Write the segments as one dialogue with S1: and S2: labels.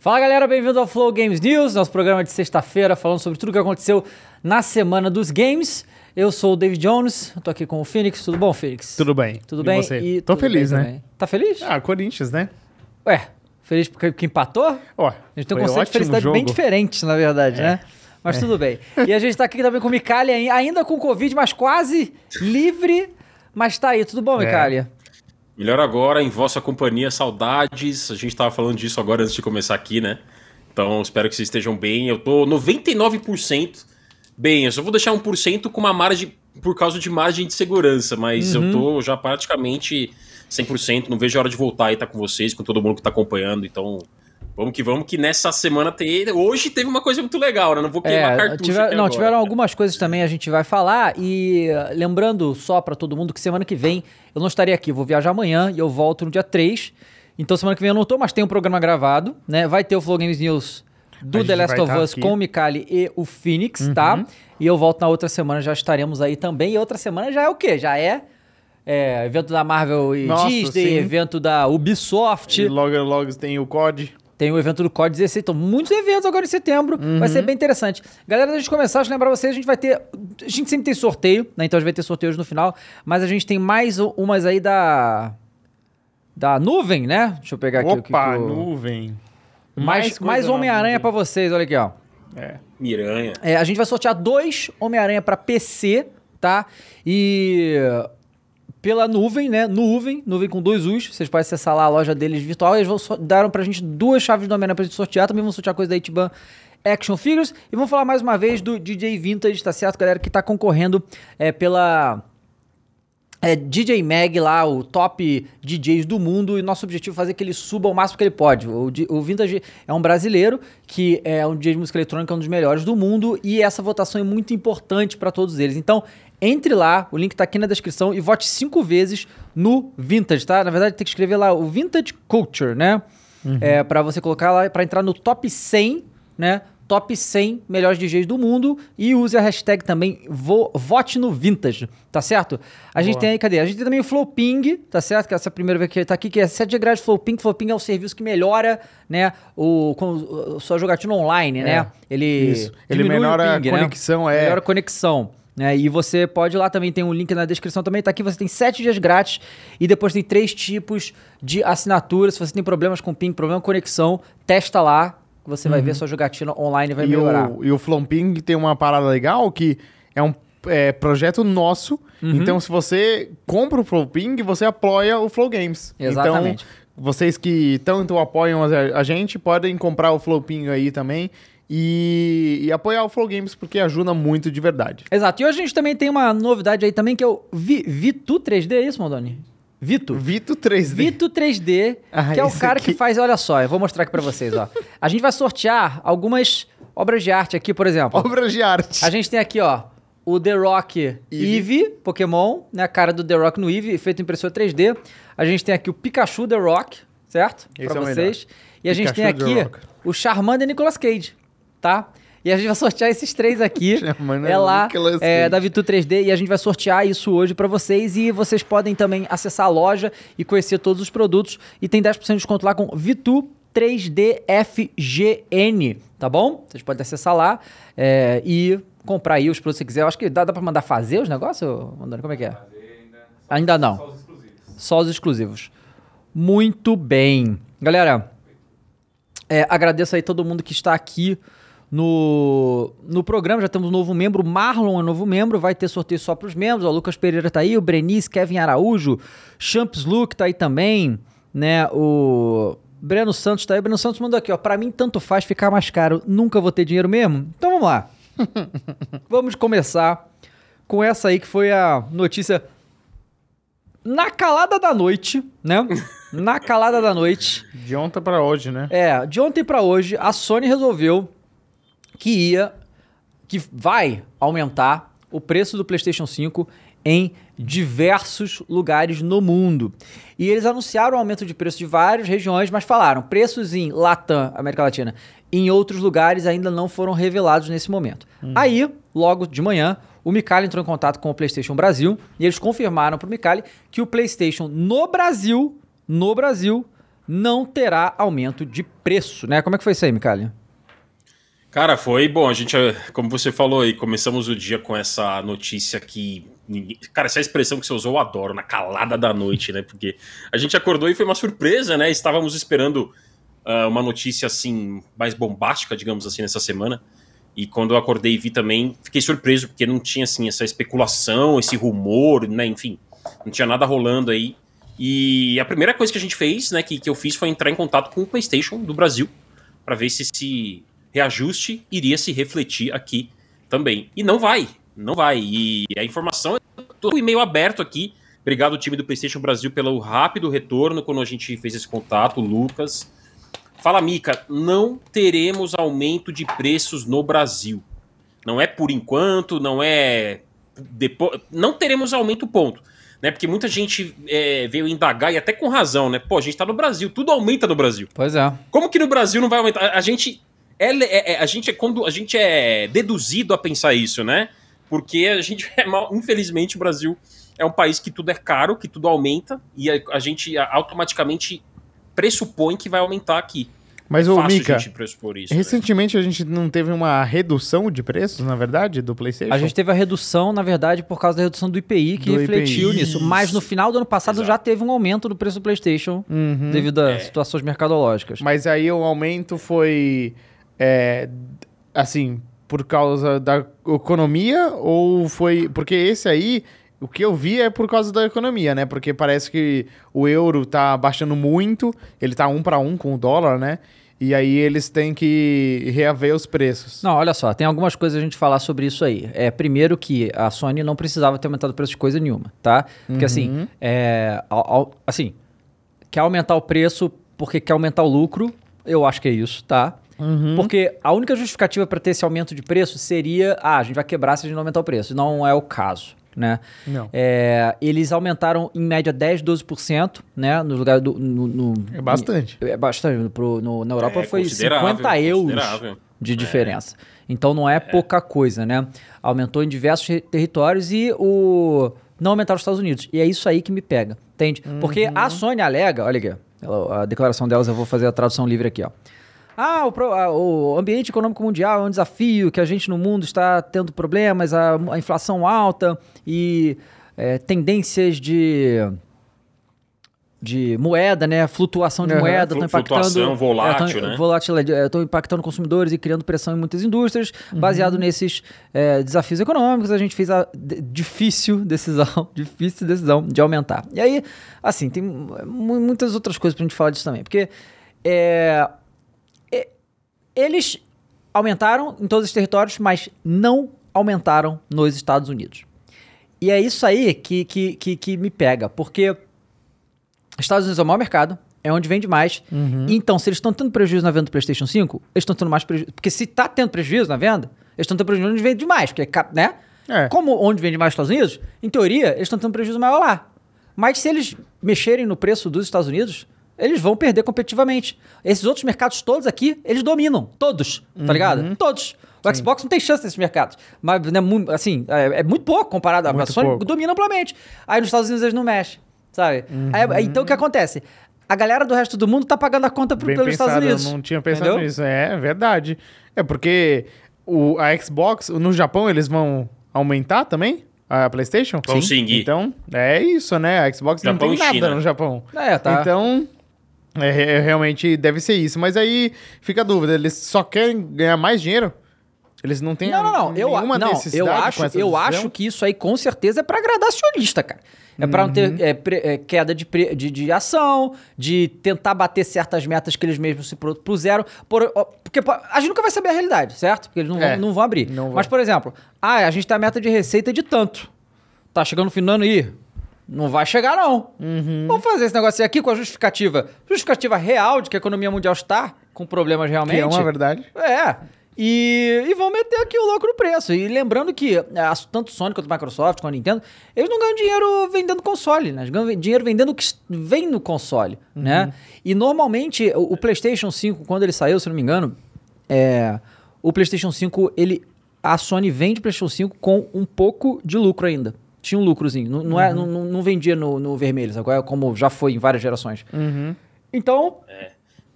S1: Fala galera, bem-vindo ao Flow Games News, nosso programa de sexta-feira falando sobre tudo o que aconteceu na semana dos games. Eu sou o David Jones, tô aqui com o Phoenix. Tudo bom, Phoenix?
S2: Tudo bem.
S1: Tudo
S2: E
S1: bem?
S2: você?
S1: E
S2: Tô
S1: tudo
S2: feliz,
S1: bem
S2: né?
S1: também. Tá feliz?
S2: Ah, Corinthians, né?
S1: Ué, feliz porque, porque empatou?
S2: Ó,
S1: A gente tem um conceito
S2: foi
S1: de
S2: ótimo
S1: felicidade
S2: jogo. É.
S1: bem diferente, na verdade, né? Mas tudo bem. E a gente tá aqui também com o Micalha, hein? ainda com Covid, mas quase livre. Mas tá aí, tudo bom,
S2: É.
S1: Micalha?
S3: Melhor agora, em vossa companhia, saudades. A gente tava falando disso agora antes de começar aqui, né? Então, espero que vocês estejam bem. Eu tô 99% bem. Eu só vou deixar 1% com uma margem por causa de margem de segurança, mas
S1: Uhum.
S3: eu tô já praticamente 100%, não vejo a hora de voltar e estar com vocês, com todo mundo que tá acompanhando. Então, vamos que vamos que nessa semana tem, hoje teve uma coisa muito legal, né? Não vou queimar cartucho
S1: É, tiver-
S3: aqui
S1: não,
S3: agora.
S1: tiveram algumas coisas também a gente vai falar e eh, lembrando só pra todo mundo que semana que vem eu não estarei aqui, eu vou viajar amanhã e eu volto no dia 3. Então semana que vem eu não tô, mas tem um programa gravado, né? Vai ter o Flow Games News do
S2: A gente
S1: The Last
S2: vai
S1: of
S2: tá
S1: Us
S2: aqui. Uhum.
S1: com o Mikali e o Phoenix, tá? E eu volto na outra semana, já estaremos aí também. E outra semana já é o quê? Já é, é, evento da Marvel e
S2: Nossa,
S1: Disney,
S2: sim.
S1: evento da Ubisoft.
S2: E logo, logo tem o COD.
S1: Tem o evento do COD 16, então muitos eventos agora em setembro,
S2: Uhum.
S1: vai ser bem interessante. Galera, antes de começar, deixa eu lembrar vocês, a gente vai ter, a gente sempre tem sorteio, né, então a gente vai ter sorteios no final, mas a gente tem mais u- umas aí da, da nuvem, né? Deixa eu pegar aqui o que
S2: Opa,
S1: que o-
S2: nuvem.
S1: Mais,
S2: coisa
S1: mais
S2: na
S1: Homem-Aranha pra
S2: nuvem.
S1: vocês, olha aqui, ó.
S2: É.
S3: Miranha.
S1: É, a gente vai sortear dois Homem-Aranha pra PC, tá? E pela nuvem, né? Nuvem, nuvem com dois U's. Vocês podem acessar lá a loja deles virtual. Eles vão so- deram pra gente duas chaves do Homem-Aranha pra gente sortear. Também vão sortear coisa da Itiban Action Figures. E vamos falar mais uma vez do DJ Vintage, tá certo, galera? Que tá concorrendo é, pela é, DJ Mag lá, o top DJs do mundo, e nosso objetivo é fazer que ele suba o máximo que ele pode. O, Di- o Vintage é um brasileiro que é um DJ de música eletrônica, um dos melhores do mundo, e essa votação é muito importante para todos eles. Então, entre lá, o link tá aqui na descrição, e vote cinco vezes no Vintage, tá? Na verdade, tem que escrever lá o Vintage Culture, né? É, para você colocar lá, para entrar no top 100, né? Top 100 melhores DJs do mundo e use a hashtag também vo, vote no vintage, tá certo? A gente tem aí, cadê? A gente tem também o Flowping, tá certo? Que é essa primeira vez que tá aqui, que é 7 degraus de Flowping. Flowping é um serviço que melhora, né, o, com, o- sua jogatina online, né? Ele
S2: É. Isso. Ele
S1: diminui o
S2: melhora a
S1: ping, né?
S2: conexão, é.
S1: Melhora a conexão. Né? E você pode ir lá também, tem um link na descrição também, tá aqui, você tem sete dias grátis e depois tem três tipos de assinatura. Se você tem problemas com ping, problema com conexão, testa lá, que você vai ver sua jogatina online vai
S2: Uhum. E
S1: melhorar.
S2: o, e o Flomping tem uma parada legal que é um é, projeto nosso.
S1: Uhum.
S2: Então, se você compra o Flomping, você apoia o Flow Games.
S1: Exatamente.
S2: Então, vocês que tanto apoiam a, a gente podem comprar o Flomping aí também e, e apoiar o Flow Games, porque ajuda muito de verdade.
S1: Exato. E hoje a gente também tem uma novidade aí também, que é o Vi, Vitu 3D, é isso, Mondoni? Vitu.
S2: Vito 3D.
S1: Vito 3D,
S2: Ah,
S1: que é o
S2: esse
S1: cara que
S2: aqui.
S1: faz, olha só, eu vou mostrar aqui pra vocês, ó. A gente vai sortear algumas obras de arte aqui, por exemplo.
S2: Obras de arte.
S1: A gente tem aqui, ó, o The Rock Eve,
S2: Eve.
S1: Pokémon, né? A cara do The Rock no Eve, feito em impressora 3D. A gente tem aqui o Pikachu The Rock, certo?
S2: Esse
S1: pra
S2: é o
S1: vocês. E a gente tem
S2: Pikachu The
S1: aqui
S2: Rock.
S1: o Charmander Nicolas Cage, tá? E a gente vai sortear esses três aqui.
S2: Charmander
S1: é lá,
S2: Nicolas
S1: é,
S2: Cage.
S1: da Vitu 3D. E a gente vai sortear isso hoje pra vocês. E vocês podem também acessar a loja e conhecer todos os produtos. E tem 10% de desconto lá com Vitu 3DFGN, tá bom? Vocês podem acessar lá é, e comprar aí os produtos que você quiser. Eu acho que dá, dá pra mandar fazer os negócios, André? Como é que é? Ainda não. Só os exclusivos. Muito bem. Galera, é, agradeço aí todo mundo que está aqui no, no programa. Já temos um novo membro. Marlon é novo membro. Vai ter sorteio só para os membros. Ó, O Lucas Pereira tá aí. O Brenice, Kevin Araújo. Champs Luke tá aí também. Né? O Breno Santos tá aí. O Breno Santos mandou aqui. ó. Para mim, tanto faz ficar mais caro. Nunca vou ter dinheiro mesmo. Então vamos lá. vamos começar com essa aí que foi a notícia na calada da noite, né? na calada da noite.
S2: De ontem pra hoje, né?
S1: É, de ontem pra hoje, a Sony resolveu que ia, que vai aumentar o preço do PlayStation 5 em diversos lugares no mundo. E eles anunciaram o aumento de preço de várias regiões, mas falaram preços em Latam, América Latina, em outros lugares ainda não foram revelados nesse momento. Aí, logo de manhã, o Micali entrou em contato com o PlayStation Brasil e eles confirmaram pro Micali que o PlayStation no Brasil, no Brasil, não terá aumento de preço, né? Como é que foi isso aí, Micalho?
S3: Cara, foi bom. A gente, como você falou aí, começamos o dia com essa notícia que. ninguém- Cara, essa expressão que você usou eu adoro, na calada da noite, né? Porque a gente acordou e foi uma surpresa, né? Estávamos esperando ah, uma notícia assim, mais bombástica, digamos assim, nessa semana. E quando eu acordei e vi também, fiquei surpreso, porque não tinha assim essa especulação, esse rumor, né? Enfim, não tinha nada rolando aí. E a primeira coisa que a gente fez, né, que, que eu fiz foi entrar em contato com o PlayStation do Brasil para ver se esse reajuste iria se refletir aqui também. E não vai, não vai. E a informação é todo um e-mail aberto aqui. Obrigado, time do PlayStation Brasil, pelo rápido retorno quando a gente fez esse contato, o Lucas. Fala, Mica, não teremos aumento de preços no Brasil. Não é por enquanto, não é depois. Não teremos aumento, ponto. Né? Porque muita gente é, veio indagar, e até com razão, né? Pô, a gente tá no Brasil, tudo aumenta no Brasil.
S1: Pois é.
S3: Como que no Brasil não vai aumentar? A- A gente é, le- é- é- a gente é quando a gente é deduzido a pensar isso, né? Porque a gente é mal, infelizmente o Brasil é um país que tudo é caro, que tudo aumenta e a, a gente a- automaticamente pressupõe que vai aumentar aqui.
S1: É
S3: É
S2: Mas, ô,
S3: Fácil
S2: Mika,
S3: a gente pressupor isso. né?
S2: recentemente a gente não teve uma redução de preços, na verdade, do PlayStation?
S1: A gente teve a redução, na verdade, por causa da redução do IPI, que
S2: Do
S1: refletiu
S2: IPI.
S1: nisso. Mas no final do ano passado
S3: Exato.
S1: já teve um aumento do preço do PlayStation,
S2: Uhum.
S1: devido a
S3: É.
S1: situações mercadológicas.
S2: Mas aí o aumento foi. é, assim, por causa da economia ou foi. Porque esse aí. O que eu vi é por causa da economia, né? Porque parece que o euro tá baixando muito, ele tá um para um com o dólar, né? E aí eles têm que reaver os preços.
S1: Não, olha só, tem algumas coisas a gente falar sobre isso aí. É, primeiro que a Sony não precisava ter aumentado o preço de coisa nenhuma, tá? Porque
S2: Uhum.
S1: assim, é, ao- ao- assim, quer aumentar o preço porque quer aumentar o lucro, eu acho que é isso, tá?
S2: Uhum.
S1: Porque a única justificativa para ter esse aumento de preço seria, ah, a gente vai quebrar se a gente não aumentar o preço. Não é o caso, né?
S2: Não.
S1: É, eles aumentaram em média 10, 12%, né? No lugar do. No, no-
S2: É bastante.
S1: É bastante. Pro, no- na Europa
S3: É,
S1: foi
S3: considerável,
S1: 50 euros
S3: considerável. É.
S1: de diferença. Então não é, pouca coisa, né? Aumentou em diversos re- territórios e o. Não aumentaram os Estados Unidos. E é isso aí que me pega, entende? Porque
S2: Uhum.
S1: a Sony alega, olha aqui, ela- a declaração delas, eu vou fazer a tradução livre aqui, ó. Ah, o, pro- ah, o ambiente econômico mundial é um desafio, que a gente no mundo está tendo problemas, a, a inflação alta e é, tendências de, de moeda, né? Flutuação de
S2: Aham.
S1: moeda estão
S3: Flu-
S1: impactando.
S3: flutuação volátil,
S1: é, tão-
S3: né?
S1: volátil, é, estão impactando consumidores e criando pressão em muitas indústrias. Baseado nesses é, desafios econômicos, a gente fez a de- difícil decisão, difícil decisão de aumentar. E aí, assim, tem mu- muitas outras coisas pra gente falar disso também. Porque é, e- eles aumentaram em todos os territórios, mas não aumentaram nos Estados Unidos. E é isso aí que, que, que, que me pega, porque Estados Unidos é o maior mercado, é onde vende mais. Então, se eles estão tendo prejuízo na venda do PlayStation 5, eles estão tendo mais prejuízo. Porque se está tendo prejuízo na venda, eles estão tendo prejuízo onde vende mais, porque, cap- né?
S2: É.
S1: Como onde vende mais nos Estados Unidos, em teoria, eles estão tendo um prejuízo maior lá. Mas se eles mexerem no preço dos Estados Unidos, eles vão perder competitivamente. Esses outros mercados todos aqui, eles dominam. Todos, tá
S2: Uhum.
S1: ligado? Todos. O Xbox não tem chance nesses mercados. Mas, né, mu- assim, é, é muito pouco comparado a
S2: Muito
S1: Sony
S2: pouco.
S1: domina amplamente. Aí nos Estados Unidos eles não mexem, sabe? Aí-
S2: Uhum.
S1: aí, então o que acontece? A galera do resto do mundo tá pagando a conta pro,
S2: Bem
S1: pelos
S2: pensado,
S1: Estados Unidos.
S2: eu não tinha pensado
S1: entendeu?
S2: nisso. É verdade. É porque o, a Xbox, no Japão, eles vão aumentar também? A PlayStation?
S3: Vão Sim. seguir.
S2: Então, é isso, né? A Xbox
S3: Japão
S2: não
S3: e
S2: tem nada
S3: China.
S2: no Japão.
S1: É, tá.
S2: Então, é, re- é, realmente deve ser isso. Mas aí fica a dúvida: eles só querem ganhar mais dinheiro? Eles não têm
S1: Não, não, não. Eu,
S2: nenhuma
S1: não,
S2: necessidade
S1: eu
S2: com
S1: acho,
S2: essa
S1: eu
S2: decisão?
S1: acho que isso aí com certeza é pra agradar acionista, cara. É pra não
S2: Uhum.
S1: ter é, pre- é, queda de, pre- de, de ação, de tentar bater certas metas que eles mesmos se propuseram. Por, ó, porque pô, a gente nunca vai saber a realidade, certo? Porque eles não,
S2: É,
S1: vão, não vão abrir.
S2: não vão.
S1: Mas, por exemplo, ah, a gente tem a meta de receita de tanto. Tá chegando no fim do ano aí. Não vai chegar, não.
S2: Uhum.
S1: Vamos fazer esse negócio aqui com a justificativa. Justificativa real de que a economia mundial está com problemas realmente.
S2: Que é uma verdade.
S1: É. E, e vão meter aqui o louco no preço. E lembrando que a- tanto Sony quanto Microsoft, quanto Nintendo, eles não ganham dinheiro vendendo console, né? Eles ganham ve- dinheiro vendendo o que s- vem no console, né? E normalmente o, o PlayStation 5, quando ele saiu, se não me engano, é, o PlayStation 5, ele a Sony vende o PlayStation 5 com um pouco de lucro ainda. Tinha um lucrozinho. Não, não, é, não, não- não vendia no, no vermelho, sabe? qual é? como já foi em várias gerações. Então,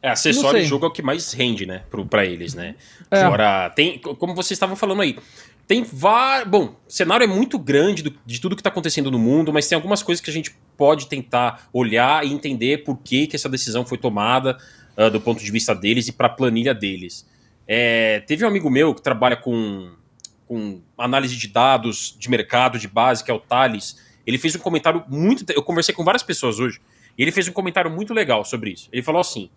S3: É, acessório
S1: sei.
S3: de jogo é o que mais rende, né? Pro, pra eles, né?
S1: É.
S3: Agora, tem, co- como vocês estavam falando aí, tem vários. Bom, o cenário é muito grande do- de tudo que tá acontecendo no mundo, mas tem algumas coisas que a gente pode tentar olhar e entender por que, que essa decisão foi tomada ah, do ponto de vista deles e pra planilha deles. É, teve um amigo meu que trabalha com, com análise de dados de mercado de base, que é o Thales. Ele fez um comentário muito. Eu conversei com várias pessoas hoje. E ele fez um comentário muito legal sobre isso. Ele falou assim: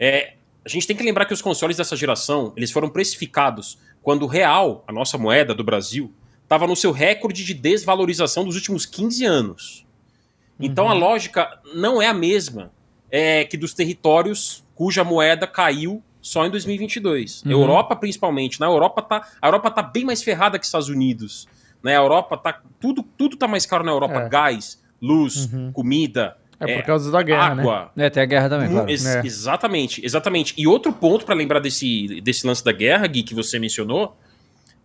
S3: é, a gente tem que lembrar que os consoles dessa geração eles foram precificados quando o real, a nossa moeda do Brasil, estava no seu recorde de desvalorização dos últimos 15 anos. Então
S2: Uhum.
S3: a lógica não é a mesma é, que dos territórios cuja moeda caiu só em 2022.
S1: Uhum.
S3: Europa principalmente, na Europa tá, a Europa tá bem mais ferrada que os Estados Unidos. Né? A Europa tá tudo tudo tá mais caro na Europa,
S2: É.
S3: gás, luz,
S2: Uhum.
S3: comida,
S2: É,
S3: É,
S2: por causa da guerra, né?
S3: água.
S1: é, tem a guerra também,
S3: Mu-
S1: claro.
S3: ex-
S2: É.
S3: Exatamente, exatamente. E outro ponto para lembrar desse, desse lance da guerra, Gui, que você mencionou,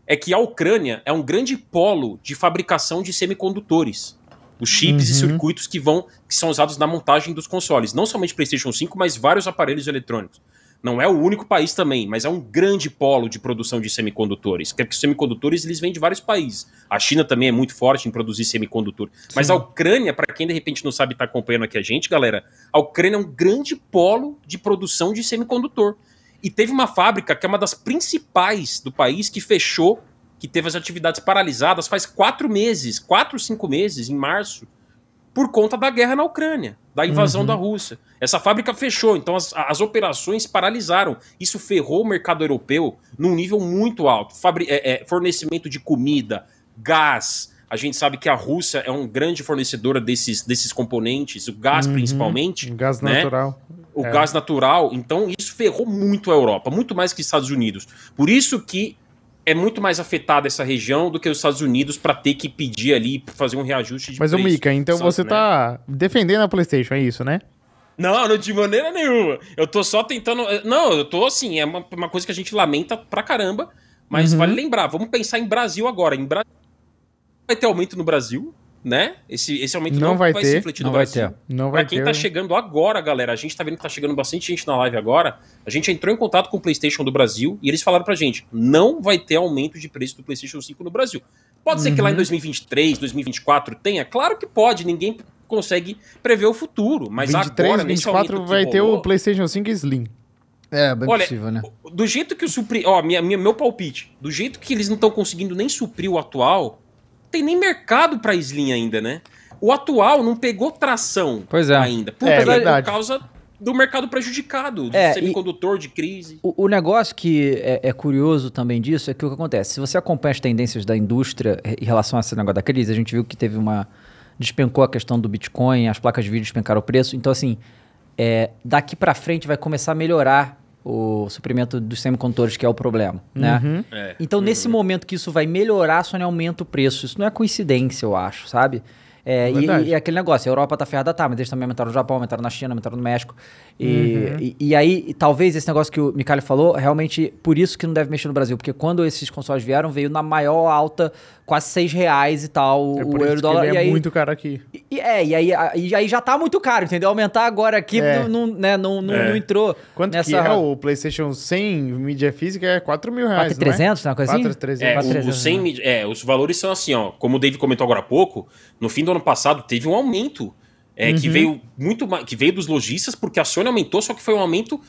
S3: é que a Ucrânia é um grande polo de fabricação de semicondutores. Os chips e
S2: Uhum.
S3: circuitos que vão que são usados na montagem dos consoles, não somente PlayStation 5, mas vários aparelhos eletrônicos. Não é o único país também, mas é um grande polo de produção de semicondutores. Porque os semicondutores eles vêm de vários países. A China também é muito forte em produzir semicondutor. Mas a Ucrânia, para quem de repente não sabe estar acompanhando aqui a gente, galera, a Ucrânia é um grande polo de produção de semicondutor. E teve uma fábrica que é uma das principais do país que fechou, que teve as atividades paralisadas faz quatro meses, quatro, cinco meses, em março, por conta da guerra na Ucrânia, da invasão
S2: Uhum.
S3: da Rússia. Essa fábrica fechou, então as, as operações paralisaram. Isso ferrou o mercado europeu num nível muito alto. Fabri- é, é, fornecimento de comida, gás. A gente sabe que a Rússia é um grande fornecedora desses, desses componentes, o gás
S2: Uhum.
S3: principalmente
S2: Gás
S3: né?
S2: natural.
S3: o
S2: É.
S3: gás natural. Então, isso ferrou muito a Europa, muito mais que os Estados Unidos. Por isso que é muito mais afetada essa região do que os Estados Unidos para ter que pedir ali pra fazer um reajuste de
S2: Mas, o
S3: preço.
S2: Mika, então
S3: Sabe,
S2: você
S3: né?
S2: tá defendendo a PlayStation, é isso, né?
S3: Não, não de maneira nenhuma. Eu tô só tentando. eh, Não, eu tô assim, é uma, uma coisa que a gente lamenta pra caramba. Mas
S2: Uhum.
S3: vale lembrar, vamos pensar em Brasil agora. Em Brasil vai ter aumento no Brasil, né? Esse, esse aumento
S2: Não vai
S3: se
S2: ter.
S3: refletir
S1: Não
S3: no
S1: vai
S3: Brasil.
S1: ter.
S2: Não vai
S3: Pra quem
S2: ter.
S3: tá chegando agora, galera, a gente tá vendo que tá chegando bastante gente na live agora. A gente entrou em contato com o PlayStation do Brasil e eles falaram pra gente: não vai ter aumento de preço do PlayStation 5 no Brasil. Pode ser que lá em
S2: Uhum.
S3: 2023, 2024 tenha? Claro que pode, ninguém consegue prever o futuro, mas
S2: 23,
S3: agora, nesse
S2: 24
S3: aumento que
S2: vai ter
S3: rolou-
S2: o PlayStation 5 Slim.
S1: É, bem
S3: Olha,
S1: possível, né?
S3: do jeito que o supri... Ó, minha, minha- meu palpite. Do jeito que eles não estão conseguindo nem suprir o atual, tem nem mercado pra Slim ainda, né? O atual não pegou tração
S1: Pois é.
S3: ainda. Por,
S2: É,
S3: causa-
S2: verdade.
S3: por causa do mercado prejudicado, do
S1: É, e-
S3: semicondutor de crise.
S1: O, o negócio que é, é curioso também disso é que o que acontece? Se você acompanha as tendências da indústria em relação a esse negócio da crise, a gente viu que teve uma. despencou a questão do Bitcoin, as placas de vídeo despencaram o preço. Então, assim, é, daqui pra frente vai começar a melhorar o suprimento dos semicondutores, que é o problema, né?
S2: Uhum.
S3: É.
S1: Então, nesse momento que isso vai melhorar, a Sony aumenta o preço. Isso não é coincidência, eu acho, sabe? É, e,
S2: Verdade.
S1: e aquele negócio, a Europa tá ferrada, tá, mas eles também aumentaram no Japão, aumentaram na China, aumentaram no México. E,
S2: Uhum.
S1: e, e aí, e talvez esse negócio que o Mikali falou, realmente por isso que não deve mexer no Brasil, porque quando esses consoles vieram, veio na maior alta, quase 6 reais e tal,
S2: É
S1: o
S2: por isso
S1: euro
S2: que
S1: dólar.
S2: ele
S1: e
S2: é
S1: aí,
S2: muito caro aqui.
S1: e- E, é, e aí, a- e aí já tá muito caro, entendeu? Aumentar agora aqui
S2: É.
S1: não, não, né, não, não, não entrou.
S2: Quanto
S1: nessa
S2: que é o PlayStation 100 mídia física? É 4 mil reais, não é?
S1: 4,300, né, uma coisa assim?
S2: 4,300.
S3: É,
S1: Pra né?
S3: o- o
S1: 300,
S3: 100 mil- é, os valores são assim, ó. Como o Dave comentou agora há pouco, no fim do ano passado teve um aumento é, que
S2: Uhum.
S3: veio muito ma- que veio dos lojistas, porque a Sony aumentou, só que foi um aumento,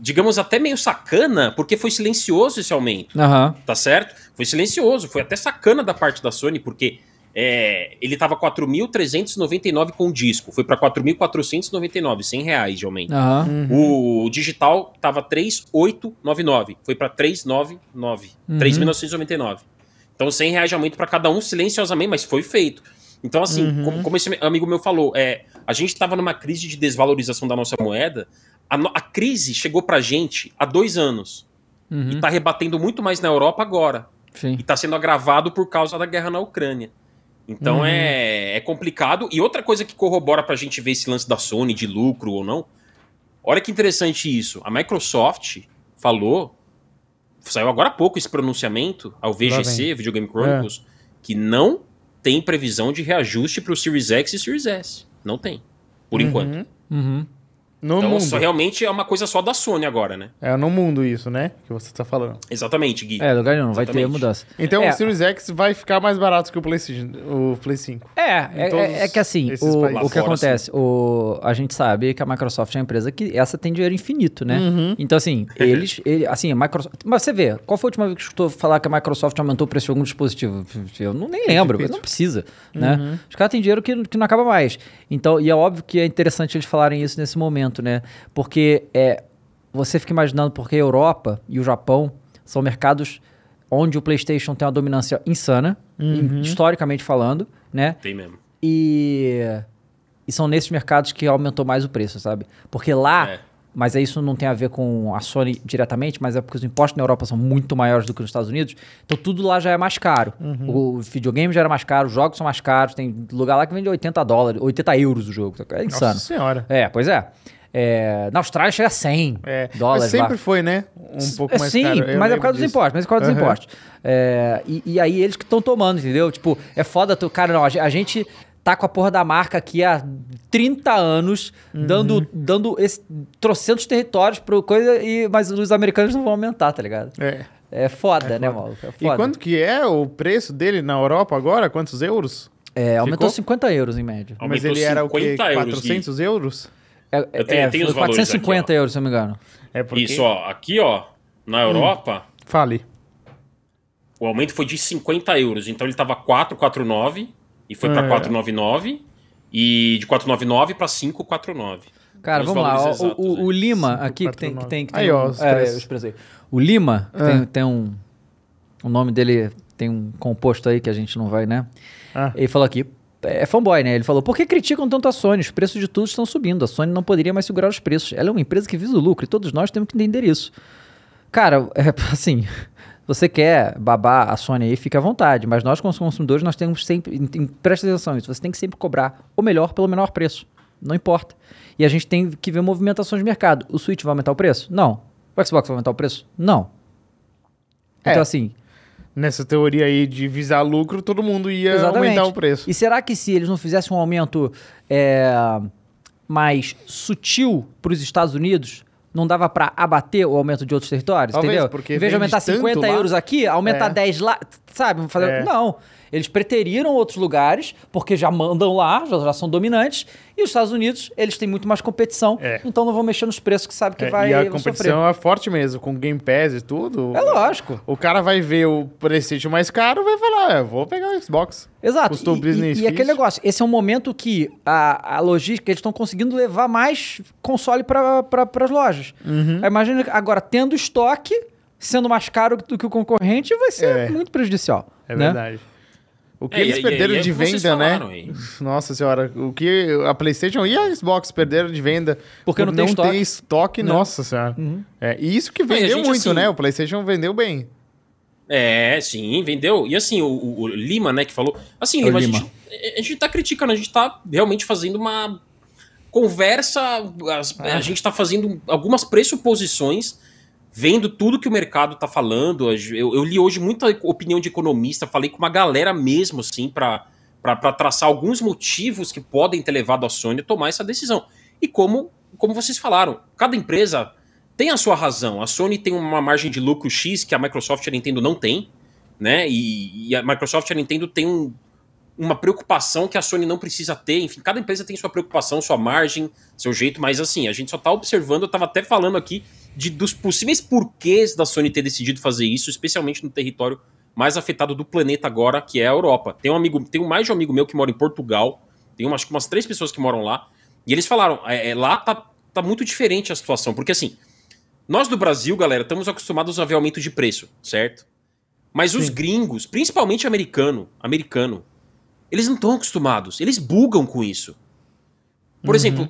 S3: digamos, até meio sacana, porque foi silencioso esse aumento.
S1: Aham.
S3: tá certo? Foi silencioso, foi até sacana da parte da Sony, porque é, ele tava 4.399 com o disco, foi para 4.499, 100 reais de aumento.
S1: Aham.
S2: Hum.
S1: Uhum.
S3: O digital tava 3.899, foi para 3.99,
S1: Uhum.
S3: 3.999. Então 100 reais de aumento para cada um silenciosamente, mas foi feito. Então assim,
S2: Uhum.
S3: como, como esse amigo meu falou, é, a gente tava numa crise de desvalorização da nossa moeda, a, no- a crise chegou pra gente há dois anos
S1: Uhum.
S3: e tá rebatendo muito mais na Europa agora
S1: Sim.
S3: e está sendo agravado por causa da guerra na Ucrânia. Então
S2: Uhum.
S3: é, é complicado. E outra coisa que corrobora para a gente ver esse lance da Sony de lucro ou não. Olha que interessante isso. A Microsoft falou, saiu agora há pouco esse pronunciamento ao VGC, Videogame Chronicles,
S2: É.
S3: que não tem previsão de reajuste para o Series X e Series S. Não tem, por enquanto.
S2: Uhum.
S1: Uhum.
S2: No
S3: Então,
S2: mundo.
S3: só realmente é uma coisa só da Sony agora, né?
S2: É no mundo isso, né? Que você tá falando.
S3: Exatamente, Gui.
S1: É, lugar nenhum, vai ter
S3: Exatamente.
S1: mudança.
S2: Então
S1: é,
S2: o Series X vai ficar mais barato que o Play, Cin- o Play 5.
S1: É,
S2: em
S1: é,
S2: todos
S1: é- é que assim,
S2: esses
S1: o,
S2: países.
S1: o que
S3: Lá fora,
S1: acontece? O, a gente sabe que a Microsoft é uma empresa que essa tem dinheiro infinito, né?
S2: Uhum.
S1: Então, assim, eles. ele- assim, a Microsoft. Mas você vê, qual foi a última vez que escutou falar que a Microsoft aumentou o preço de algum dispositivo? Eu não, nem lembro, mas não precisa, né? Os caras têm dinheiro que, que não acaba mais. Então, e é óbvio que é interessante eles falarem isso nesse momento, né? Porque é, você fica imaginando porque a Europa e o Japão são mercados onde o PlayStation tem uma dominância insana, historicamente falando, né?
S3: Tem mesmo.
S1: E, e são nesses mercados que aumentou mais o preço, sabe? Porque lá.
S3: É.
S1: Mas aí isso não tem a ver com a Sony diretamente, mas é porque os impostos na Europa são muito maiores do que nos Estados Unidos. Então tudo lá já é mais caro.
S2: Uhum.
S1: O videogame já era mais caro, os jogos são mais caros. Tem lugar lá que vende 80 dólares, 80 euros o jogo. É
S2: Nossa
S1: insano.
S2: senhora.
S1: É, pois é. É, na Austrália chega a 100
S2: É,
S1: dólares
S2: mas sempre
S1: lá.
S2: foi, né? Um pouco
S1: É,
S2: mais
S1: Sim,
S2: caro. Eu
S1: mas é
S2: lembro
S1: por causa dos
S2: disso.
S1: impostos, mas é por causa dos
S2: Aham.
S1: impostos. É, e, e aí eles que estão tomando, entendeu? Tipo, é foda, tu, cara, não, a, ge- a gente tá com a porra da marca aqui há 30 anos,
S2: Uhum.
S1: dando, dando esse, trocentos territórios pro coisa, e, mas os americanos não vão aumentar, tá ligado?
S2: É.
S1: É foda, né, maluco? É
S2: E
S1: foda.
S2: quanto que é o preço dele na Europa agora? Quantos euros?
S1: É, aumentou
S2: ficou?
S1: 50 euros em média.
S2: Mas
S3: Aumentou
S2: ele era o quê?
S3: 50 euros,
S2: 400 euros?
S1: É,
S3: Eu tenho-
S1: é,
S3: eu tenho os
S1: foi
S3: valores
S1: 450
S3: aqui,
S1: euros, se eu não me engano.
S2: É porque...
S3: Isso, ó. Aqui, ó, na
S2: Hum.
S3: Europa,
S2: Fale.
S3: o aumento foi de 50 euros. Então ele tava 4,49 e foi pra
S2: É.
S3: 4,99 e de 4,99 pra 5,49.
S1: Cara,
S3: Os
S1: vamos lá. ó,
S3: valores
S1: o-
S3: exatos,
S1: o, o
S3: né?
S1: Lima
S2: Cinco,
S1: aqui que
S2: quatro,
S1: tem, que
S2: nove.
S1: tem, que tem
S2: Aí, ó, os
S1: é,
S2: preços.
S1: eu expressei. O Lima que
S2: Ah.
S1: tem, tem um. O nome dele tem um composto aí que a gente não vai, né?
S2: Ah.
S1: Ele falou aqui. É fanboy, né? Ele falou: por que criticam tanto a Sony? Os preços de tudo estão subindo. A Sony não poderia mais segurar os preços. Ela é uma empresa que visa o lucro e todos nós temos que entender isso. Cara, é, assim, você quer babar a Sony aí, fica à vontade. Mas nós, como consumidores, nós temos sempre. em- em- Presta atenção nisso, você tem que sempre cobrar o melhor pelo menor preço. Não importa. E a gente tem que ver movimentações de mercado. O Switch vai aumentar o preço? Não. O Xbox vai aumentar o preço? Não.
S2: É.
S1: Então, assim,
S2: Nessa teoria aí de visar lucro, todo mundo ia
S1: Exatamente.
S2: aumentar o preço.
S1: E será que se eles não fizessem um aumento é, mais sutil para os Estados Unidos, não dava para abater o aumento de outros territórios?
S2: Talvez,
S1: entendeu?
S2: porque
S1: em vez de
S2: vende
S1: aumentar
S2: tanto
S1: 50
S2: lá.
S1: euros aqui, aumentar
S2: É.
S1: 10 lá, sabe? Fazer...
S2: É.
S1: Não. Eles preteriram outros lugares, porque já mandam lá, já, já são dominantes, e os Estados Unidos, eles têm muito mais competição,
S2: É.
S1: então não vão mexer nos preços que sabe que
S2: É,
S1: vai
S2: e a
S1: vai
S2: competição
S1: sofrer.
S2: é forte mesmo, com Game Pass e tudo.
S1: É lógico.
S2: O cara vai ver o PlayStation mais caro e vai falar, "É, vou pegar o Xbox.
S1: Exato.
S2: Custou
S1: e,
S2: o business
S1: e, e aquele
S2: fixo.
S1: negócio, esse é um momento que a, a logística, eles estão conseguindo levar mais console para pra, as lojas. Aí Imagina que agora, tendo estoque, sendo mais caro do que o concorrente, vai ser
S2: É.
S1: muito prejudicial.
S2: É
S1: né?
S2: verdade. O que
S3: É,
S2: eles
S3: e- e-
S2: perderam
S3: e é
S2: de
S3: o que vocês
S2: venda, né?
S3: falaram aí.
S2: Nossa senhora, o que a PlayStation e a Xbox perderam de venda
S1: Porque
S2: por
S1: não tem estoque.
S2: estoque,
S1: Né?
S2: nossa senhora. É, e isso que
S3: Não, e a
S2: vendeu
S3: gente,
S2: muito,
S3: assim-
S2: né? O PlayStation vendeu bem.
S3: É, sim, vendeu. E assim, o, o- o Lima, né, que falou. Assim,
S1: É o
S3: Lima, A,
S1: Lima.
S3: gente, a gente tá criticando, a gente tá realmente fazendo uma conversa. as-
S1: É.
S3: A gente tá fazendo algumas pressuposições, vendo tudo que o mercado tá falando. a gen- Eu, eu li hoje muita opinião de economista, falei com uma galera mesmo, assim, pra, pra, pra traçar alguns motivos que podem ter levado a Sony a tomar essa decisão. E como, como vocês falaram, cada empresa tem a sua razão. A Sony tem uma margem de lucro X que a Microsoft e a Nintendo não tem, né? E, e a Microsoft e a Nintendo tem um- uma preocupação que a Sony não precisa ter. Enfim, cada empresa tem sua preocupação, sua margem, seu jeito, mas assim, a gente só tá observando, eu tava até falando aqui de, dos possíveis porquês da Sony ter decidido fazer isso, especialmente no território mais afetado do planeta agora, que é a Europa. Tem um amigo, tem mais de um amigo meu que mora em Portugal, tem umas, umas três pessoas que moram lá, e eles falaram, é, é, lá tá, tá muito diferente a situação, porque assim, nós do Brasil, galera, estamos acostumados a ver aumento de preço, certo? Mas os gringos, principalmente americano, americano, eles não estão acostumados. Eles bugam com isso. Por exemplo,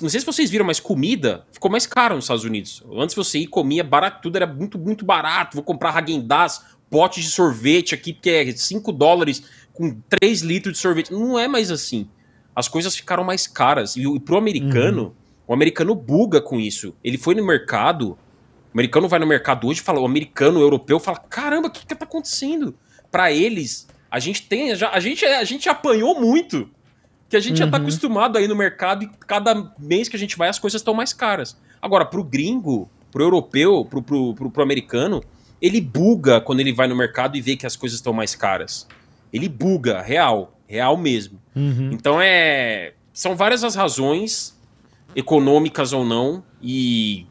S3: não sei se vocês viram, mas comida ficou mais caro nos Estados Unidos. Antes você ir comia barato, tudo era muito, muito barato. Vou comprar Häagen-Dazs, pote de sorvete aqui, que é 5 dólares com 3 litros de sorvete. Não é mais assim. As coisas ficaram mais caras. E, o- e pro americano, o americano buga com isso. Ele foi no mercado, o americano vai no mercado hoje e fala, o americano, o europeu, fala, caramba, o que que tá acontecendo? Pra eles, a gente tem, já- a, gente, é- a gente apanhou muito que a gente já tá acostumado aí no mercado e cada mês que a gente vai as coisas estão mais caras. Agora, pro gringo, pro europeu, pro, pro, pro, pro americano, ele buga quando ele vai no mercado e vê que as coisas estão mais caras. Ele buga, real, real mesmo.
S2: Uhum.
S3: Então é. São várias as razões, econômicas ou não, e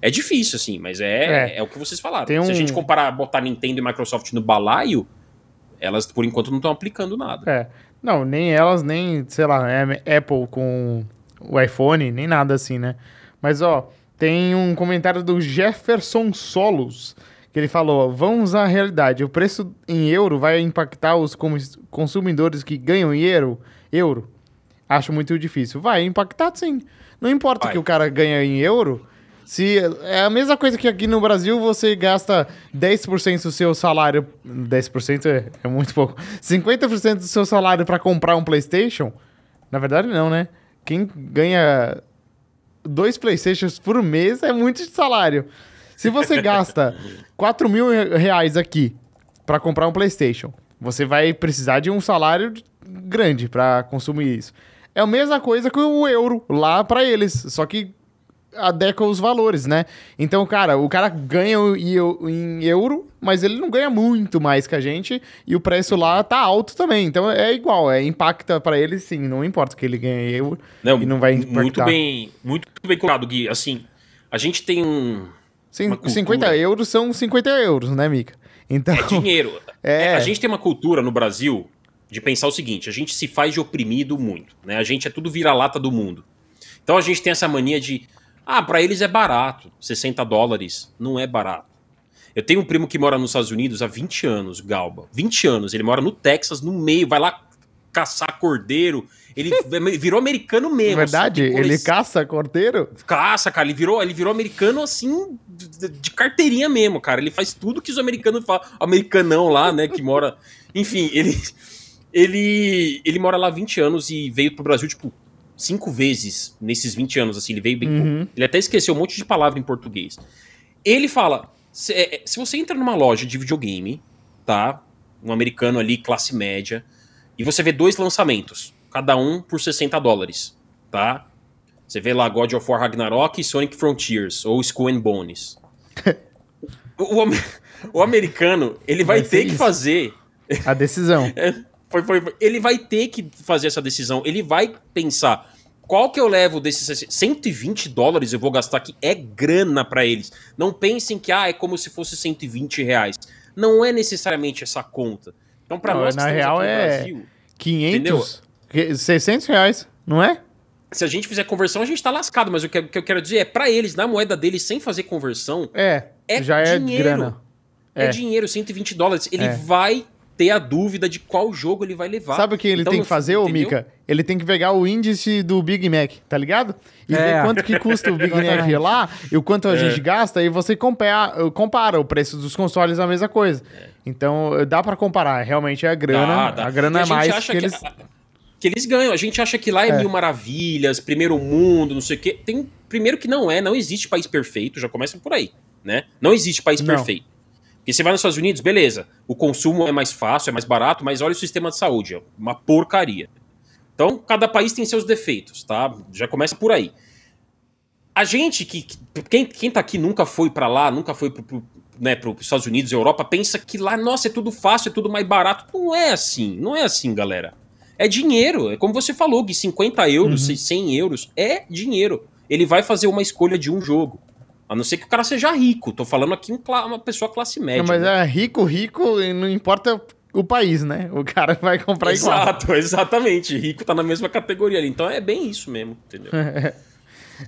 S3: é difícil, assim, mas é, é. o que vocês falaram.
S2: Tem
S3: Se a
S2: um-
S3: gente comparar, botar Nintendo e Microsoft no balaio, elas por enquanto não estão aplicando nada.
S2: É. Não, nem elas, nem, sei lá, é- Apple com o iPhone, nem nada assim, né? Mas, ó, tem um comentário do Jefferson Solos, que ele falou, ó, vamos à realidade, o preço em euro vai impactar os comis- consumidores que ganham em euro? Euro? Acho muito difícil. Vai impactar, sim. Não importa o
S3: Vai.
S2: que o cara ganha em euro, se é a mesma coisa que aqui no Brasil você gasta 10% do seu salário. 10% é, é muito pouco. 50% do seu salário para comprar um PlayStation? Na verdade, não, né? Quem ganha dois PlayStations por mês é muito de salário. Se você gasta 4 mil re- reais aqui para comprar um PlayStation, você vai precisar de um salário de- grande para consumir isso. É a mesma coisa que o euro lá para eles, só que adequa os valores, né? Então, cara, o cara ganha o- e eu- em euro, mas ele não ganha muito mais que a gente e o preço lá tá alto também. Então é igual, é impacta para ele sim, não importa o que ele ganha em euro.
S3: Não,
S2: E não vai
S3: né? muito
S2: impactar.
S3: bem, muito bem colocado, Gui. Assim, a gente tem um
S2: Cin-
S3: Uma cultura.
S2: 50 euros são 50 euros, né, Mica? Então,
S3: É dinheiro.
S2: É.
S3: A gente tem uma cultura no Brasil de pensar o seguinte: a gente se faz de oprimido muito, né? A gente é tudo vira-lata do mundo. Então a gente tem essa mania de, ah, pra eles é barato, 60 dólares não é barato. Eu tenho um primo que mora nos Estados Unidos há 20 anos, Galba. 20 anos, ele mora no Texas, no meio, vai lá caçar cordeiro. Ele virou americano mesmo.
S2: na verdade,
S3: assim, tem
S2: ele
S3: coleção-
S2: caça corteiro.
S3: Caça, cara, ele virou, ele virou americano assim, de, de carteirinha mesmo, cara. Ele faz tudo que os americanos falam. Americanão lá, né, que mora. Enfim, ele, ele, ele mora lá há 20 anos e veio pro Brasil, tipo, cinco vezes nesses 20 anos, assim. Ele veio bem.
S2: Uhum.
S3: pouco. Ele até esqueceu um monte de palavra em português. Ele fala: se, é, é, se você entra numa loja de videogame, tá? Um americano ali, classe média, e você vê dois lançamentos, cada um por 60 dólares, tá? Você vê lá God of War Ragnarok e Sonic Frontiers, ou Skull and Bones. o, o am- o americano, ele vai,
S2: Vai ser
S3: ter que
S2: isso.
S3: fazer.
S2: A decisão.
S3: Foi- foi- foi- ele vai ter que fazer essa decisão. Ele vai pensar. Qual que eu levo desses 120 dólares eu vou gastar aqui? É grana pra eles. Não pensem que ah, é como se fosse 120 reais. Não é necessariamente essa conta. Então, pra
S2: Não,
S3: nós
S2: na
S3: que estamos
S2: real,
S3: aqui no
S2: é-
S3: Brasil,
S2: 500, que- 600 reais, não é?
S3: se a gente fizer conversão, a gente tá lascado. Mas o que, o que eu quero dizer é, pra eles, na moeda deles, sem fazer conversão,
S2: É,
S3: É
S2: já é
S3: dinheiro.
S2: grana.
S3: é,
S2: É.
S3: dinheiro, 120 dólares. Ele
S2: É.
S3: vai ter a dúvida de qual jogo ele vai levar.
S2: Sabe o que ele
S3: Então,
S2: tem
S3: no-
S2: que fazer, ô
S3: entendeu?
S2: Mica? Ele tem que pegar o índice do Big Mac, tá ligado? E
S1: É.
S2: ver quanto que custa o Big Mac
S1: Exatamente.
S2: lá e o quanto a
S3: É.
S2: gente gasta e você compara, compara o preço dos consoles é a mesma coisa. Então, dá pra comparar, realmente é a grana,
S3: Dá, dá.
S2: a grana
S3: E
S2: é
S3: gente
S2: mais
S3: acha
S2: que eles
S3: que eles ganham. A gente acha que lá é, mil maravilhas, primeiro mundo, não sei o quê. Tem primeiro que não é, não existe país perfeito, já começa por aí, né? Não existe país
S2: Não.
S3: perfeito. Porque você vai nos Estados Unidos, beleza, o consumo é mais fácil, é mais barato, mas olha o sistema de saúde, é uma porcaria. Então, cada país tem seus defeitos, tá? Já começa por aí. A gente que. que- Quem, quem tá aqui nunca foi pra lá, nunca foi pro, pro, né, pro pros Estados Unidos, Europa, pensa que lá, nossa, é tudo fácil, é tudo mais barato. Não é assim, não é assim, galera. É dinheiro, é como você falou, Gui, 50
S2: Uhum.
S3: euros, 100 euros, é dinheiro. Ele vai fazer uma escolha de um jogo. A não ser que o cara seja rico. Tô falando aqui um cla- uma pessoa classe média.
S2: Não, mas
S3: né?
S2: é rico, rico, e não importa o país, né? O cara vai comprar igual.
S3: Exato, exatamente. Rico tá na mesma categoria ali. Então é bem isso mesmo, entendeu?
S2: Uhum.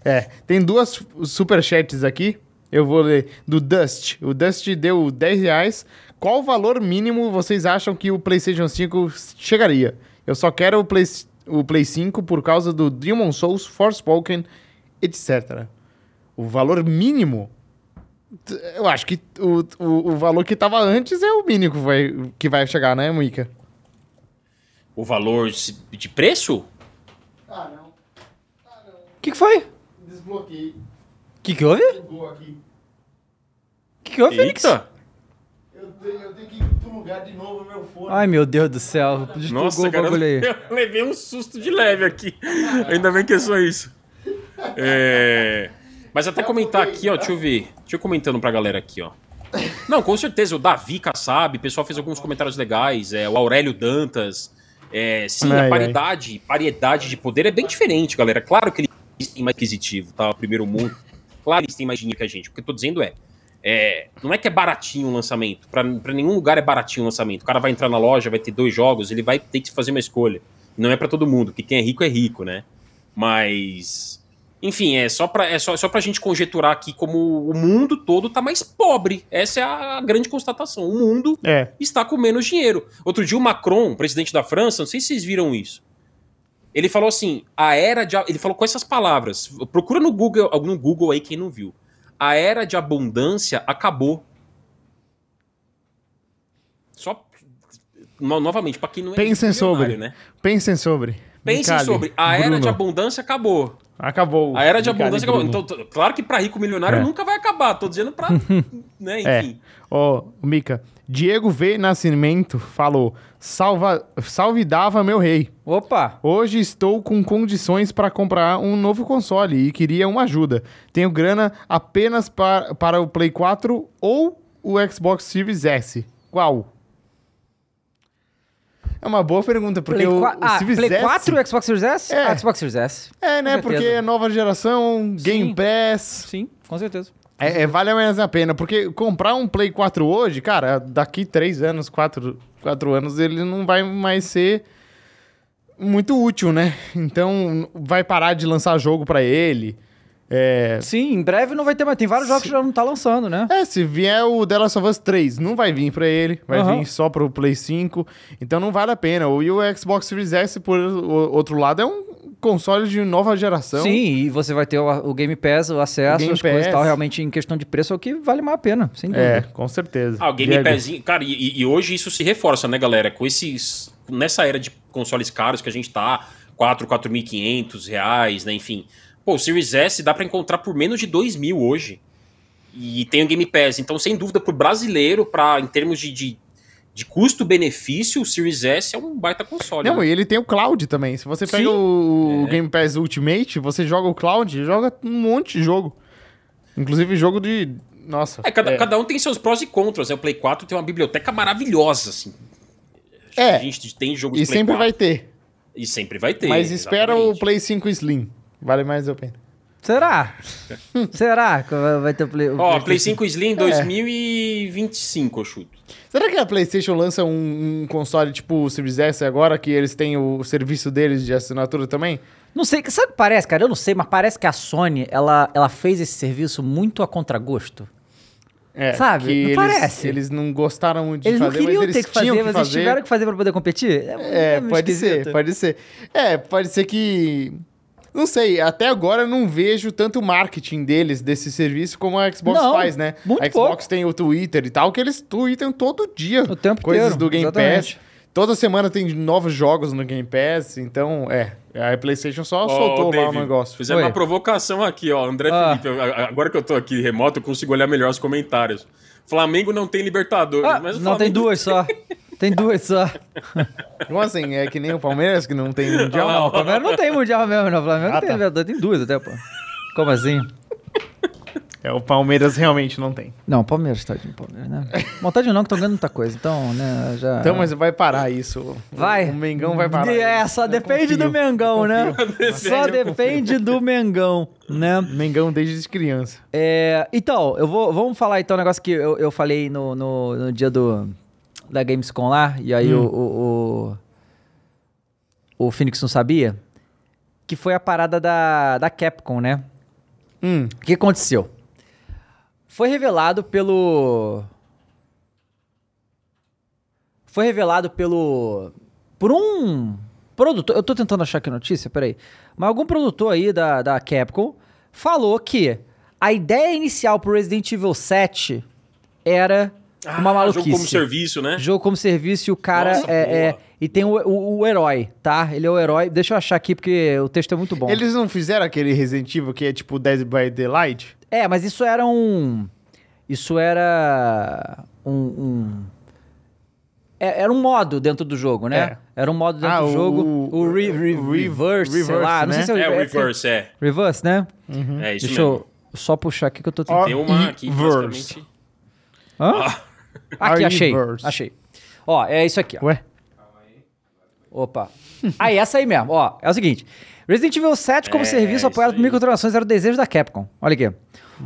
S2: É, tem duas superchats aqui. Eu vou ler do Dust. O Dust deu 10 reais. Qual o valor mínimo vocês acham que o PlayStation 5 chegaria? Eu só quero o Play, o Play 5 por causa do Demon Souls, Forspoken, etc. O valor mínimo? T- Eu acho que o, o, o valor que tava antes é o mínimo que vai, que vai chegar, né, Mika?
S3: O valor se- de preço?
S2: Ah, não. Ah, não.
S1: O que, que foi? O
S2: Desbloqueei.
S1: que, que houve? O
S2: Chegou aqui.
S1: que, que houve, Félix?
S3: Eita!
S2: Eu tenho, eu tenho que
S4: pro lugar de novo meu fone.
S1: Ai, meu Deus do céu. Desplugou
S3: Nossa,
S1: o
S3: cara,
S1: bagulho aí.
S3: eu levei um susto de leve aqui. Ainda bem que é só isso. É, Mas até comentar aqui, ó, deixa eu ver. Deixa eu comentando pra galera aqui, ó. Não, com certeza, o Davi Kassab, o pessoal fez alguns comentários legais, é, o Aurélio Dantas. É, sim,
S2: Ai,
S3: a
S2: ai.
S3: paridade, paridade de poder é bem diferente, galera. Claro que eles têm mais aquisitivo, tá? O primeiro mundo. Claro que eles têm mais dinheiro que a gente. O que eu tô dizendo é. é, não é que é baratinho o lançamento. Pra pra nenhum lugar é baratinho o lançamento. O cara vai entrar na loja, vai ter dois jogos, ele vai ter que fazer uma escolha. Não é pra todo mundo, porque quem é rico é rico, né? Mas. Enfim, é só pra, é só, é só pra gente conjeturar aqui como o mundo todo tá mais pobre. Essa é a grande constatação. O mundo
S2: É.
S3: está com menos dinheiro. Outro dia o Macron, presidente da França, não sei se vocês viram isso. Ele falou assim: a era de. a- Ele falou com essas palavras. Procura no Google, no Google aí quem não viu. A era de abundância acabou. Só. no- novamente, para quem não é.
S2: Pensem
S3: milionário,
S2: sobre.
S3: Né?
S2: Pensem sobre.
S3: Pensem
S2: Micali,
S3: sobre. A era
S2: Bruno.
S3: de abundância acabou.
S2: Acabou.
S3: A era de
S2: Micali,
S3: abundância acabou.
S2: Bruno.
S3: Então, t- claro que para rico milionário
S2: É.
S3: nunca vai acabar. Tô dizendo pra. né,
S2: É.
S3: enfim.
S2: Ó, Mica, Diego V. Nascimento falou: Salva, salve dava meu rei.
S1: Opa.
S2: Hoje estou com condições para comprar um novo console e queria uma ajuda. Tenho grana apenas para, para o Play 4 ou o Xbox Series S. Qual? É uma boa pergunta, porque
S1: Play
S2: o,
S1: qua-
S2: o
S1: ah,
S2: Series
S1: Play
S2: S...
S1: 4 Xbox Series S?
S2: É.
S1: Ah, Xbox Series S.
S2: É, né?
S1: Com
S2: Porque
S1: certeza.
S2: é nova geração, Game
S1: Sim.
S2: Pass.
S1: Sim, com certeza.
S2: É, é, vale mais a pena, porque comprar um Play 4 hoje, cara, daqui 3 anos, 4, quatro anos, ele não vai mais ser muito útil, né? Então, vai parar de lançar jogo pra ele. É,
S1: Sim, em breve não vai ter mais. Tem vários jogos que já não tá lançando, né?
S2: é, se vier o The Last of Us 3, não vai vir pra ele, vai
S1: Aham.
S2: vir só pro Play 5, então não vale a pena. E o Xbox Series S, por o- outro lado, é um console de nova geração.
S1: Sim, e você vai ter o, o Game Pass, o acesso,
S2: Game
S1: as coisas e tal.
S2: Pass.
S1: Realmente, em questão de preço, é o que vale mais a pena, sem dúvida.
S2: É, com certeza.
S3: Ah, o Game
S2: Diego.
S3: Passinho. Cara, e, e hoje isso se reforça, né, galera? Com esses. Nessa era de consoles caros que a gente tá, 4, 4.500 reais, né? Enfim. Pô, o Series S dá pra encontrar por menos de 2 mil hoje. E tem o Game Pass. Então, sem dúvida, pro brasileiro, pra, em termos de, de, de custo-benefício, o Series S é um baita console.
S2: Não,
S3: né?
S2: e ele tem o cloud também. Se você pega
S1: Sim.
S2: o o
S3: É.
S2: Game Pass Ultimate, você joga o cloud, joga um monte de jogo. Inclusive jogo de. Nossa.
S3: É, cada,
S2: é.
S3: cada um tem seus prós e contras, né? O Play 4 tem uma biblioteca maravilhosa, assim. Acho que
S2: É.
S3: A gente tem jogo de
S2: E
S3: Play
S2: sempre
S3: 4,
S2: vai ter.
S3: E sempre vai ter.
S2: Mas espera o
S3: exatamente.
S2: Play 5 Slim. Vale mais a pena.
S1: Será? Será que vai vai ter o Play, o
S3: Ó,
S1: PlayStation?
S3: Play 5
S2: É.
S3: Slim 2025, eu chuto.
S2: Será que a PlayStation lança um, um console tipo o Series S agora, que eles têm o serviço deles de assinatura também?
S1: Não sei, sabe o que parece, cara? Eu não sei, mas parece que a Sony, ela, ela fez esse serviço muito a contragosto.
S2: É,
S1: Sabe?
S2: que
S1: Não
S2: eles,
S1: parece.
S2: Eles não gostaram muito de
S1: Eles
S2: fazer,
S1: não queriam
S2: mas eles
S1: ter que fazer,
S2: tinham
S1: mas eles tiveram que fazer pra poder competir? É,
S2: É,
S1: meio
S2: pode
S1: esquisito.
S2: ser, pode ser. É, pode ser que. Não sei, até agora eu não vejo tanto marketing deles, desse serviço, como a Xbox
S1: Não,
S2: faz, né?
S1: muito
S2: a Xbox
S1: pouco.
S2: tem o Twitter e tal, que eles tweetam todo dia.
S1: O tempo
S2: coisas
S1: inteiro,
S2: do Game
S1: exatamente.
S2: Pass. Toda semana tem novos jogos no Game Pass, então, é. A PlayStation só Então soltou lá o negócio.
S3: Fizeram
S2: Oi.
S3: uma provocação aqui, ó. André
S1: Ah.
S3: Felipe, eu- a- agora que eu tô aqui remoto, eu consigo olhar melhor os comentários. Flamengo não tem Libertadores.
S1: Ah,
S3: mas o
S1: não, tem
S3: Flamengo-
S1: duas só. Tem duas só.
S2: Como assim? É que nem o Palmeiras, que não tem um mundial.
S3: Olha lá,
S1: Não, o Flamengo não tem mundial mesmo, não. O Flamengo
S2: Ah,
S1: tem,
S2: tá.
S1: verdade, tem duas até, pô. Como assim?
S2: É, o Palmeiras realmente não tem.
S1: Não, Palmeiras, tadinho, Palmeiras, né? Vontade não, que estão ganhando muita coisa. Então, né, já...
S2: Então, mas vai parar isso.
S1: Vai.
S2: O Mengão vai parar.
S1: É,
S2: isso.
S1: só
S2: Eu
S1: depende
S2: confio,
S1: do Mengão,
S2: eu
S1: né?
S2: confio.
S1: Só depende do Mengão, né?
S2: Mengão desde criança.
S1: É, então, eu vou, vamos falar então um negócio que eu, eu falei no, no, no dia do da Gamescom lá, e aí
S2: Hum.
S1: o, o, o, o Phoenix não sabia, que foi a parada da, da Capcom, né?
S2: Hum,
S1: O que aconteceu? Foi revelado pelo. Foi revelado pelo. Por um produtor. Eu tô tentando achar aqui a notícia, peraí. Mas algum produtor aí da, da Capcom falou que a ideia inicial pro Resident Evil 7 era uma
S3: Ah,
S1: maluquice.
S3: Jogo como serviço, né?
S1: Jogo como serviço e o cara
S3: Nossa,
S1: é,
S3: boa.
S1: é- E tem o, o- o herói, tá? Ele é o herói. Deixa eu achar aqui porque o texto é muito bom.
S2: Eles não fizeram aquele Resident Evil que é tipo Dead by Daylight?
S1: É, mas isso era um. Isso era. Um. um- é- era um modo dentro do jogo, né? Era um modo dentro
S2: Ah,
S1: do
S2: o-
S1: jogo. O, re- re-
S2: o re-
S1: reverse, sei
S2: reverse,
S1: lá. Não
S2: né?
S1: sei se
S3: É, o
S1: é-
S3: reverse, é.
S1: Reverse, né?
S2: Uhum.
S3: É isso
S1: Deixa
S3: mesmo.
S1: eu só puxar aqui que eu tô tentando.
S2: Ó,
S3: Tem uma aqui,
S2: Reverse.
S3: basicamente. Ah.
S1: Hã? Aqui,
S2: Are
S1: achei.
S2: reverse.
S1: Achei. Ó, é isso aqui, ó.
S2: Ué?
S1: Opa. Aí, essa aí mesmo. Ó, é o seguinte. Resident Evil 7 como
S3: É,
S1: serviço
S3: isso
S1: apoiado por
S3: aí. Hum.
S1: microtransações era o desejo da Capcom. Olha aqui.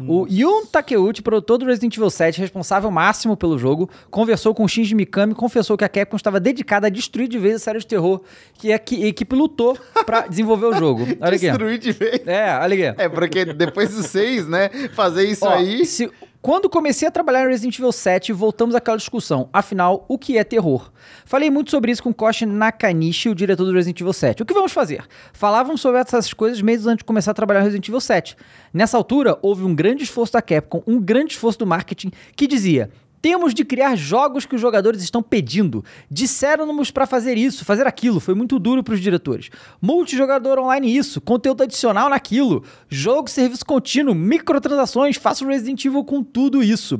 S1: O Yun Takeuchi, produtor do Resident Evil 7, responsável máximo pelo jogo, conversou com o Shinji Mikami e confessou que a Capcom estava dedicada a destruir de vez a série de terror que a equi- equipe lutou pra desenvolver o jogo. Olha aqui.
S2: Destruir de vez.
S1: É, olha aqui.
S2: É, porque depois dos seis, né? Fazer isso
S1: Ó,
S2: aí.
S1: se- quando comecei a trabalhar em Resident Evil 7, voltamos àquela discussão. Afinal, o que é terror? Falei muito sobre isso com Koshi Nakanishi, o diretor do Resident Evil 7. O que vamos fazer? Falavam sobre essas coisas meses antes de começar a trabalhar em Resident Evil 7. Nessa altura, houve um grande esforço da Capcom, um grande esforço do marketing, que dizia... Temos de criar jogos que os jogadores estão pedindo. Disseram-nos para fazer isso, fazer aquilo. Foi muito duro para os diretores. Multijogador online isso, conteúdo adicional naquilo. Jogo, serviço contínuo, microtransações, faça o Resident Evil com tudo isso.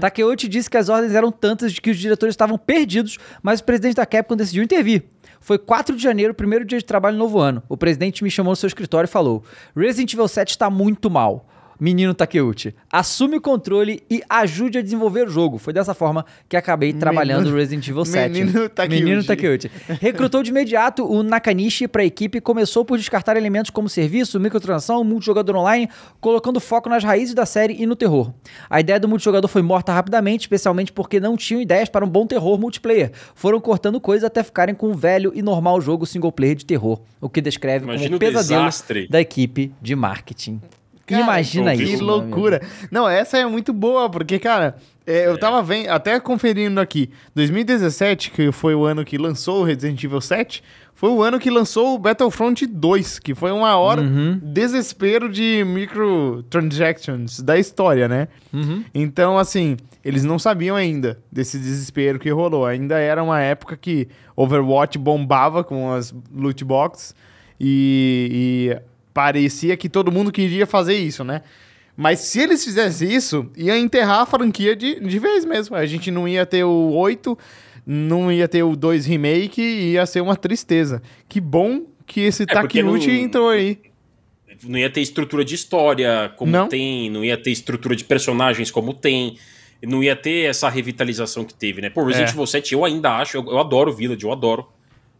S1: Takeuchi disse que as ordens eram tantas de que os diretores estavam perdidos, mas o presidente da Capcom decidiu intervir. Foi 4 de janeiro, primeiro dia de trabalho no novo ano. O presidente me chamou no seu escritório e falou: Resident Evil 7 está muito mal. Menino Takeuchi, assume o controle e ajude a desenvolver o jogo. Foi dessa forma que acabei trabalhando o Resident Evil 7.
S2: Menino Takeuchi.
S1: Menino Takeuchi. Recrutou de imediato o Nakanishi para a equipe e começou por descartar elementos como serviço, microtransação, multijogador online, colocando foco nas raízes da série e no terror. A ideia do multijogador foi morta rapidamente, especialmente porque não tinham ideias para um bom terror multiplayer. Foram cortando coisas até ficarem com um velho e normal jogo single player de terror, o que descreve como
S3: Imagina
S1: um
S3: o
S1: pesadelo
S3: desastre.
S1: da equipe de marketing.
S2: Cara,
S1: Imagina
S3: que
S1: isso.
S2: Que
S1: meu amigo.
S2: loucura. Não, essa é muito boa, porque, cara, é, eu tava vendo, até conferindo aqui, 2017, que foi o ano que lançou o Resident Evil 7, foi o ano que lançou o Battlefront 2, que foi uma hora desespero de microtransactions da história, né?
S1: Uhum.
S2: Então, assim, eles não sabiam ainda desse desespero que rolou. Ainda era uma época que Overwatch bombava com as loot boxes e, e parecia que todo mundo queria fazer isso, né? Mas se eles fizessem isso, ia enterrar a franquia de, de vez mesmo. A gente não ia ter o 8, não ia ter o 2 remake, ia ser uma tristeza. Que bom que esse
S3: É, porque
S2: Takeuchi
S3: não-
S2: entrou aí.
S3: Não ia ter estrutura de história como
S2: Não.
S3: tem, não ia ter estrutura de personagens como tem, não ia ter essa revitalização que teve, né? Pô, Resident
S2: É.
S3: Evil 7 eu ainda acho, eu, eu adoro Village, eu adoro.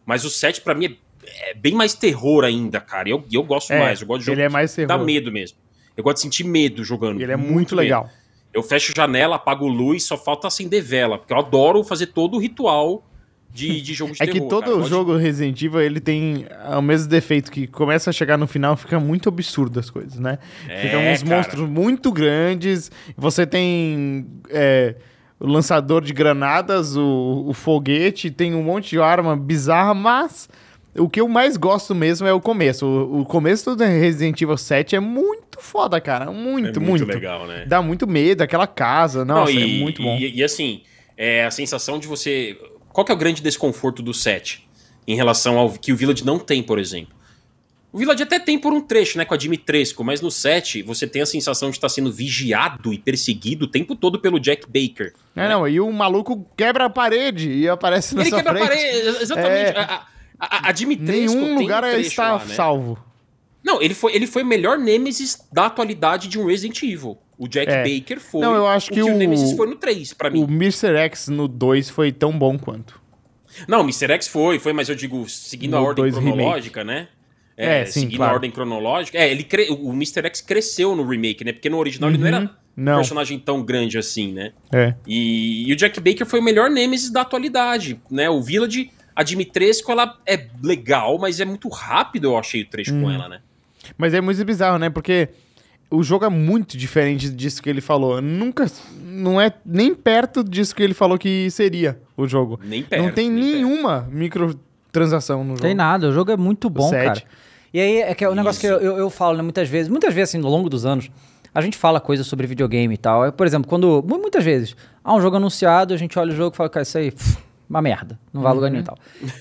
S3: Mas o 7 pra mim é, é bem mais terror ainda, cara. Eu, eu gosto
S2: É,
S3: mais, eu gosto de jogo
S2: ele é mais
S3: que dá
S2: terror.
S3: medo mesmo. Eu gosto de sentir medo jogando.
S2: Ele é muito,
S3: medo.
S2: legal.
S3: Eu fecho janela, apago luz, só falta acender vela, porque eu adoro fazer todo o ritual de, de jogo de
S2: É
S3: terror.
S2: que todo
S3: um cara. Eu gosto de-
S2: jogo Resident Evil, ele tem ah, o mesmo defeito, que começa a chegar no final, fica muito absurdo as coisas, né?
S3: É,
S2: Ficam uns
S3: cara.
S2: monstros muito grandes, você tem é, o lançador de granadas, o, o foguete, tem um monte de arma bizarra, mas o que eu mais gosto mesmo é o começo. O, o começo do Resident Evil 7 é muito foda, cara, muito,
S3: É
S2: muito.
S3: legal, né?
S2: Dá muito medo, aquela casa, nossa,
S3: Não,
S2: é muito bom.
S3: E, e assim, é a sensação de você. Qual que é o grande desconforto do set em relação ao que o Village não tem, por exemplo? O Village até tem por um trecho, né, com a Dimitrescu, mas no set você tem a sensação de estar sendo vigiado e perseguido o tempo todo pelo Jack Baker.
S2: É, não, e o maluco quebra a parede e aparece na
S3: Ele
S2: sua
S3: quebra a
S2: frente.
S3: parede, exatamente.
S2: É.
S3: A, a, a Dimitrescu tem
S2: Nenhum
S3: um
S2: lugar
S3: trecho
S2: está
S3: lá, né?
S2: salvo.
S3: Não, ele foi, ele foi o melhor Nemesis da atualidade de um Resident Evil. O Jack
S2: É.
S3: Baker foi.
S2: Não, eu acho que
S3: o
S2: o-
S3: Nemesis foi no 3, pra mim.
S2: O Mr. X no 2 foi tão bom quanto.
S3: Não, o Mr. X foi, foi, mas eu digo, seguindo a
S2: No
S3: ordem
S2: dois
S3: cronológica, né?
S2: É, sim,
S3: seguindo
S2: claro.
S3: a ordem cronológica. É, ele cre- o Mr. X cresceu no remake, né? Porque no original ele não
S2: Uhum.
S3: era
S2: Não.
S3: um personagem tão grande assim, né?
S2: É.
S3: E, e o Jack Baker foi o melhor Nemesis da atualidade, né? O Village, a Dimitrescu, ela é legal, mas é muito rápido, eu achei o trecho
S2: Uhum.
S3: com ela, né?
S2: Mas é muito bizarro, né? Porque o jogo é muito diferente disso que ele falou. Nunca. Não é nem perto disso que ele falou que seria o jogo.
S3: Nem perto.
S2: não tem
S3: nem perto.
S2: nenhuma microtransação no jogo.
S1: Tem nada, o jogo é muito bom,
S2: sete.
S1: cara. E aí é que é o negócio que eu,
S3: Isso.
S1: eu, eu falo, né, muitas vezes, muitas vezes assim, ao longo dos anos, a gente fala coisas sobre É, videogame e tal. Aí, Por exemplo, quando. mu- Muitas vezes, há um jogo anunciado, a gente olha o jogo e fala, cara, isso aí. pff, uma merda, não vai a lugar nenhum e tal.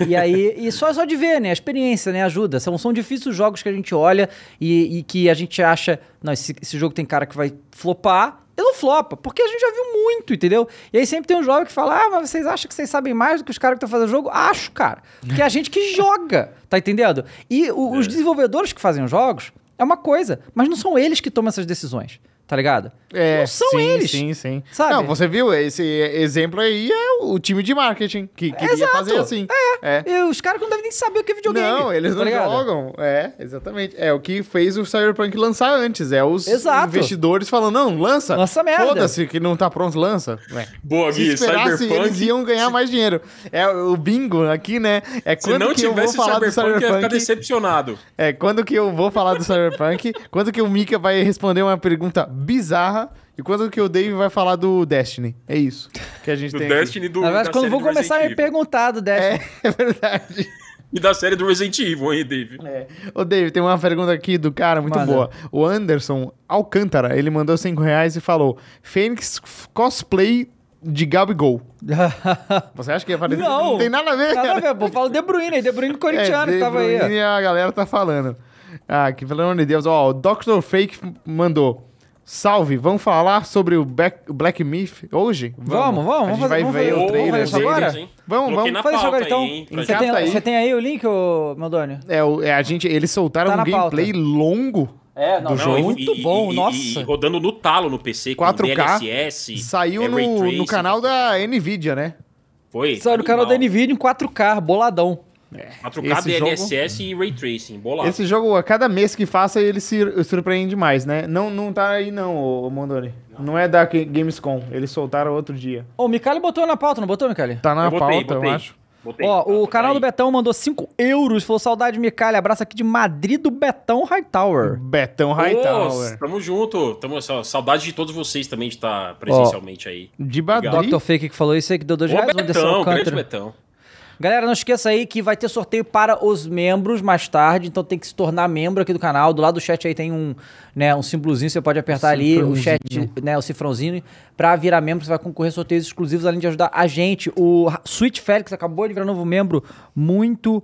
S1: E aí, e só, só de ver, né? A experiência, né? Ajuda. São, são difíceis os jogos que a gente olha e, e que a gente acha, não, esse, esse jogo tem cara que vai flopar. Ele não flopa, porque a gente já viu muito, entendeu? E aí sempre tem um jovem que fala, ah, mas vocês acham que vocês sabem mais do que os caras que estão fazendo o jogo? Acho, cara. Porque é a gente que joga, tá entendendo? E o-
S2: É.
S1: os desenvolvedores que fazem os jogos é uma coisa, mas não são eles que tomam essas decisões, tá ligado?
S2: É,
S1: não são
S2: sim,
S1: eles.
S2: Sim, sim.
S1: sabe?
S2: Não, você viu? Esse exemplo aí é o time de marketing que queria
S1: Exato.
S2: fazer assim. É.
S1: E os caras não devem nem saber o que é videogame.
S2: Não, eles
S1: tá
S2: não
S1: ligado?
S2: jogam. É, exatamente. É o que fez o Cyberpunk lançar antes. É os
S1: Exato.
S2: investidores falando, não, lança.
S1: Lança merda.
S2: Foda-se que não tá pronto, lança. Ué.
S3: Boa,
S2: Se
S3: Gui,
S2: esperasse, eles
S3: Cyberpunk.
S2: iam ganhar mais dinheiro. É o bingo aqui, né? É
S3: Se
S2: quando
S3: não
S2: que eu vou
S3: tivesse
S2: falar
S3: Cyberpunk,
S2: do Cyberpunk.
S3: eu ia ficar decepcionado.
S2: É, quando que eu vou falar do Cyberpunk? quando que o Mika vai responder uma pergunta bizarra? E quando que o Dave vai falar do Destiny? É isso que a gente
S3: Do
S2: tem. aqui.
S3: Destiny e do
S1: Na verdade,
S3: da
S1: quando
S3: série
S1: vou
S3: do
S1: começar é a
S3: Resident
S1: me
S3: Evil.
S1: perguntar do Destiny.
S2: É verdade.
S3: E da série do Resident Evil, hein, Dave?
S2: É. Ô, Dave, tem uma pergunta aqui do cara muito
S1: Manda.
S2: boa. O Anderson Alcântara, ele mandou 5 reais e falou: Fênix f- cosplay de Gabigol. Você acha que ia aparecer?
S1: Não.
S2: tem nada a ver,
S1: Nada
S2: cara.
S1: a ver, pô. Fala De Bruyne, aí, De Bruyne corintiano
S2: É, De
S1: que tava
S2: Bruyne,
S1: aí.
S2: a galera tá falando. Ah, que pelo amor de Deus. Ó, o Dr. Fake mandou. Salve, vamos falar sobre o Black, Black Myth hoje?
S1: Vamos, vamos,
S2: A gente
S1: vamos fazer-
S2: vai
S1: vamos
S2: ver
S1: fazer-
S2: o
S1: vamos
S2: trailer
S1: fazer isso
S2: dele.
S1: agora?
S3: hein?
S2: Vamos, vamos.
S3: Coloquei na
S1: Faz isso
S3: pauta
S1: agora então.
S3: aí, hein, pra
S1: Você
S3: gente-
S1: tem,
S2: Cata aí.
S1: você tem aí o link, ô Maldônio?
S2: É, o- é, a gente, eles soltaram
S1: Tá
S2: um
S1: na pauta.
S2: gameplay longo
S1: É, não,
S2: Do jogo.
S3: e-
S1: muito
S3: e-
S1: bom,
S3: e- e-
S1: nossa.
S3: E, rodando no talo no PC com
S2: 4K,
S3: DLSS.
S2: Saiu
S3: é, ray
S2: no, no
S3: tracing.
S2: canal da Nvidia, né?
S3: Foi.
S1: Saiu no canal da
S3: animal.
S1: NVIDIA em 4K, boladão.
S3: 4K,
S2: Esse jogo-
S3: DLSS e Ray Tracing. Bolado.
S2: Esse jogo, a cada mês que faça, ele se surpreende mais, né? Não, não tá aí não, ô, ô Mondoni. Não. é da Ga- Gamescom. Eles soltaram outro dia.
S1: Ô, o Micali botou na pauta, não botou, Micali?
S2: Tá na
S3: Eu botei,
S2: pauta,
S3: botei.
S2: eu acho.
S3: Botei.
S1: Ó,
S3: Tá,
S1: o
S3: tá
S1: canal
S3: aí.
S1: do Betão mandou 5 euros, falou saudade, Micali, abraço aqui de Madrid do Betão Hightower.
S2: Betão
S3: Nossa,
S2: Hightower.
S3: Tamo junto. Tamo, sa- saudade de todos vocês também de estar presencialmente aí.
S2: De Badri.
S1: Dr. Fake que falou isso aí, que deu 2
S3: Ô,
S1: reais, o Anderson
S3: Betão, grande
S1: Alcântara.
S3: Betão.
S1: Galera, não esqueça aí que vai ter sorteio para os membros mais tarde, então tem que se tornar membro aqui do canal. Do lado do chat aí tem um, né, um símbolozinho, você pode apertar ali o chat, né, o cifrãozinho, pra virar membro, você vai concorrer a sorteios exclusivos, além de ajudar a gente. O Sweet Félix acabou de virar novo membro, muito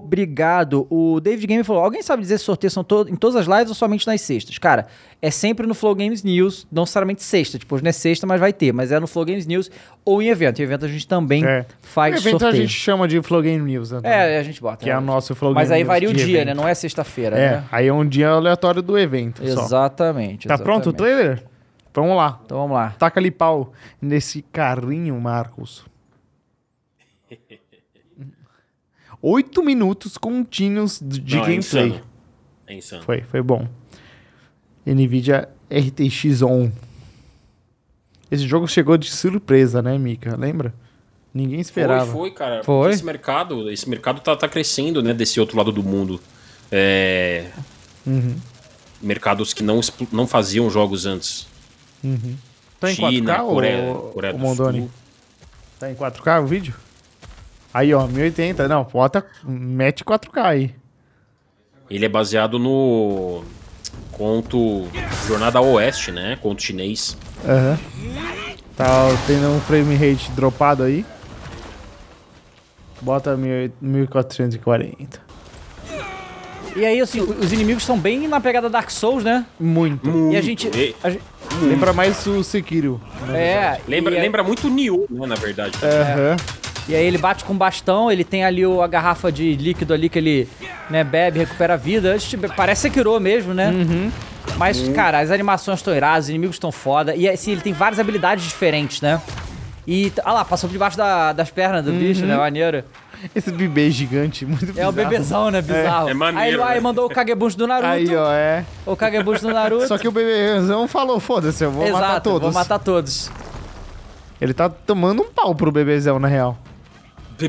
S1: obrigado. O David Game falou, alguém sabe dizer se sorteios são to- em todas as lives ou somente nas sextas? Cara, é sempre no Flow Games News, não necessariamente sexta, tipo, hoje não é sexta, mas vai ter, mas é no Flow Games News ou em evento. Em evento a gente também
S2: É. O
S1: faz
S2: evento
S1: sorteio.
S2: a gente chama de Flow Game News, né?
S1: É, a gente bota.
S2: Que é o
S1: realmente.
S2: nosso Flow
S1: Mas
S2: Game
S1: aí
S2: News
S1: varia o
S2: de
S1: dia,
S2: evento.
S1: né? Não é sexta-feira,
S2: É,
S1: né?
S2: aí é um dia aleatório do evento só.
S1: Exatamente.
S2: Tá pronto o
S1: exatamente.
S2: trailer? Vamos lá.
S1: Então vamos lá.
S2: Taca ali pau nesse carrinho, Marcos. Oito minutos contínuos de de
S3: Não, é
S2: gameplay.
S3: insano. É insano.
S2: foi, foi bom. NVIDIA RTX On. um. Esse jogo chegou de surpresa, né, Mika? Lembra? Ninguém esperava.
S3: Foi, foi, cara.
S1: Foi.
S3: Porque Esse mercado, esse mercado tá, tá crescendo, né? Desse outro lado do mundo. É, Mercados que não, expl- não faziam jogos antes.
S2: Tá em
S3: China,
S2: 4K ou-
S3: Coreia,
S2: ou
S3: Coreia do
S2: Mondoni?
S3: Sul.
S2: Tá em 4K o vídeo? Aí, ó, 1080. Não, bota, mete 4K aí.
S3: Ele é baseado no conto Jornada ao Oeste, né? Conto chinês.
S2: Aham. Tá tendo um frame rate dropado aí. Bota 1000 1440.
S1: E aí, assim, o- os inimigos são bem na pegada Dark Souls, né?
S2: Muito.
S1: E a gente.
S3: E-
S1: a gen-
S2: Lembra mais o Sekiro.
S1: é.
S3: Lembra,
S1: e aí,
S3: lembra muito Nioh, né? Na verdade.
S2: Aham.
S1: E aí ele bate com o bastão, ele tem ali o- a garrafa de líquido ali que ele né, bebe, recupera a vida. Antes de- Parece Sekiro mesmo, né?
S2: Uhum.
S1: Mas, cara, as animações estão iradas, os inimigos estão foda. E assim, ele tem várias habilidades diferentes, né? E. Ah lá, passou por debaixo da- das pernas
S2: Uhum.
S1: do bicho, né? Maneiro.
S2: É. Esse bebê gigante, muito
S1: É o
S2: bizarro.
S1: bebezão, né? Bizarro.
S3: É maneiro,
S1: Aí ele vai e
S3: né?
S1: mandou o Kagebunsho do Naruto.
S2: Aí, ó, é.
S1: O Kagebunsho do Naruto.
S2: Só que o bebezão falou, foda-se, eu vou
S1: Exato,
S2: matar todos.
S1: vou matar todos.
S2: Ele tá tomando um pau pro bebezão, na real.
S1: É.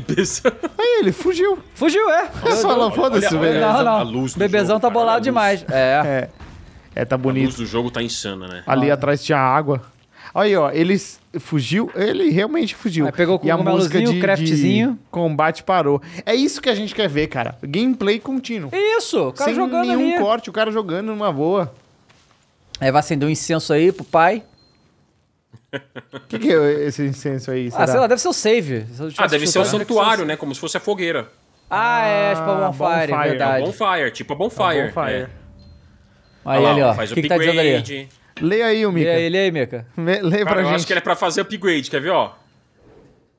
S3: Bebezão.
S2: Aí ele fugiu.
S1: Fugiu, é.
S2: Ele falou, foda-se,
S3: olha, olha.
S2: velho.
S1: Não,
S3: a
S1: não.
S3: luz do
S1: Bebezão
S3: jogo,
S1: tá
S3: cara,
S1: bolado
S3: olha a luz.
S1: demais. É.
S2: É. É, tá
S3: A luz
S2: bonito.
S3: do jogo tá insana, né?
S2: Ali atrás tinha água. Aí, ó, ele s- fugiu, ele realmente fugiu.
S1: Aí pegou o
S2: e a música
S1: cogumelozinho,
S2: de,
S1: o craftzinho.
S2: de combate parou. É isso que a gente quer ver, cara. Gameplay contínuo.
S1: Isso, o cara
S2: Sem
S1: jogando
S2: nenhum
S1: ali. É,
S2: corte, o cara jogando numa boa.
S1: Aí vai acender um incenso aí pro pai.
S2: O que, que é esse incenso aí?
S1: Ah,
S2: será?
S1: sei lá, deve ser o save. Se eu
S3: Ah,
S1: tivesse
S3: deve ser um
S1: chutado.
S3: santuário, né? Como se fosse a fogueira.
S1: Ah, é, tipo a Bonfire,
S2: Bonfire,
S1: verdade.
S3: Bonfire, tipo a Bonfire.
S2: Bonfire.
S3: é.
S1: Aí,
S3: Olha
S1: ali,
S3: lá,
S1: ó.
S3: faz
S1: O que, que tá dizendo ali?
S3: upgrade.
S2: Lê aí, o
S1: Lê
S2: Mika.
S1: aí, lê aí, Mika.
S2: Lê, lê
S3: Cara,
S2: pra
S3: eu
S2: gente.
S3: acho que ele é pra fazer upgrade, quer ver, ó? é Ah.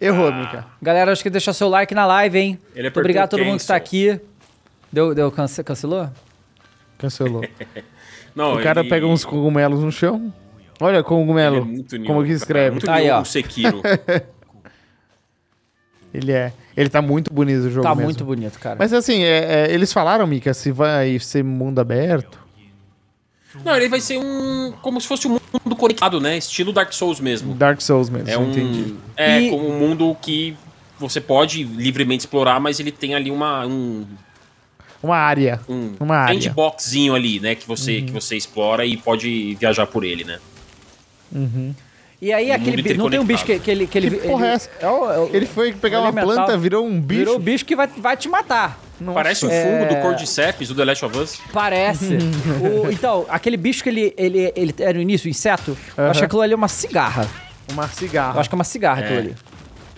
S2: Errou, Mika.
S1: Galera, acho que deixar seu like na live, hein?
S3: Ele é
S1: Muito
S3: apertou
S1: obrigado a todo mundo que tá
S3: cancel.
S1: aqui. Deu, deu cance- cancelou?
S2: Cancelou.
S3: Não,
S2: O cara
S3: ele-
S2: pega uns cogumelos no chão. Olha,
S3: ele
S2: cogumelo.
S3: é muito nível,
S2: como que
S3: cara,
S2: escreve.
S3: Muito
S1: Aí,
S3: nível
S1: ó.
S3: o Sekiro.
S2: Ele é. Ele tá muito bonito o jogo
S1: Tá
S2: mesmo.
S1: muito bonito, cara.
S2: Mas assim, é- é, eles falaram, Mika, se vai ser mundo aberto.
S3: Não, ele vai ser um... Como se fosse um mundo conectado, né? Estilo Dark Souls mesmo.
S2: Dark Souls mesmo,
S3: É um...
S2: entendi.
S3: É,
S1: E-
S3: como um mundo que você pode livremente explorar, mas ele tem ali uma... Um,
S2: Uma área.
S3: um
S2: Uma área. Uhum.
S3: sandboxzinho ali, né? Que você, que você explora e pode viajar por ele, né?
S1: E aí,
S3: Todo
S1: aquele
S3: mundo
S1: bi- Não tem um bicho que, que ele. Que, ele,
S2: Que porra é
S1: ele-
S2: essa? Ele foi pegar uma
S1: elemental.
S2: planta, virou um bicho.
S1: Virou o bicho que vai, vai te matar.
S2: Nossa.
S3: Parece
S1: É.
S3: o fungo do Cordyceps, do The Last of Us.
S1: Parece. O- então, aquele bicho que ele, ele, ele era no início, o inseto, eu
S2: Aham.
S1: acho que aquilo ali é uma cigarra.
S2: uma
S1: Eu
S2: cigarra.
S1: acho que é uma cigarra aquilo
S3: É.
S1: ali.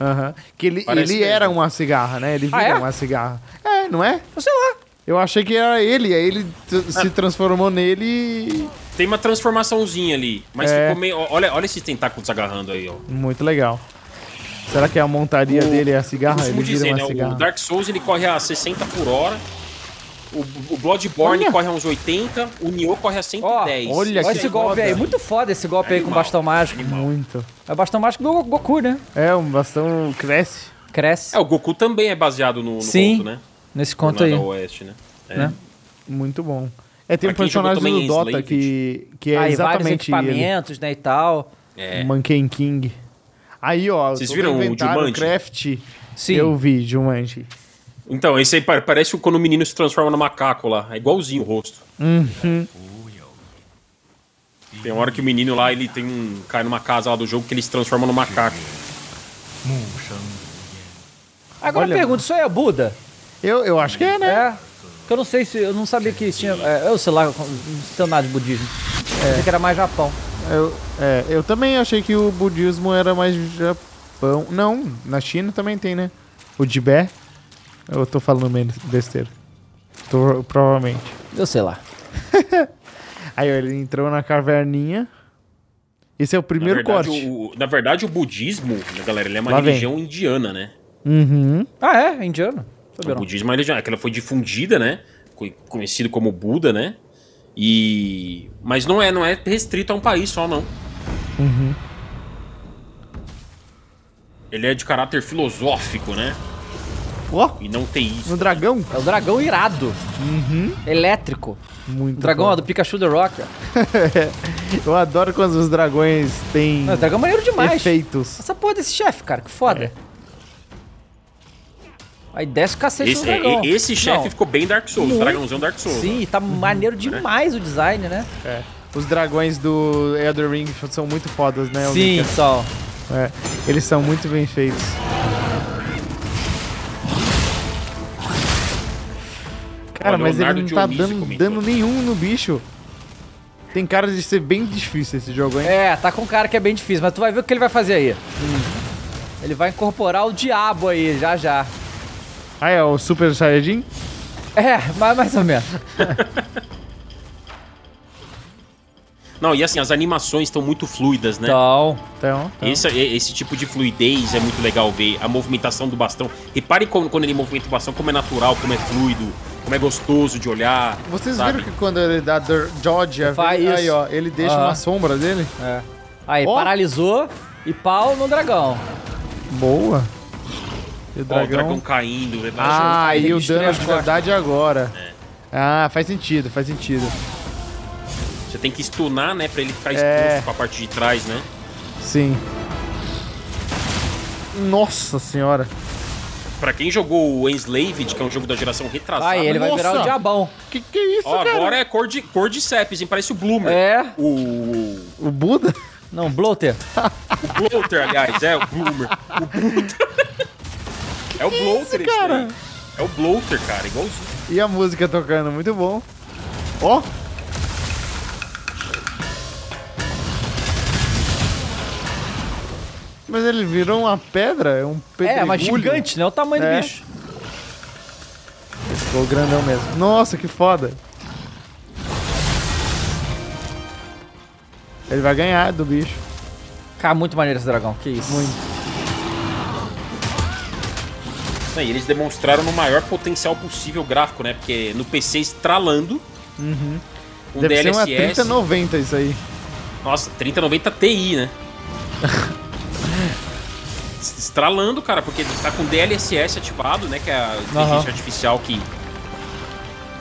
S2: Aham. Que ele,
S3: Parece
S2: ele
S3: mesmo.
S2: era uma cigarra, né? Ele vira
S1: Ah, é?
S2: uma cigarra. É, não é?
S1: Eu sei lá.
S2: Eu achei que era ele, aí ele t- se transformou nele e...
S3: Tem uma transformaçãozinha ali, mas
S2: É.
S3: ficou meio. ó, Olha, olha esses tentáculos agarrando aí, ó.
S2: Muito legal. Será que a montaria dele é a cigarra? Ele
S3: Costumo
S2: vira
S3: dizer,
S2: uma
S3: né?
S2: cigarra.
S3: O Dark Souls ele corre a 60 por hora. O, o Bloodborne
S2: Olha.
S3: corre a uns 80, o Nioh corre a 110.
S1: Ó,
S2: olha
S1: Olha
S2: que
S1: esse golpe
S2: foda.
S1: aí. Muito foda esse golpe aí com o
S3: Animal,
S1: bastão mágico.
S2: Muito.
S1: É o bastão mágico do Go- Goku, né?
S2: É, um bastão cresce.
S1: Cresce.
S3: É, o Goku também é baseado no, no
S1: Sim.
S3: conto, né?
S1: Nesse conto aí.
S3: Nada Oeste, né? É.
S1: Né?
S2: Muito bom. É, tem
S3: Pra
S2: um
S3: quem jogou
S2: personagem
S3: também
S2: do
S3: é
S2: Dota
S3: Slaved.
S2: que, que é
S1: aí Ah, vários
S2: exatamente ele.
S1: equipamentos, né, e tal.
S3: É.
S2: Manken King. Aí, ó.
S3: Vocês
S2: todo
S3: viram o
S2: inventário,
S3: Jumanji?
S2: Craft.
S1: Sim.
S2: Eu vi, Jumanji.
S3: Então, esse aí pa- parece quando o menino se transforma no macaco lá. É igualzinho o rosto.
S2: Uhum.
S3: Tem uma hora que o menino lá, ele tem um. cai numa casa lá do jogo que ele se transforma no macaco.
S1: Agora
S2: Olha-
S1: eu pergunto, isso aí é Buda?
S2: Eu, eu acho que é, né?
S1: É. Que eu não sei se. Eu não sabia que tinha. é, eu sei lá, eu não sei nada de budismo. Achei que era mais Japão.
S2: Eu, é, eu também achei que o budismo era mais Japão. Não, na China também tem, né? O Tibete. Eu tô falando meio besteira. Tô- provavelmente.
S1: Eu sei lá.
S2: Aí ó, ele entrou na caverninha. Esse é o
S3: Na
S2: primeiro
S3: verdade,
S2: corte.
S3: o- na verdade, o budismo, né, galera, ele é uma
S2: Lá vem.
S3: religião indiana, né?
S2: Uhum.
S1: Ah, é? Indiano? Sabia
S3: O
S1: não.
S3: budismo é uma religião. é que ela foi difundida, né? Co- Conhecido como Buda, né? E. Mas não é, não é restrito a um país só, não.
S1: Uhum.
S3: Ele é de caráter filosófico, né?
S2: Ó,
S3: E não teísta.
S2: no dragão.
S1: É o dragão irado. Elétrico.
S2: Muito
S1: Uhum. O dragão ó,
S2: bom.
S1: do Pikachu The Rock. ó.
S2: Eu adoro quando os dragões têm
S1: Não, o dragão é maneiro demais.
S2: efeitos.
S1: Essa porra desse chefe, cara, que foda. É. Aí desce o cacete
S3: Esse,
S1: no
S3: é,
S1: dragão.
S3: e- esse chefe
S1: Não,
S3: ficou É. bem Dark Souls,
S1: Muito.
S3: dragãozão Dark Souls.
S1: Sim, tá maneiro demais o design, né?
S2: É. Os dragões do Elder Ring são muito fodas, né? o
S1: Sim,
S2: Mika?
S1: só.
S2: É, eles são muito bem feitos. Cara,
S3: Olha,
S2: mas ele
S3: Leonardo
S2: não tá
S3: Dionísio
S2: dando
S3: comentou.
S2: dano nenhum no bicho. Tem cara de ser bem difícil esse jogo, hein?
S1: É, tá com um cara que é bem difícil, mas tu vai ver o que ele vai fazer aí. Hum. Ele vai incorporar o diabo aí, já já.
S2: Ah, é o Super Saiyajin?
S1: É, mais, mais ou
S3: Né?
S1: menos.
S3: Não, e assim, as animações estão muito fluidas, né?
S1: Então,
S2: Então, então.
S3: Esse, esse tipo de fluidez é muito legal ver. A movimentação do bastão. Repare como- quando ele movimenta o bastão, como é natural, como é fluido, como é gostoso de olhar.
S2: Vocês
S3: sabe?
S2: viram que quando ele dá Dor- Georgia,
S1: Faz
S2: aí
S1: isso. Ah.
S2: ó, ele deixa
S1: Aham.
S2: uma sombra dele?
S1: é. Aí,
S2: Ó.
S1: paralisou e pau no dragão.
S2: Boa. E o
S3: Ó, o
S2: dragão?
S3: dragão caindo. né?
S2: Ah,
S1: Ele
S2: e o
S1: destruiu
S2: dano
S1: as
S2: de
S1: costas.
S2: verdade agora.
S1: É.
S2: Ah, faz sentido, faz sentido.
S3: Você tem que stunar, né? Pra ele ficar expulso
S2: É.
S3: pra parte de trás, né?
S2: Sim. Nossa senhora.
S3: Pra quem jogou o Enslaved, que é um jogo da geração retrasada. né?
S1: Aí, ele vai
S2: nossa.
S1: virar o diabão.
S2: Que que é isso,
S3: Ó,
S2: cara?
S3: agora é cor de, cor de sepis, hein? Parece o Bloomer.
S1: É.
S3: O.
S2: O Buda?
S1: Não, bloater.
S3: O Bloater, aliás, é o Bloomer. O Bloater. é o Bloater, esse
S2: cara?
S3: daí. É o Bloater, cara, igualzinho.
S2: E a música tocando, muito bom. Ó, Mas ele virou uma pedra, é um pedregulho.
S1: É, mas gigante, né? O tamanho
S2: É.
S1: do bicho.
S2: Ficou grandão mesmo. Nossa, que foda. Ele vai ganhar do bicho.
S1: Cara, muito maneiro esse dragão. Que isso.
S2: Muito.
S3: Não, E eles demonstraram o maior potencial possível gráfico, né? Porque no PC estralando, um
S2: Uhum. Deve ser uma
S3: DLSS.
S2: 3090 isso aí.
S3: Nossa, 3090 Ti, né? Estralando, cara, porque tá com DLSS ativado, né? Que é a inteligência
S2: Aham.
S3: artificial que,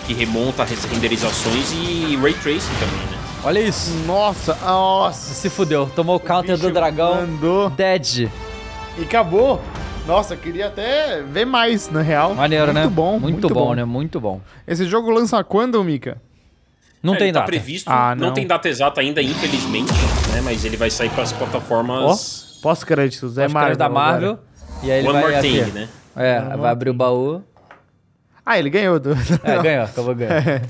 S3: que remonta as renderizações e ray tracing também, né?
S1: Olha isso.
S2: Nossa, nossa.
S1: Se fudeu. Tomou o counter
S2: Bicho
S1: do dragão.
S2: Andou.
S1: Dead.
S2: E acabou. Nossa, queria até ver mais, na real.
S1: Maneiro,
S2: muito
S1: né?
S2: Bom,
S1: muito, bom, né? Muito bom.
S2: Esse jogo lança quando, Mika?
S1: Não
S3: É,
S1: tem
S3: ele tá
S1: data.
S3: previsto,
S2: Ah,
S3: não.
S2: não.
S3: tem data exata ainda, infelizmente, né? Mas ele vai sair para as
S2: Ó,
S3: plataformas
S2: pós-créditos. É
S1: Acho que era
S2: Marvel.
S1: da Marvel.
S2: agora.
S1: E aí ele
S3: One
S1: vai
S3: More Thing,
S1: abrir.
S3: né?
S1: É, vai abrir o baú.
S2: Ah, ele ganhou. Do... É.
S1: É, ganhou. Acabou ganhando.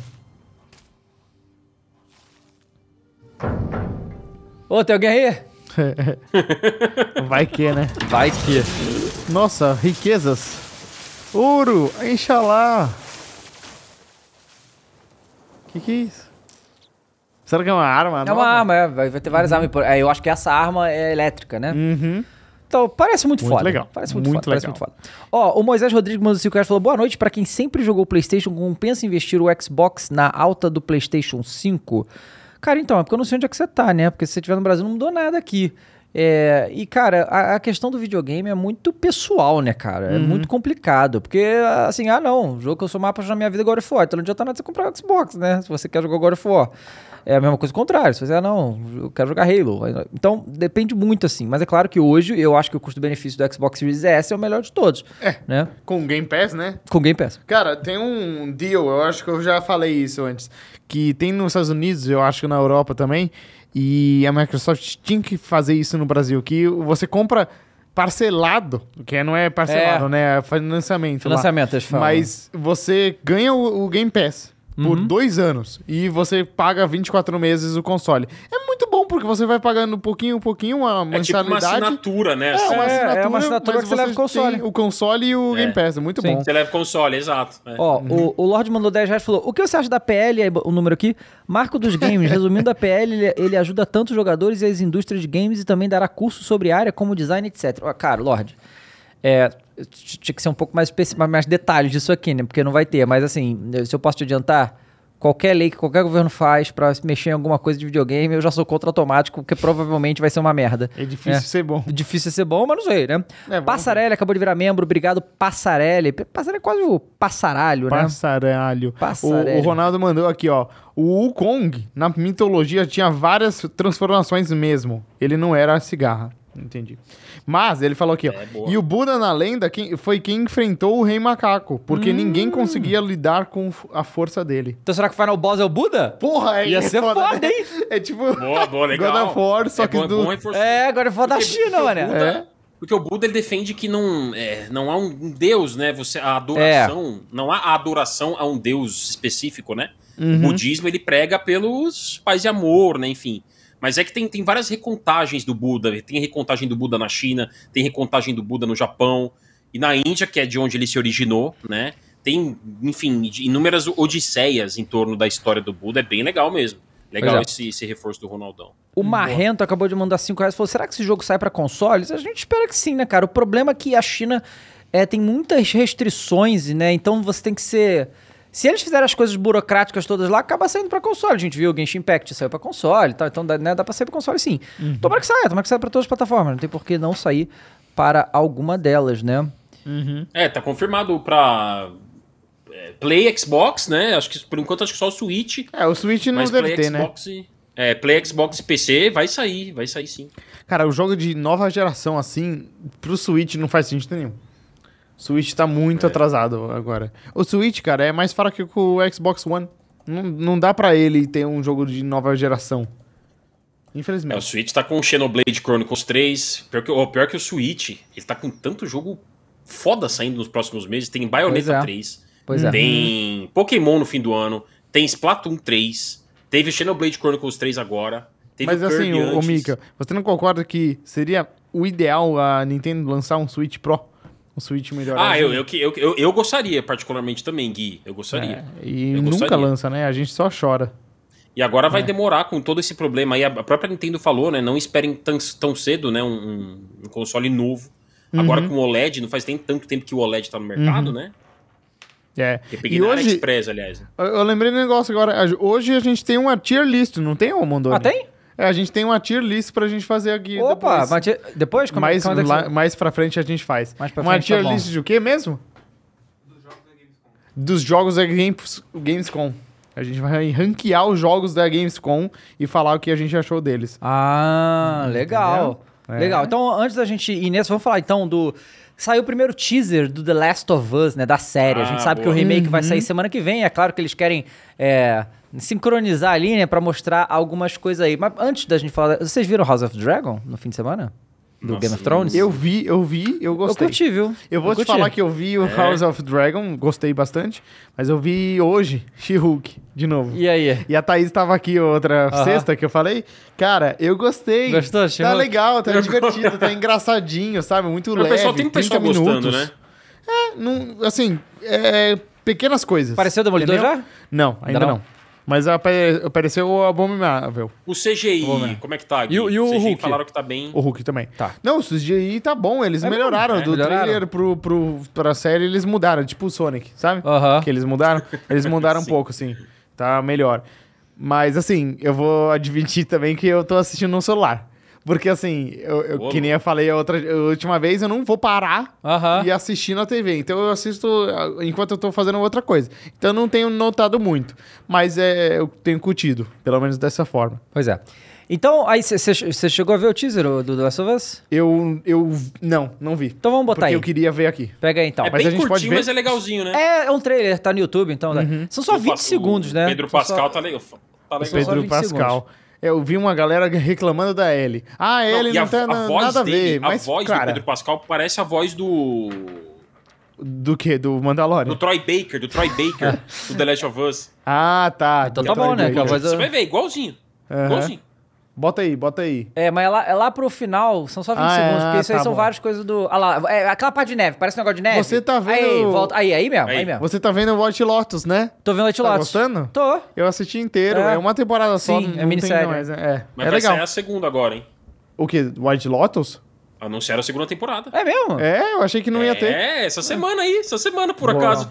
S1: Ô, tem alguém aí?
S2: Vai que, né?
S1: Vai que.
S2: Nossa, riquezas. Ouro, Inxalá. Que que é isso? Será que é uma arma?
S1: É uma arma, é. Vai vai ter várias armas. por- É, eu acho que essa arma é elétrica, né?
S2: Uhum.
S1: Então, parece muito,
S2: Muito
S1: foda.
S2: legal.
S1: Parece muito,
S2: Muito
S1: foda. Parece
S2: legal.
S1: muito foda. Ó, o Moisés Rodrigues mandou 5 reais e falou: Boa noite. Pra quem sempre jogou PlayStation, compensa investir o Xbox na alta do PlayStation 5? Cara, então, é porque eu não sei onde é que você tá, né? Porque se você estiver no Brasil, não mudou nada aqui. É, e, cara, a, a questão do videogame é muito pessoal, né, cara? É
S2: Uhum.
S1: muito complicado. Porque, assim, ah, não, o jogo que eu sou mais apaixonado na minha vida é God of War. Então não adianta nada você comprar o Xbox, né? Se você quer jogar God of War. É a mesma coisa o contrário. Se você, ah, não, eu quero jogar Halo. Então, depende muito, assim. Mas é claro que hoje eu acho que o custo-benefício do Xbox Series S é o melhor de todos. É. Né?
S2: Com Game Pass, né?
S1: Com Game Pass.
S2: Cara, tem um deal, eu acho que eu já falei isso antes, que tem nos Estados Unidos, eu acho que na Europa também, e a Microsoft tinha que fazer isso no Brasil, que você compra parcelado, que não é parcelado,
S1: É.
S2: né? É financiamento. lá.
S1: Financiamento, eles falam.
S2: Mas você ganha o, o Game Pass por
S1: Uhum.
S2: dois anos e você paga 24 meses o console. É muito bom, porque você vai pagando pouquinho, pouquinho, uma
S3: É tipo uma
S2: mensalidade.
S3: assinatura, né?
S2: É, uma
S1: É, é
S2: assinatura,
S1: uma assinatura
S2: mas
S1: que você leva o console.
S2: tem O console e o
S3: É.
S2: Game Pass, é muito
S1: Sim.
S2: bom.
S3: Você leva o console, exato. é.
S1: Ó, o, o Lorde mandou 10 reais e falou: O que você acha da PL? Aí, O número aqui. Marco dos games. Resumindo, a PL ele, ele ajuda tanto os jogadores e as indústrias de games e também dará curso sobre a área como design, etc. Ó, cara, Lorde. É, t- tinha que ser um pouco mais específico, mais detalhes disso aqui, né? Porque não vai ter. Mas assim, eu- se eu posso te adiantar, qualquer lei que qualquer governo faz pra mexer em alguma coisa de videogame, eu já sou contra automático, porque provavelmente vai ser uma merda.
S2: É difícil
S1: É.
S2: ser bom.
S1: Difícil ser bom, mas não sei, né?
S2: É, vamos
S1: Passarelli acabou de virar membro, obrigado, Passarelli. P- Passarelli é quase o passaralho, né?
S2: Passaralho.
S1: Passaralho.
S2: O, o Ronaldo mandou aqui, ó. O Wukong, na mitologia, tinha várias transformações mesmo. Ele não era a cigarra. Entendi. Mas ele falou aqui, ó.
S3: É, boa.
S2: e o Buda na lenda quem- foi quem enfrentou o Rei Macaco,
S1: Hum.
S2: porque ninguém conseguia lidar com f- a força dele.
S1: Então será que o Final Boss é o Buda?
S2: Porra, é
S1: Ia ser foda,
S2: né?
S1: hein?
S2: É tipo.
S3: Boa, boa, legal.
S2: God of War, só
S3: é
S2: que
S3: bom, é
S2: do-
S3: bom, é forçado.
S1: É, agora é foda da
S3: Porque-
S1: China, mané.
S3: Buda-
S2: É.
S3: Porque o Buda ele defende que não, é, não há um deus, né? Você, a adoração,
S1: É.
S3: não há a adoração a um deus específico, né?
S2: Uhum.
S1: Uhum.
S3: O budismo ele prega pelos paz e amor, né? Enfim. Mas é que tem, tem várias recontagens do Buda. Tem recontagem do Buda na China, tem recontagem do Buda no Japão e na Índia, que é de onde ele se originou, né? Tem, enfim, de- inúmeras odisseias em torno da história do Buda. É bem legal mesmo. Legal
S1: Pois é.
S3: esse, esse reforço do Ronaldão.
S1: O Marrento acabou de mandar 5 reais e falou: será que esse jogo sai pra consoles? A gente espera que sim, né, cara? O problema é que a China é, tem muitas restrições, né? Então você tem que ser. Se eles fizerem as coisas burocráticas todas lá, acaba saindo pra console. A gente viu o Genshin Impact saiu pra console e tal. Então dá, né, dá pra sair pra console sim. Tomara que saia, tomara que saia pra todas as plataformas. Não tem por que não sair para alguma delas, né?
S3: É, tá confirmado pra é, Play Xbox, né? Acho que por enquanto acho que só o Switch,
S2: É, o Switch não
S3: mas
S2: deve
S3: Play
S2: ter, né?
S3: Xbox, e- é, Play Xbox e PC vai sair, vai sair sim.
S2: Cara, o jogo de nova geração assim, pro Switch não faz sentido nenhum. O Switch tá muito
S3: É.
S2: atrasado agora. O Switch, cara, é mais fraco que o Xbox One. Não, não dá pra ele ter um jogo de nova geração.
S3: É, o
S2: Infelizmente.
S3: Switch tá com Xenoblade Chronicles 3, pior que, ó, pior que o Switch, ele tá com tanto jogo foda saindo nos próximos meses, tem Bayonetta
S1: Pois é.
S3: 3,
S1: Pois
S2: Tá.
S1: é.
S3: tem Pokémon no fim do ano, tem Splatoon 3, teve Xenoblade Chronicles 3 agora, teve
S2: Mas assim,
S3: Kirby
S2: o, o
S3: antes.
S2: Mika, você não concorda que seria o ideal a Nintendo lançar um Switch Pro, um Switch melhor.
S3: Ah, eu, eu, que- eu, eu, eu gostaria, particularmente também, Gui. Eu
S2: É.
S3: gostaria.
S2: E
S3: Eu
S2: nunca
S3: gostaria.
S2: lança, né? A gente só chora.
S3: E agora
S2: É.
S3: vai demorar com todo esse problema. aí a própria Nintendo falou, né? Não esperem tão, tão cedo, né? Um, um- um console novo. Agora
S2: Uhum.
S3: com o OLED, não faz nem tanto tempo que o OLED tá no mercado, né?
S2: É.
S3: Que eu peguei
S2: Uhum. E
S3: na
S2: hoje,
S3: AliExpress, aliás. né?
S2: eu- eu lembrei do negócio agora. a- Hoje a gente tem uma tier list, não tem, ô Mondoni?
S1: Ah, tem?
S2: É, a gente tem uma tier list pra gente fazer aqui.
S1: Opa,
S2: depois.
S1: mas te- depois? Como,
S2: mais,
S1: quando é que
S2: lá-
S1: você-
S2: mais pra frente a gente faz.
S1: Mais pra
S2: uma
S1: frente tá
S2: tier
S1: bom.
S2: list de o quê mesmo? Dos jogos da Games, Gamescom. A gente vai ranquear os jogos da Gamescom e falar o que a gente achou deles.
S1: Ah, legal.
S2: Entendeu?
S1: Legal.
S2: É.
S1: Então, antes da gente ir nessa, vamos falar então do. Saiu o primeiro teaser do The Last of Us, né? Da série. a gente
S3: Ah,
S1: sabe
S3: boa.
S1: que o remake vai
S2: Uhum.
S1: sair semana que vem. É claro que eles querem é, sincronizar ali, né? Pra mostrar algumas coisas aí. Mas antes da gente falar. Vocês viram House of Dragon no fim de semana? Do
S3: Nossa,
S1: Game of Thrones?
S2: Eu vi, eu vi, eu
S1: Eu
S2: gostei.
S1: curti, viu?
S2: Eu vou te
S1: curti.
S2: falar que eu vi o House of Dragon, gostei bastante, mas eu vi hoje She-Hulk de novo. E...
S1: E aí?
S2: a Thaís tava aqui outra
S1: Aham.
S2: sexta que eu falei. Cara, eu gostei.
S1: Gostou,
S2: Tá
S1: She-Hulk?
S2: legal, tá divertido, tá engraçadinho, sabe? Muito
S3: Mas
S2: leve.
S3: o pessoal tem um
S2: 30
S3: pessoal
S2: minutos.
S3: gostando, né?
S2: Não, assim, é, pequenas coisas.
S1: Apareceu o Demolidor já?
S2: Não, ainda,
S1: Ainda
S2: não.
S1: não?
S2: Mas apa- apareceu a Abominável,
S3: O CGI,
S2: Vamos ver.
S3: como é que tá? Gui?
S1: E o- e o
S3: CGI
S1: Hulk?
S3: falaram que tá bem.
S2: o Hulk também.
S1: Tá.
S2: Não, o CGI tá bom, eles
S1: É
S2: melhoraram.
S1: bom, né?
S2: Do
S1: Melhoraram.
S2: trailer pro, pro, pra série, eles mudaram, tipo o Sonic, sabe?
S1: Aham.
S2: Que eles mudaram, eles mudaram um pouco, assim. Tá melhor. Mas, assim, eu vou admitir também que eu tô assistindo no celular. Porque, assim, eu, eu-
S3: Ô,
S2: que nem eu falei a, outra, a última vez, eu não vou parar
S1: Aham.
S2: e assistir na TV. Então eu assisto ah, enquanto eu tô fazendo outra coisa. Então eu não tenho notado muito, mas é, eu tenho curtido, pelo menos dessa forma.
S1: Pois é. Então, aí você chegou a ver o teaser ô, do The Last of Us?
S2: Eu eu não, não vi.
S1: Então vamos botar
S2: porque
S1: aí.
S2: eu queria ver aqui.
S1: Pega aí então.
S3: É
S2: ah, mas a
S3: bem
S2: gente pode
S3: curtinho,
S2: ver-
S3: mas é legalzinho, né?
S1: É, é um trailer, tá no YouTube, então. né?
S2: Uhum.
S1: São só
S3: O
S1: 20
S3: Pas- o
S1: segundo, né?
S3: Pedro
S1: São só-
S3: Pascal tá legal. Tá
S1: Eu sou
S3: legal.
S1: só
S2: Pedro
S1: 20
S2: Pascal. Eu vi uma galera reclamando da Ellie. Ah,
S3: Não,
S2: Ellie
S3: e
S2: não,
S3: a,
S2: tem
S3: a
S2: na-
S3: voz
S2: nada
S3: dele,
S2: a ver, mas
S3: a voz do
S2: cara,
S3: Pedro Pascal parece a voz do.
S2: do que do
S3: do
S2: Mandalorian.
S3: Troy Baker, do Troy Baker, do The Last of Us.
S2: Ah, tá.
S1: Então
S2: do
S1: tá bom,
S2: Troy
S1: né,
S2: Baker.
S1: que a voz- Mas
S3: Você
S1: eu-
S3: vai ver, igualzinho.
S2: Aham.
S3: Igualzinho.
S2: Bota aí, bota aí.
S1: É, mas é lá, é lá pro final, são só 20
S2: Ah,
S1: segundos,
S2: é,
S1: porque isso aí
S2: tá
S1: são
S2: bom.
S1: várias coisas do. Ah lá, é aquela parte de neve, parece um negócio de neve.
S2: Você tá vendo-
S1: Aí, volta. Aí, aí mesmo, aí,
S3: Aí.
S1: mesmo.
S2: Você tá vendo Watch Lotus, né?
S1: Tô vendo o
S2: Tá
S1: Lotus.
S2: gostando?
S1: Tô.
S2: Eu assisti inteiro, é,
S1: É.
S2: uma temporada só.
S1: Sim,
S2: não
S1: é
S2: tem
S1: minissérie.
S2: mais, né? É,
S3: Mas
S2: é
S3: vai
S2: legal.
S3: sair a segunda agora, hein?
S2: O que? White Lotus?
S3: Anunciaram a segunda temporada.
S1: É mesmo?
S2: É, eu achei que não ia ter.
S3: É, essa semana aí, essa semana, por
S2: Boa.
S3: acaso.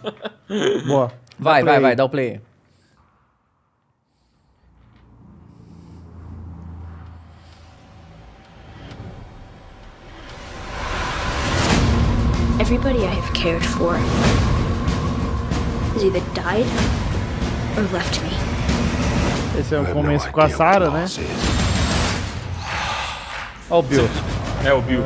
S2: Boa.
S1: Vai, vai,
S2: Dá play.
S1: vai, dá o play.
S4: Everybody I have cared for has either died or left me.
S1: um-
S2: Esse é o começo com a Sarah, né?
S1: Ó o Bill.
S3: É, o Bill.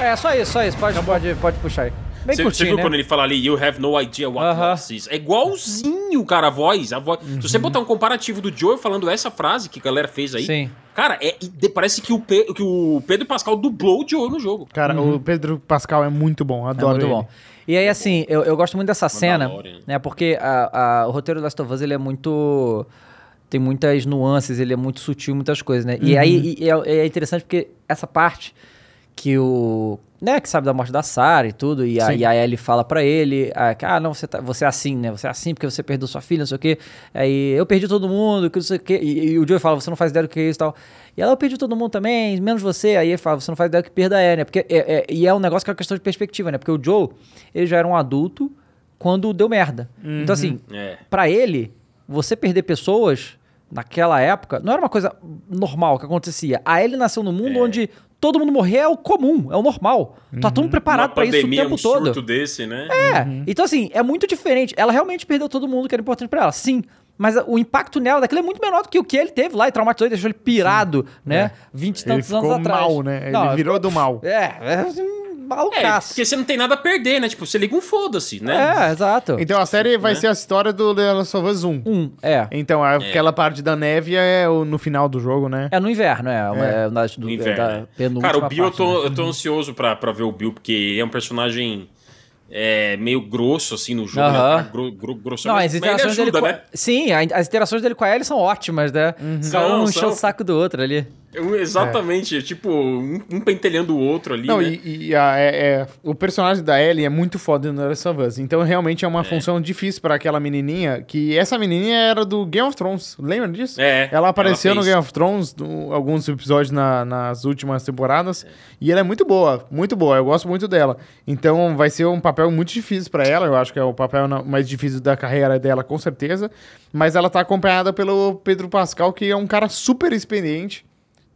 S1: É, só isso, só isso.
S3: Tá
S1: Pode, pode, pode puxar aí. Bem
S3: Você você
S1: curtinho,
S3: viu
S1: né?
S3: quando ele fala ali, you have no idea what
S1: Aham. Uhum.
S3: loss is? É igualzinho, cara, a voz. A voz. Se você botar um comparativo do Joe falando essa frase que a galera fez aí,
S1: Sim.
S3: cara, é, ide- parece que o, Pe- que o Pedro Pascal dublou o Joe no jogo.
S2: Cara, o Pedro Pascal é muito bom,
S1: Uhum. É
S2: adoro
S1: muito bom. E aí, assim, eu, eu gosto muito dessa cena,
S3: Mandalorian.
S1: né? Porque a- a- o roteiro do Last of Us, ele é muito... Tem muitas nuances, ele é muito sutil, muitas coisas, né? E aí e- e é, é interessante porque essa parte que o... Né, que sabe da morte da Sarah e tudo, e a,
S2: Sim.
S1: e a Ellie fala pra ele, ah, que, ah, não, você, tá- você é assim, né? Você é assim porque você perdeu sua filha, não sei o quê. Aí, eu perdi todo mundo, que não sei o quê. E, e o Joey fala, você não faz ideia do que é isso e tal. E ela, eu perdi todo mundo também, menos você. Aí ele fala, você não faz ideia do que perda é, né? Porque é, é- e é um negócio que é uma questão de perspectiva, né? Porque o Joe, ele já era um adulto quando deu merda. Então, assim,
S3: É.
S1: pra ele, você perder pessoas naquela época não era uma coisa normal que acontecia. A Ellie nasceu num
S3: É.
S1: mundo onde todo mundo morrer é o comum, é o normal. Tá todo mundo preparado
S3: Uhum. Uma
S1: pra isso o
S3: pandemia,
S1: tempo
S3: um
S1: todo.
S3: surto desse, né?
S1: É,
S2: Uhum.
S1: então assim, é muito diferente. Ela realmente perdeu todo mundo que era importante pra ela, sim. Mas a- o impacto nela daquilo é muito menor do que o que ele teve lá e traumatizou ele, deixou ele pirado, né? Vinte e
S2: É. Ele
S1: tantos anos
S2: ficou
S1: atrás.
S2: mal, né? Ele
S1: Não,
S2: virou do mal.
S1: É, é um malucaço.
S3: É, porque você não tem nada a perder, né? Tipo, você liga um foda-se, né?
S1: É, exato.
S2: Então a série vai
S3: Né?
S2: ser a história do The Last of Us 1.
S1: Um, é.
S2: Então aquela parte da neve é o- no final do jogo, né?
S1: É no inverno, é. uma- é na, do,
S3: No
S1: é
S3: inverno.
S1: da
S3: né? Cara, o Bill, eu
S1: parte, né?
S3: tô, eu tô ansioso pra, pra ver o Bill, porque é um personagem é, meio grosso, assim, no jogo.
S1: Aham.
S3: Né? Gro, gro, grosso,
S1: Não, as interações
S3: ele ajuda,
S1: dele
S3: né? Uhum.
S1: com... Sim, a- as interações dele com a Ellie são ótimas, né? Só
S3: São,
S1: um encheu
S3: são.
S1: o saco do outro ali.
S3: Eu- Exatamente, tipo, um, um pentelhando o outro ali,
S2: Não,
S3: né?
S2: e, e a- é- é- o personagem da Ellie é muito foda no The Last of Us. Então, realmente é uma função difícil pra aquela menininha. Que essa menininha era do Game of Thrones. Lembra disso?
S3: É,
S2: Ela apareceu
S3: ela
S2: no
S3: fez.
S2: Game of Thrones, no- alguns episódios na- nas últimas temporadas. E ela é muito boa, muito boa. Eu gosto muito dela. Então, vai ser um papel muito difícil pra ela. Eu acho que é o papel na- mais difícil da carreira dela, com certeza. Mas ela tá acompanhada pelo Pedro Pascal, que é um cara super experiente.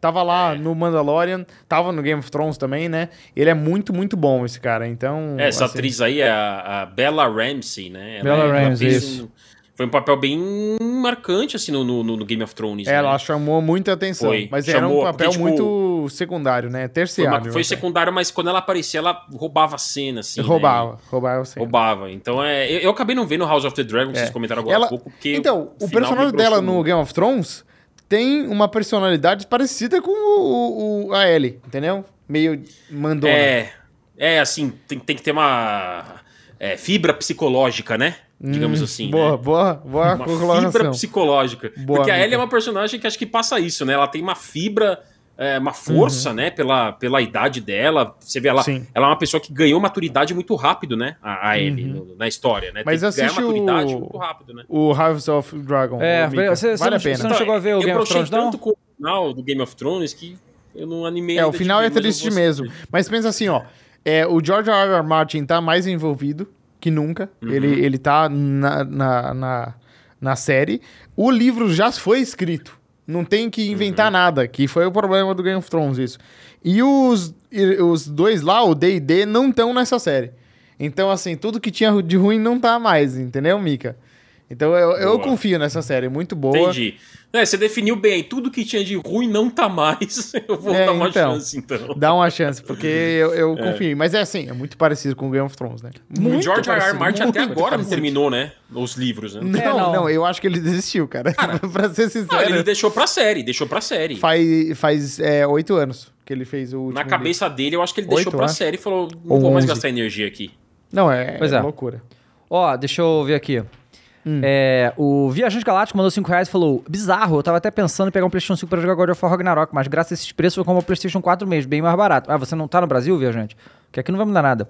S2: Tava lá
S3: É.
S2: no Mandalorian, tava no Game of Thrones também, né? Ele é muito, muito bom, esse cara. Então.
S3: É, essa
S2: assim,
S3: atriz aí é a, a Bella Ramsey, né?
S2: Bella Ramsey,
S3: fez
S2: isso.
S3: um- foi um papel bem marcante, assim, no, no, no Game of Thrones. né?
S2: Ela chamou muita atenção.
S3: Foi,
S2: Mas era
S3: chamou,
S2: um papel
S3: porque, tipo,
S2: muito secundário, né?
S3: Foi,
S2: Terciário.
S3: uma- foi
S2: até.
S3: secundária, mas quando ela aparecia, ela roubava a cena, assim. né?
S2: Roubava, roubava
S3: E
S2: sim.
S3: Roubava. Então, é, eu, eu acabei não vendo House of the Dragon, que vocês comentaram agora há
S2: É. Ela...
S3: pouco, porque.
S2: Então, o
S3: final
S2: personagem
S3: me
S2: dela
S3: broxou
S2: no Game of Thrones tem uma personalidade parecida com o, o- o- a Ellie, entendeu? Meio mandona.
S3: É, é assim, tem, tem que ter uma é, fibra psicológica, né? Digamos
S2: Hum,
S3: assim.
S2: Boa,
S3: né?
S2: boa, boa
S3: Uma fibra
S2: colocação.
S3: psicológica.
S2: Boa,
S3: Porque a
S2: amiga.
S3: Ellie é uma personagem que acho que passa isso, né? Ela tem uma fibra, é, uma força, né? Pela, pela idade dela. Você vê, ela,
S2: Uhum. Sim.
S3: ela é uma pessoa que ganhou maturidade muito rápido, né? A, a Ellie
S2: Uhum.
S3: no- na história, né?
S2: Mas
S3: tem que ganhar
S2: assiste o-
S3: maturidade muito rápido, né?
S2: O House of Dragon.
S1: É,
S2: ô, Mika.
S1: você- você
S2: vale
S1: não-
S2: a pena.
S1: você não chegou a ver o
S3: eu
S1: Game of
S3: brochei
S1: Thrones, não?
S3: tanto com o final do Game of Thrones que eu não animei.
S2: É, o
S3: ainda de
S2: final
S3: ver,
S2: é
S3: mas eu
S2: triste
S3: vou
S2: mesmo.
S3: assistir.
S2: Mas pensa assim, ó. É, o George R. R. Martin tá mais envolvido que nunca.
S3: Uhum.
S2: Ele, ele tá na, na, na, na série. O livro já foi escrito. Não tem que inventar
S3: Uhum.
S2: nada, que foi o problema do Game of Thrones, isso. E os, e os dois lá, o D e D, não estão nessa série. Então, assim, tudo que tinha de ruim não tá mais, entendeu, Mika? Então, eu, eu
S3: Boa.
S2: confio nessa série, muito boa.
S3: Entendi. É, você definiu bem, tudo que tinha de ruim não tá mais. Eu vou
S2: É,
S3: dar uma
S2: então.
S3: chance, então.
S2: Dá uma chance, porque eu, eu confiei. Mas é assim, é muito parecido com Game of Thrones, né?
S3: o
S2: Muito
S3: George R. R.
S2: parecido,
S3: Martin até
S2: muito
S3: agora não
S2: parecido.
S3: terminou, né? Os livros, né?
S2: Não,
S1: É, não.
S2: não, eu acho que ele desistiu, cara. pra ser
S3: Não,
S2: sincero,
S3: ele deixou pra série, deixou pra série.
S2: faz faz, é, oito anos que ele fez o último
S3: Na cabeça dele, eu acho que ele deixou
S2: Oito,
S3: pra
S2: acho.
S3: série e falou: não
S2: Ou
S3: vou mais
S2: onze.
S3: gastar energia aqui.
S2: livro. Não, é,
S1: Pois
S2: é
S1: é.
S2: loucura.
S1: Ó, deixa eu ver aqui. É, o Viajante Galáctico mandou 5 reais e falou: Bizarro, eu tava até pensando em pegar um PlayStation 5 pra jogar God of War Ragnarok, mas graças a esses preços eu vou comprar o PlayStation 4 mesmo, bem mais barato. Ah, você não tá no Brasil, Viajante? Porque aqui não vai mudar nada.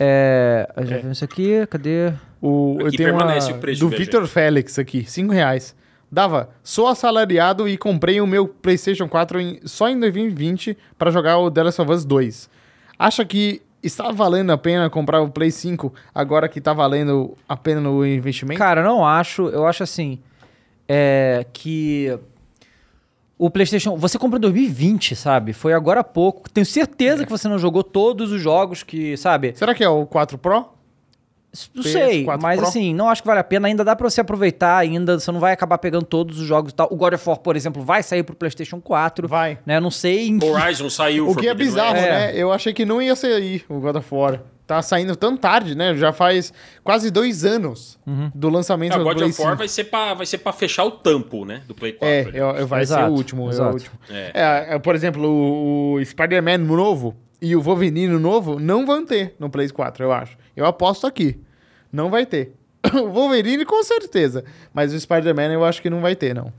S1: É. eu Já vimos isso aqui, cadê?
S2: O, eu
S3: Aqui
S2: tenho uma
S3: permanece o preço,
S2: do
S3: veja.
S2: Vitor Félix aqui, cinco reais. Dava, sou assalariado e comprei o meu PlayStation 4 em- só em 2020 para jogar o The Last of Us 2. Acha que está valendo a pena comprar o Play 5 agora que está valendo a pena o investimento?
S1: Cara, eu não acho. Eu acho assim. É. Que. O PlayStation. Você comprou em 2020, sabe? Foi agora há pouco. Tenho certeza que você não jogou todos os jogos que, sabe?
S2: Será que é o 4 Pro?
S1: Não
S2: PS4
S1: sei, mas
S2: Pro.
S1: assim, não acho que vale a pena. Ainda dá pra você aproveitar, ainda você não vai acabar pegando todos os jogos e tal. O God of War, por exemplo, vai sair pro PlayStation 4.
S2: Vai.
S1: Né? Não sei. em-
S3: Horizon saiu.
S2: O que é
S3: Forbidden
S2: bizarro,
S3: West.
S2: né? Eu achei que não ia sair o God of War. Tá saindo tão tarde, né? Já faz quase dois anos do lançamento
S3: Ah,
S2: do
S3: God
S2: Play
S3: of War
S2: 5.
S3: vai ser, pra, vai ser pra fechar o tampo, né? Do Play 4.
S2: É,
S3: ali.
S2: eu- eu- vai ser
S1: Exato,
S2: o último. é o
S1: exato.
S2: último.
S3: É.
S2: É, é, por exemplo, o, o Spider-Man novo e o Wolverine novo não vão ter no Play 4, eu acho. Eu aposto aqui. Não vai ter. O Wolverine com certeza, mas o Spider-Man eu acho que não vai ter, não.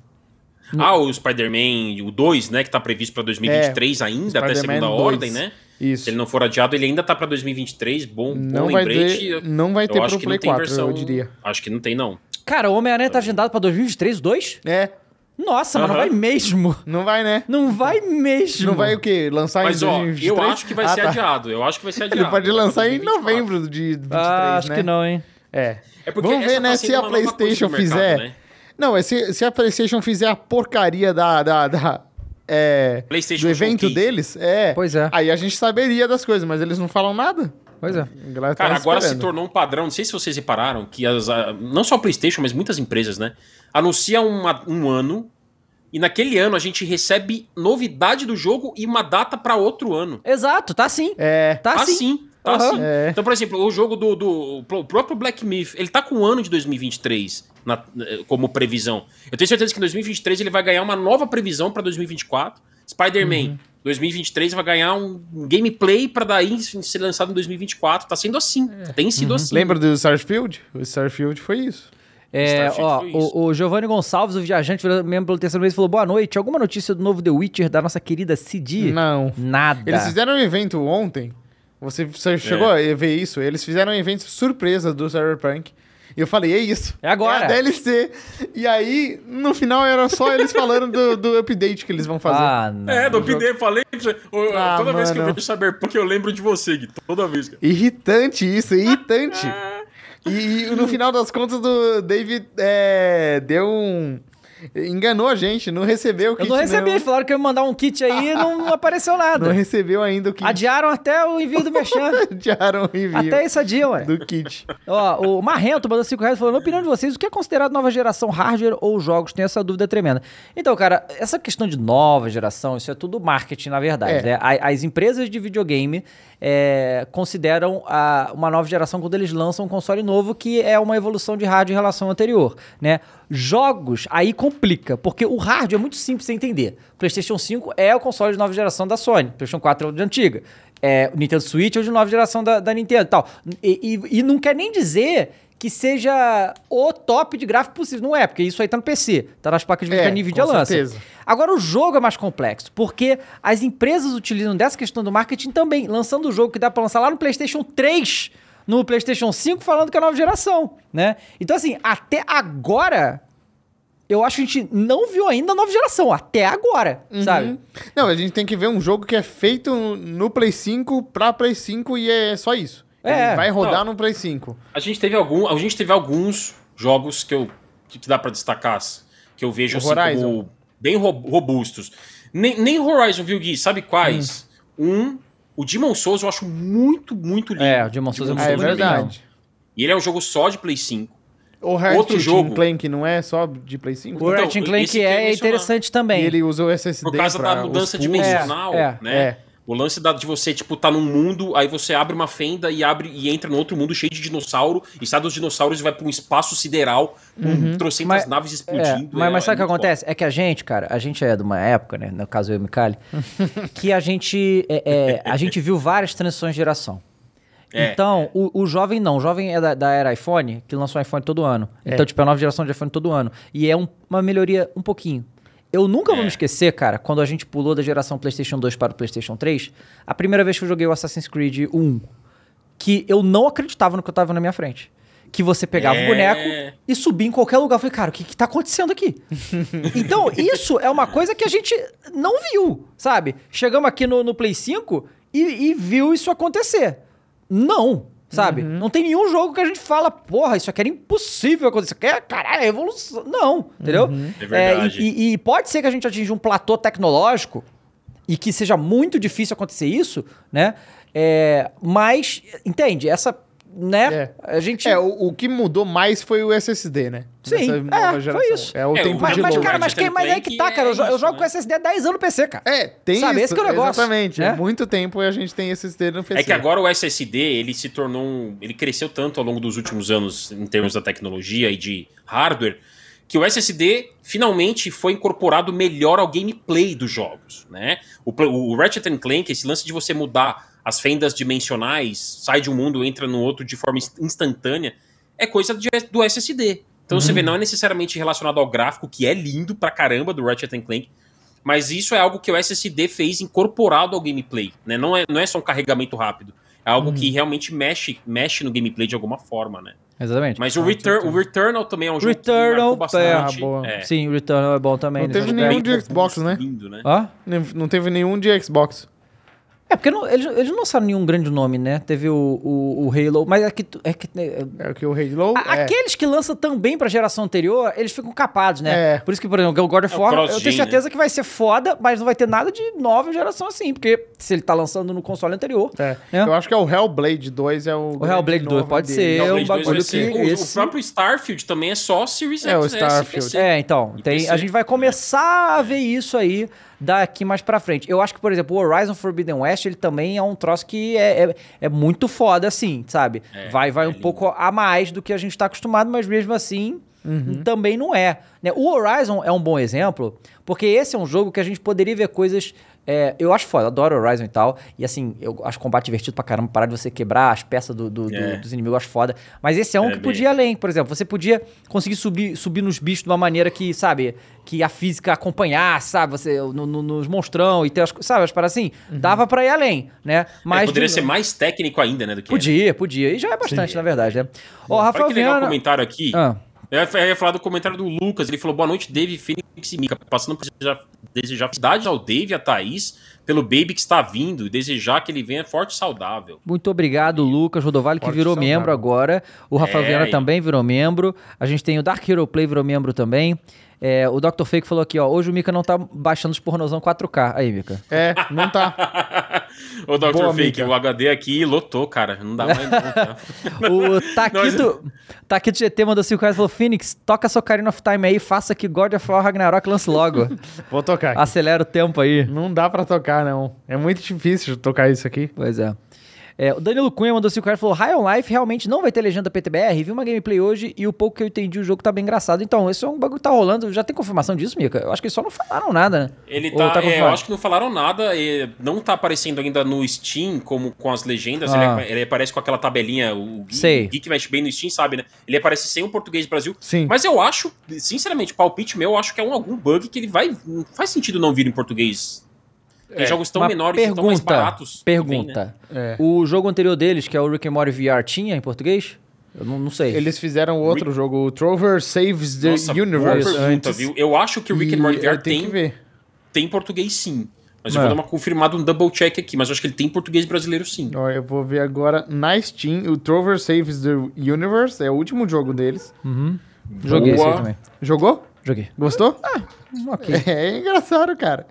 S3: Ah, o Spider-Man, o 2, né? Que tá previsto pra 2023 ainda, até
S2: É, Spider-Man
S3: segunda
S2: 2.
S3: ordem, né?
S2: Isso.
S3: Se ele não for adiado, ele ainda tá pra 2023. Bom,
S2: Não
S3: bom
S2: vai
S3: lembrete.
S2: ter- não vai
S3: Eu
S2: ter
S3: acho
S2: pro
S3: que
S2: Play
S3: não tem
S2: 4, eu
S3: versão-
S2: diria.
S3: Acho que não tem, não.
S1: Cara, o Homem-Aranha tá agendado pra 2023, 2?
S2: É,
S1: Nossa, mas não
S3: Aham.
S1: vai mesmo.
S2: não vai, né?
S1: Não vai mesmo.
S2: Não vai o quê? Lançar
S3: Mas,
S2: Tá em
S3: ó,
S2: 2023?
S3: eu acho que vai
S2: Ah,
S3: ser
S2: tá.
S3: adiado. Eu acho que vai ser adiado.
S2: Ele pode
S3: Vai pra
S2: lançar em
S3: 2024.
S2: novembro de 23,
S1: Ah, acho
S2: né?
S1: que não, hein?
S2: É.
S3: É porque
S2: Vamos ver,
S3: essa tá
S2: né,
S3: sendo
S2: se a
S3: uma nova coisa
S2: PlayStation
S3: no mercado,
S2: fizer.
S3: né?
S2: Não, é se, se a PlayStation fizer a porcaria da. da, da é,
S3: PlayStation
S2: do evento
S3: Showcase.
S2: deles, é.
S1: Pois é.
S2: Aí a gente saberia das coisas, mas eles não falam nada.
S1: Pois é.
S2: A galera tá
S3: Cara, agora se
S2: esperando.
S3: tornou um padrão, não sei se vocês repararam, que as, a- não só a PlayStation, mas muitas empresas, né? Anuncia uma- um ano e naquele ano a gente recebe novidade do jogo e uma data pra outro ano.
S1: Exato, tá sim.
S2: É.
S1: Tá
S3: Tá
S1: sim.
S3: sim, tá
S1: Aham.
S3: sim.
S2: É.
S3: Então, por exemplo, o jogo do, do- o próprio Black Myth, ele tá com o ano de 2023 na- eh, como
S2: Uhum.
S3: previsão. Eu tenho certeza que em 2023 ele vai ganhar uma nova previsão pra 2024. Spider-Man 2023 vai ganhar um gameplay para daí ser lançado em 2024. Tá sendo assim. Tem sido assim.
S2: É. Uhum. Lembra do Starfield? O Starfield foi isso.
S1: É,
S3: Starfield
S1: ó,
S3: foi isso.
S1: o, o Giovanni Gonçalves, o viajante, virou membro pelo terceiro mês, falou boa noite. Alguma notícia do novo The Witcher da nossa querida CD?
S2: Não.
S1: Nada.
S2: Eles fizeram um evento ontem. Você,
S1: É.
S2: você chegou a ver isso? Eles fizeram um evento surpresa do Cyberpunk. E eu falei, é isso.
S1: É agora.
S2: É a DLC. E aí, no final, era só eles falando do, do update que eles vão fazer.
S1: Ah, não.
S3: É, do PD, eu falei. pra você. Ô,
S2: Ah,
S3: toda vez que eu
S2: mano.
S3: vejo Cyberpunk, eu lembro de você, Gui. Toda vez. cara.
S2: Irritante isso, irritante. e, e no final das contas, o David é, deu um... Enganou a gente, não recebeu o
S1: Eu
S2: kit.
S1: não recebi,
S2: Não,
S1: falaram que eu ia mandar um kit aí e não apareceu nada.
S2: não recebeu ainda o kit.
S1: Adiaram até o envio do Merchan.
S2: Adiaram o review
S1: até esse dia, ué.
S2: do kit.
S1: Ó, o Marrento mandou 5 reais e falou: na opinião de vocês, o que é considerado nova geração hardware ou jogos? Tem essa dúvida tremenda. Então, cara, essa questão de nova geração, isso é tudo marketing, na verdade.
S2: É.
S1: né? A- As empresas de videogame é, consideram a- uma nova geração quando eles lançam um console novo, que é uma evolução de hardware em relação ao anterior, né? Jogos aí complica, porque o hardware é muito simples de entender. O PlayStation 5 é o console de nova geração da Sony, o PlayStation 4 é o de antiga. É, o Nintendo Switch é o de nova geração da, da Nintendo e tal. E, e- e não quer nem dizer que seja o top de gráfico possível. Não é, porque isso aí tá no PC, tá nas placas de vídeo
S2: É,
S1: que a Nvidia
S2: com
S1: lança.
S2: certeza.
S1: Agora, o jogo é mais complexo, porque as empresas utilizam dessa questão do marketing também, lançando o jogo que dá pra lançar lá no PlayStation 3, no PlayStation 5, falando que é a nova geração, né? Então, assim, até agora, eu acho que a gente não viu ainda a nova geração, até agora,
S3: Uhum.
S1: sabe?
S2: Não, a gente tem que ver um jogo que é feito no Play 5 pra Play 5 e é só isso.
S1: É.
S2: Ele vai rodar
S3: Não.
S2: no Play 5.
S3: A gente teve algum, a gente teve alguns jogos que eu que dá pra destacar, que eu vejo
S2: O
S3: assim
S2: Horizon.
S3: como bem ro- robustos. Nem, nem Horizon, viu, Gui? Sabe quais? Um, o Demon Souls eu acho muito, muito lindo.
S1: Hum. É, o Demon Souls é
S2: Ah,
S1: muito
S2: é
S1: lindo.
S2: verdade.
S3: E ele é um jogo só de Play 5.
S2: O Ratchet
S3: Outro jogo.
S2: Clank não é só de Play 5?
S1: O
S3: Então,
S1: Ratchet Clank
S3: esse que eu ia
S1: é
S3: mencionar.
S1: interessante
S2: E
S1: também.
S2: ele usou o SSD
S3: Por causa
S2: pra
S3: da
S2: os
S3: mudança
S2: pulsos.
S3: dimensional,
S1: É,
S3: né?
S2: é.
S3: O lance da- de você, tipo, tá num mundo, aí você abre uma fenda e abre e entra num outro mundo cheio de dinossauro, e sai dos dinossauros e vai pra um espaço sideral com trocentas
S1: Uhum. Mas-
S3: naves
S1: É,
S3: explodindo.
S1: mas,
S3: é-
S1: mas sabe o que
S3: é muito bom.
S1: acontece? É que a gente, cara, a gente é de uma época, né? No caso eu e o Micali, que a gente, é, é, a gente viu várias transições de geração.
S3: É.
S1: Então, o, o jovem não. O jovem é da, da era iPhone, que lançou um iPhone todo ano. Então, tipo, é a nova geração de iPhone todo ano. E é um- uma melhoria um pouquinho. Eu nunca
S3: É.
S1: vou me esquecer, cara, quando a gente pulou da geração PlayStation 2 para o PlayStation 3, a primeira vez que eu joguei o Assassin's Creed 1, que eu não acreditava no que eu tava na minha frente. Que você pegava o
S3: É.
S1: boneco e subia em qualquer lugar. Eu falei, cara, o que, que tá acontecendo aqui? então, isso é uma coisa que a gente não viu, sabe? Chegamos aqui no, no Play 5 e, e viu isso acontecer. Não, sabe? Não tem nenhum jogo que a gente fala, porra, isso aqui era impossível acontecer. Isso aqui é, caralho, é evolução. Não, entendeu?
S3: É verdade.
S1: e- e- e pode ser que a gente atinja um platô tecnológico e que seja muito difícil acontecer isso, né? É, mas, entende, essa, né?
S2: É.
S1: A gente...
S2: É, o, o que mudou mais foi o SSD, né?
S1: Sim,
S2: Nessa
S1: é,
S2: nova
S1: foi
S2: geração.
S1: isso.
S2: É o
S3: É,
S2: tempo
S1: mas,
S2: de
S1: mas,
S2: load.
S1: cara, mas, quem, mas é
S3: Ratchet
S1: que tá, cara. Eu, jo- eu
S3: Clank é
S1: jogo
S3: isso,
S1: com
S3: né?
S1: SSD há 10 anos no PC, cara.
S2: É, tem
S1: Sabe,
S2: isso.
S1: esse que é o negócio,
S2: Exatamente.
S1: né?
S2: É muito tempo a gente tem SSD no PC.
S3: É que agora o SSD, ele se tornou, um- ele cresceu tanto ao longo dos últimos anos em termos da tecnologia e de hardware, que o SSD finalmente foi incorporado melhor ao gameplay dos jogos, né? O, pl- o Ratchet and Clank, esse lance de você mudar as fendas dimensionais, sai de um mundo, entra no outro de forma inst- instantânea, é coisa de- do SSD. Então você vê, não é necessariamente relacionado ao gráfico, que é lindo pra caramba do Ratchet and Clank, mas isso é algo que o SSD fez incorporado ao gameplay, né? Não é, não é só um carregamento rápido. É algo que
S1: Uhum.
S3: realmente mexe, mexe no gameplay de alguma forma, né?
S1: Exatamente.
S3: Mas o, Return, o Returnal também é um jogo que
S1: Ah, Returnal,
S3: marcou bastante.
S2: é, boa.
S3: É,
S1: Sim, o Returnal é bom também.
S2: Não
S1: nesse
S2: teve
S1: aspecto.
S2: nenhum de Xbox, né?
S3: Lindo, né?
S1: Hã?
S2: Não- Não teve nenhum de Xbox.
S1: É, porque não- eles, eles não lançaram nenhum grande nome, né? Teve o, o, o Halo, mas é que... tu- É que é-
S2: É o que o Halo...
S1: a-
S2: é.
S1: Aqueles que lançam também pra geração anterior, eles ficam capados, né?
S2: É.
S1: Por isso que, por exemplo, o God of
S3: É o
S1: War, eu
S3: cross-gen,
S1: tenho
S3: né?
S1: certeza que vai ser foda, mas não vai ter nada de nova geração assim, porque se ele tá lançando no console anterior...
S2: É.
S1: né?
S2: Eu acho que é o Hellblade 2 é o.
S1: O Hellblade
S2: grande
S1: 2
S2: novo
S1: pode
S2: dele.
S1: ser. É
S3: Realmente,
S1: um
S3: mas
S1: bagulho
S3: vai ser-
S1: que
S3: o, o
S1: esse-
S3: próprio Starfield também é só Series
S2: É, o
S3: X, né?
S2: Starfield.
S3: SPC.
S1: É, então, tem-
S3: PC.
S1: a gente vai começar a ver isso aí daqui mais pra frente. Eu acho que, por exemplo, o Horizon Forbidden West, ele também é um troço que é, é, é muito foda, assim, sabe?
S3: É,
S1: vai vai
S3: é
S1: um
S3: lindo.
S1: pouco a mais do que a gente tá acostumado, mas mesmo assim, também não é. né? O Horizon é um bom exemplo, porque esse é um jogo que a gente poderia ver coisas É, eu acho foda, adoro Horizon e tal. E assim, eu acho combate divertido pra caramba. Parar de você quebrar as peças do, do- do-
S3: É.
S1: dos inimigos, eu acho foda. Mas esse é um
S3: É,
S1: que
S3: bem.
S1: podia ir além, por exemplo. Você podia conseguir subir, subir nos bichos de uma maneira que, sabe, que a física acompanhasse, sabe? Você, no- no- nos monstrão e ter as, sabe, as paradas assim. Dava pra ir além, né? Mas.
S3: Mas Uhum. É, poderia
S1: de-
S3: ser mais técnico ainda, né? Do que é.
S1: Podia, podia. E já é bastante, na verdade, né? Ó,
S3: Olha
S1: Rafael
S3: que legal o
S1: Viana.
S3: comentário aqui.
S1: Ah.
S3: Eu ia- eu ia falar do comentário do Lucas. Ele falou: Boa noite, Dave, Fênix e Mika. Passando por desejar, desejar felicidade ao Dave e à Thaís pelo baby que está vindo e desejar que ele venha forte e saudável.
S1: Muito obrigado, Lucas Rodovalho, que
S2: Forte
S1: virou
S2: saudável.
S1: membro agora. O Rafael
S3: É,
S1: Viana
S3: aí.
S1: também virou membro. A gente tem o Dark Hero Play virou membro também. É, o Dr. Fake falou aqui, ó. Hoje o Mika não tá baixando os pornozão 4K. Aí, Mika.
S2: É, não tá.
S3: Ô, Dr.
S2: Boa,
S3: Fake,
S2: Mika.
S3: o HD aqui lotou, cara. Não dá mais. não, tá?
S1: O tá Taquito, Taquito GT mandou 5 reais e falou: Phoenix, toca sua Karina of Time aí, faça que God of War Ragnarok lance logo.
S2: Vou tocar. Tá aqui.
S1: Acelera o tempo aí.
S2: Não dá pra tocar, não. É muito difícil tocar isso aqui.
S1: Pois é. É, o Danilo Cunha mandou 5 reais e falou: High on Life realmente não vai ter legenda PTBR. Vi uma gameplay hoje e o pouco que eu entendi, o jogo tá bem engraçado. Então, esse é um bagulho que tá rolando. Já tem confirmação disso, Mika? Eu acho que eles só não falaram nada, né?
S3: Ele
S1: Ou
S3: tá. é, eu
S1: confirmado?
S3: acho que não falaram nada. e não tá aparecendo ainda no Steam, como com as legendas. Ele
S1: Ah.
S3: apa- Ele, aparece com aquela tabelinha. O Gui,
S1: Sei.
S3: o Gui que mexe bem no Steam, sabe, né? Ele aparece sem o português do Brasil.
S2: Sim.
S3: Mas eu acho, sinceramente, palpite meu, eu acho que é um, algum bug que ele vai. Não faz sentido não vir em português.
S2: É,
S3: Tem jogos tão
S1: Uma
S3: menores e tão mais baratos. que vem, né?
S1: Pergunta.
S2: né? É.
S1: O jogo anterior deles, que é o Rick and Morty VR, tinha em português? Eu não, não sei.
S2: Eles fizeram outro jogo, o Trover Saves the
S3: Nossa,
S2: Universe.
S3: boa pergunta,
S2: antes.
S3: viu? Eu acho que o Rick and Morty
S2: E eu
S3: VR
S2: tenho
S3: tem,
S2: que ver.
S3: tem português sim. Mas eu
S1: É.
S3: vou dar uma confirmada, um double check aqui. Mas eu acho que ele tem português brasileiro sim.
S2: Ó, eu vou ver agora na Steam. O Trover Saves the Universe é o último jogo deles.
S1: Uhum. Joguei esse aí
S3: Boa.
S1: também.
S2: Jogou?
S1: Joguei.
S2: Gostou?
S1: Ah, Ok.
S2: É engraçado, cara.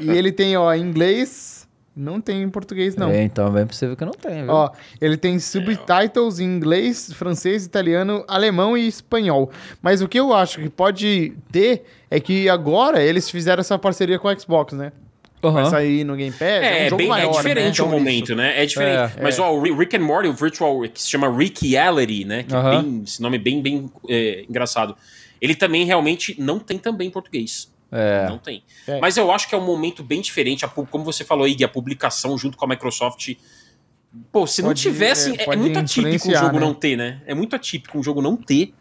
S2: e ele tem, ó, em inglês. Não tem em português, não.
S1: É, então é bem possível que não tenha, viu?
S2: Ó, ele tem subtitles em inglês, francês, italiano, alemão e espanhol. Mas o que eu acho que pode ter é que agora eles fizeram essa parceria com a Xbox, né? Vai
S1: Aham.
S2: sair no Game Pass.
S3: É,
S2: um jogo
S3: bem,
S2: maior,
S3: é diferente
S2: né?
S3: o
S2: Então,
S3: momento,
S2: isso.
S3: né? É diferente.
S1: É,
S3: Mas ó, o Ri- Rick and Morty, o Virtual que se chama Rickiality, né? Que é
S1: Aham.
S3: bem- esse nome é bem, bem é, engraçado. Ele também realmente não tem também em português.
S1: É.
S3: Não tem.
S2: É.
S3: Mas eu acho que é um momento bem diferente. A pu- como você falou aí, a publicação junto com a Microsoft. Pô, se não
S2: Pode,
S3: tivesse.
S2: é,
S3: É,
S2: pode
S3: muito atípico um
S2: influenciar,
S3: jogo
S2: né?
S3: não ter, né? É muito atípico um jogo não ter.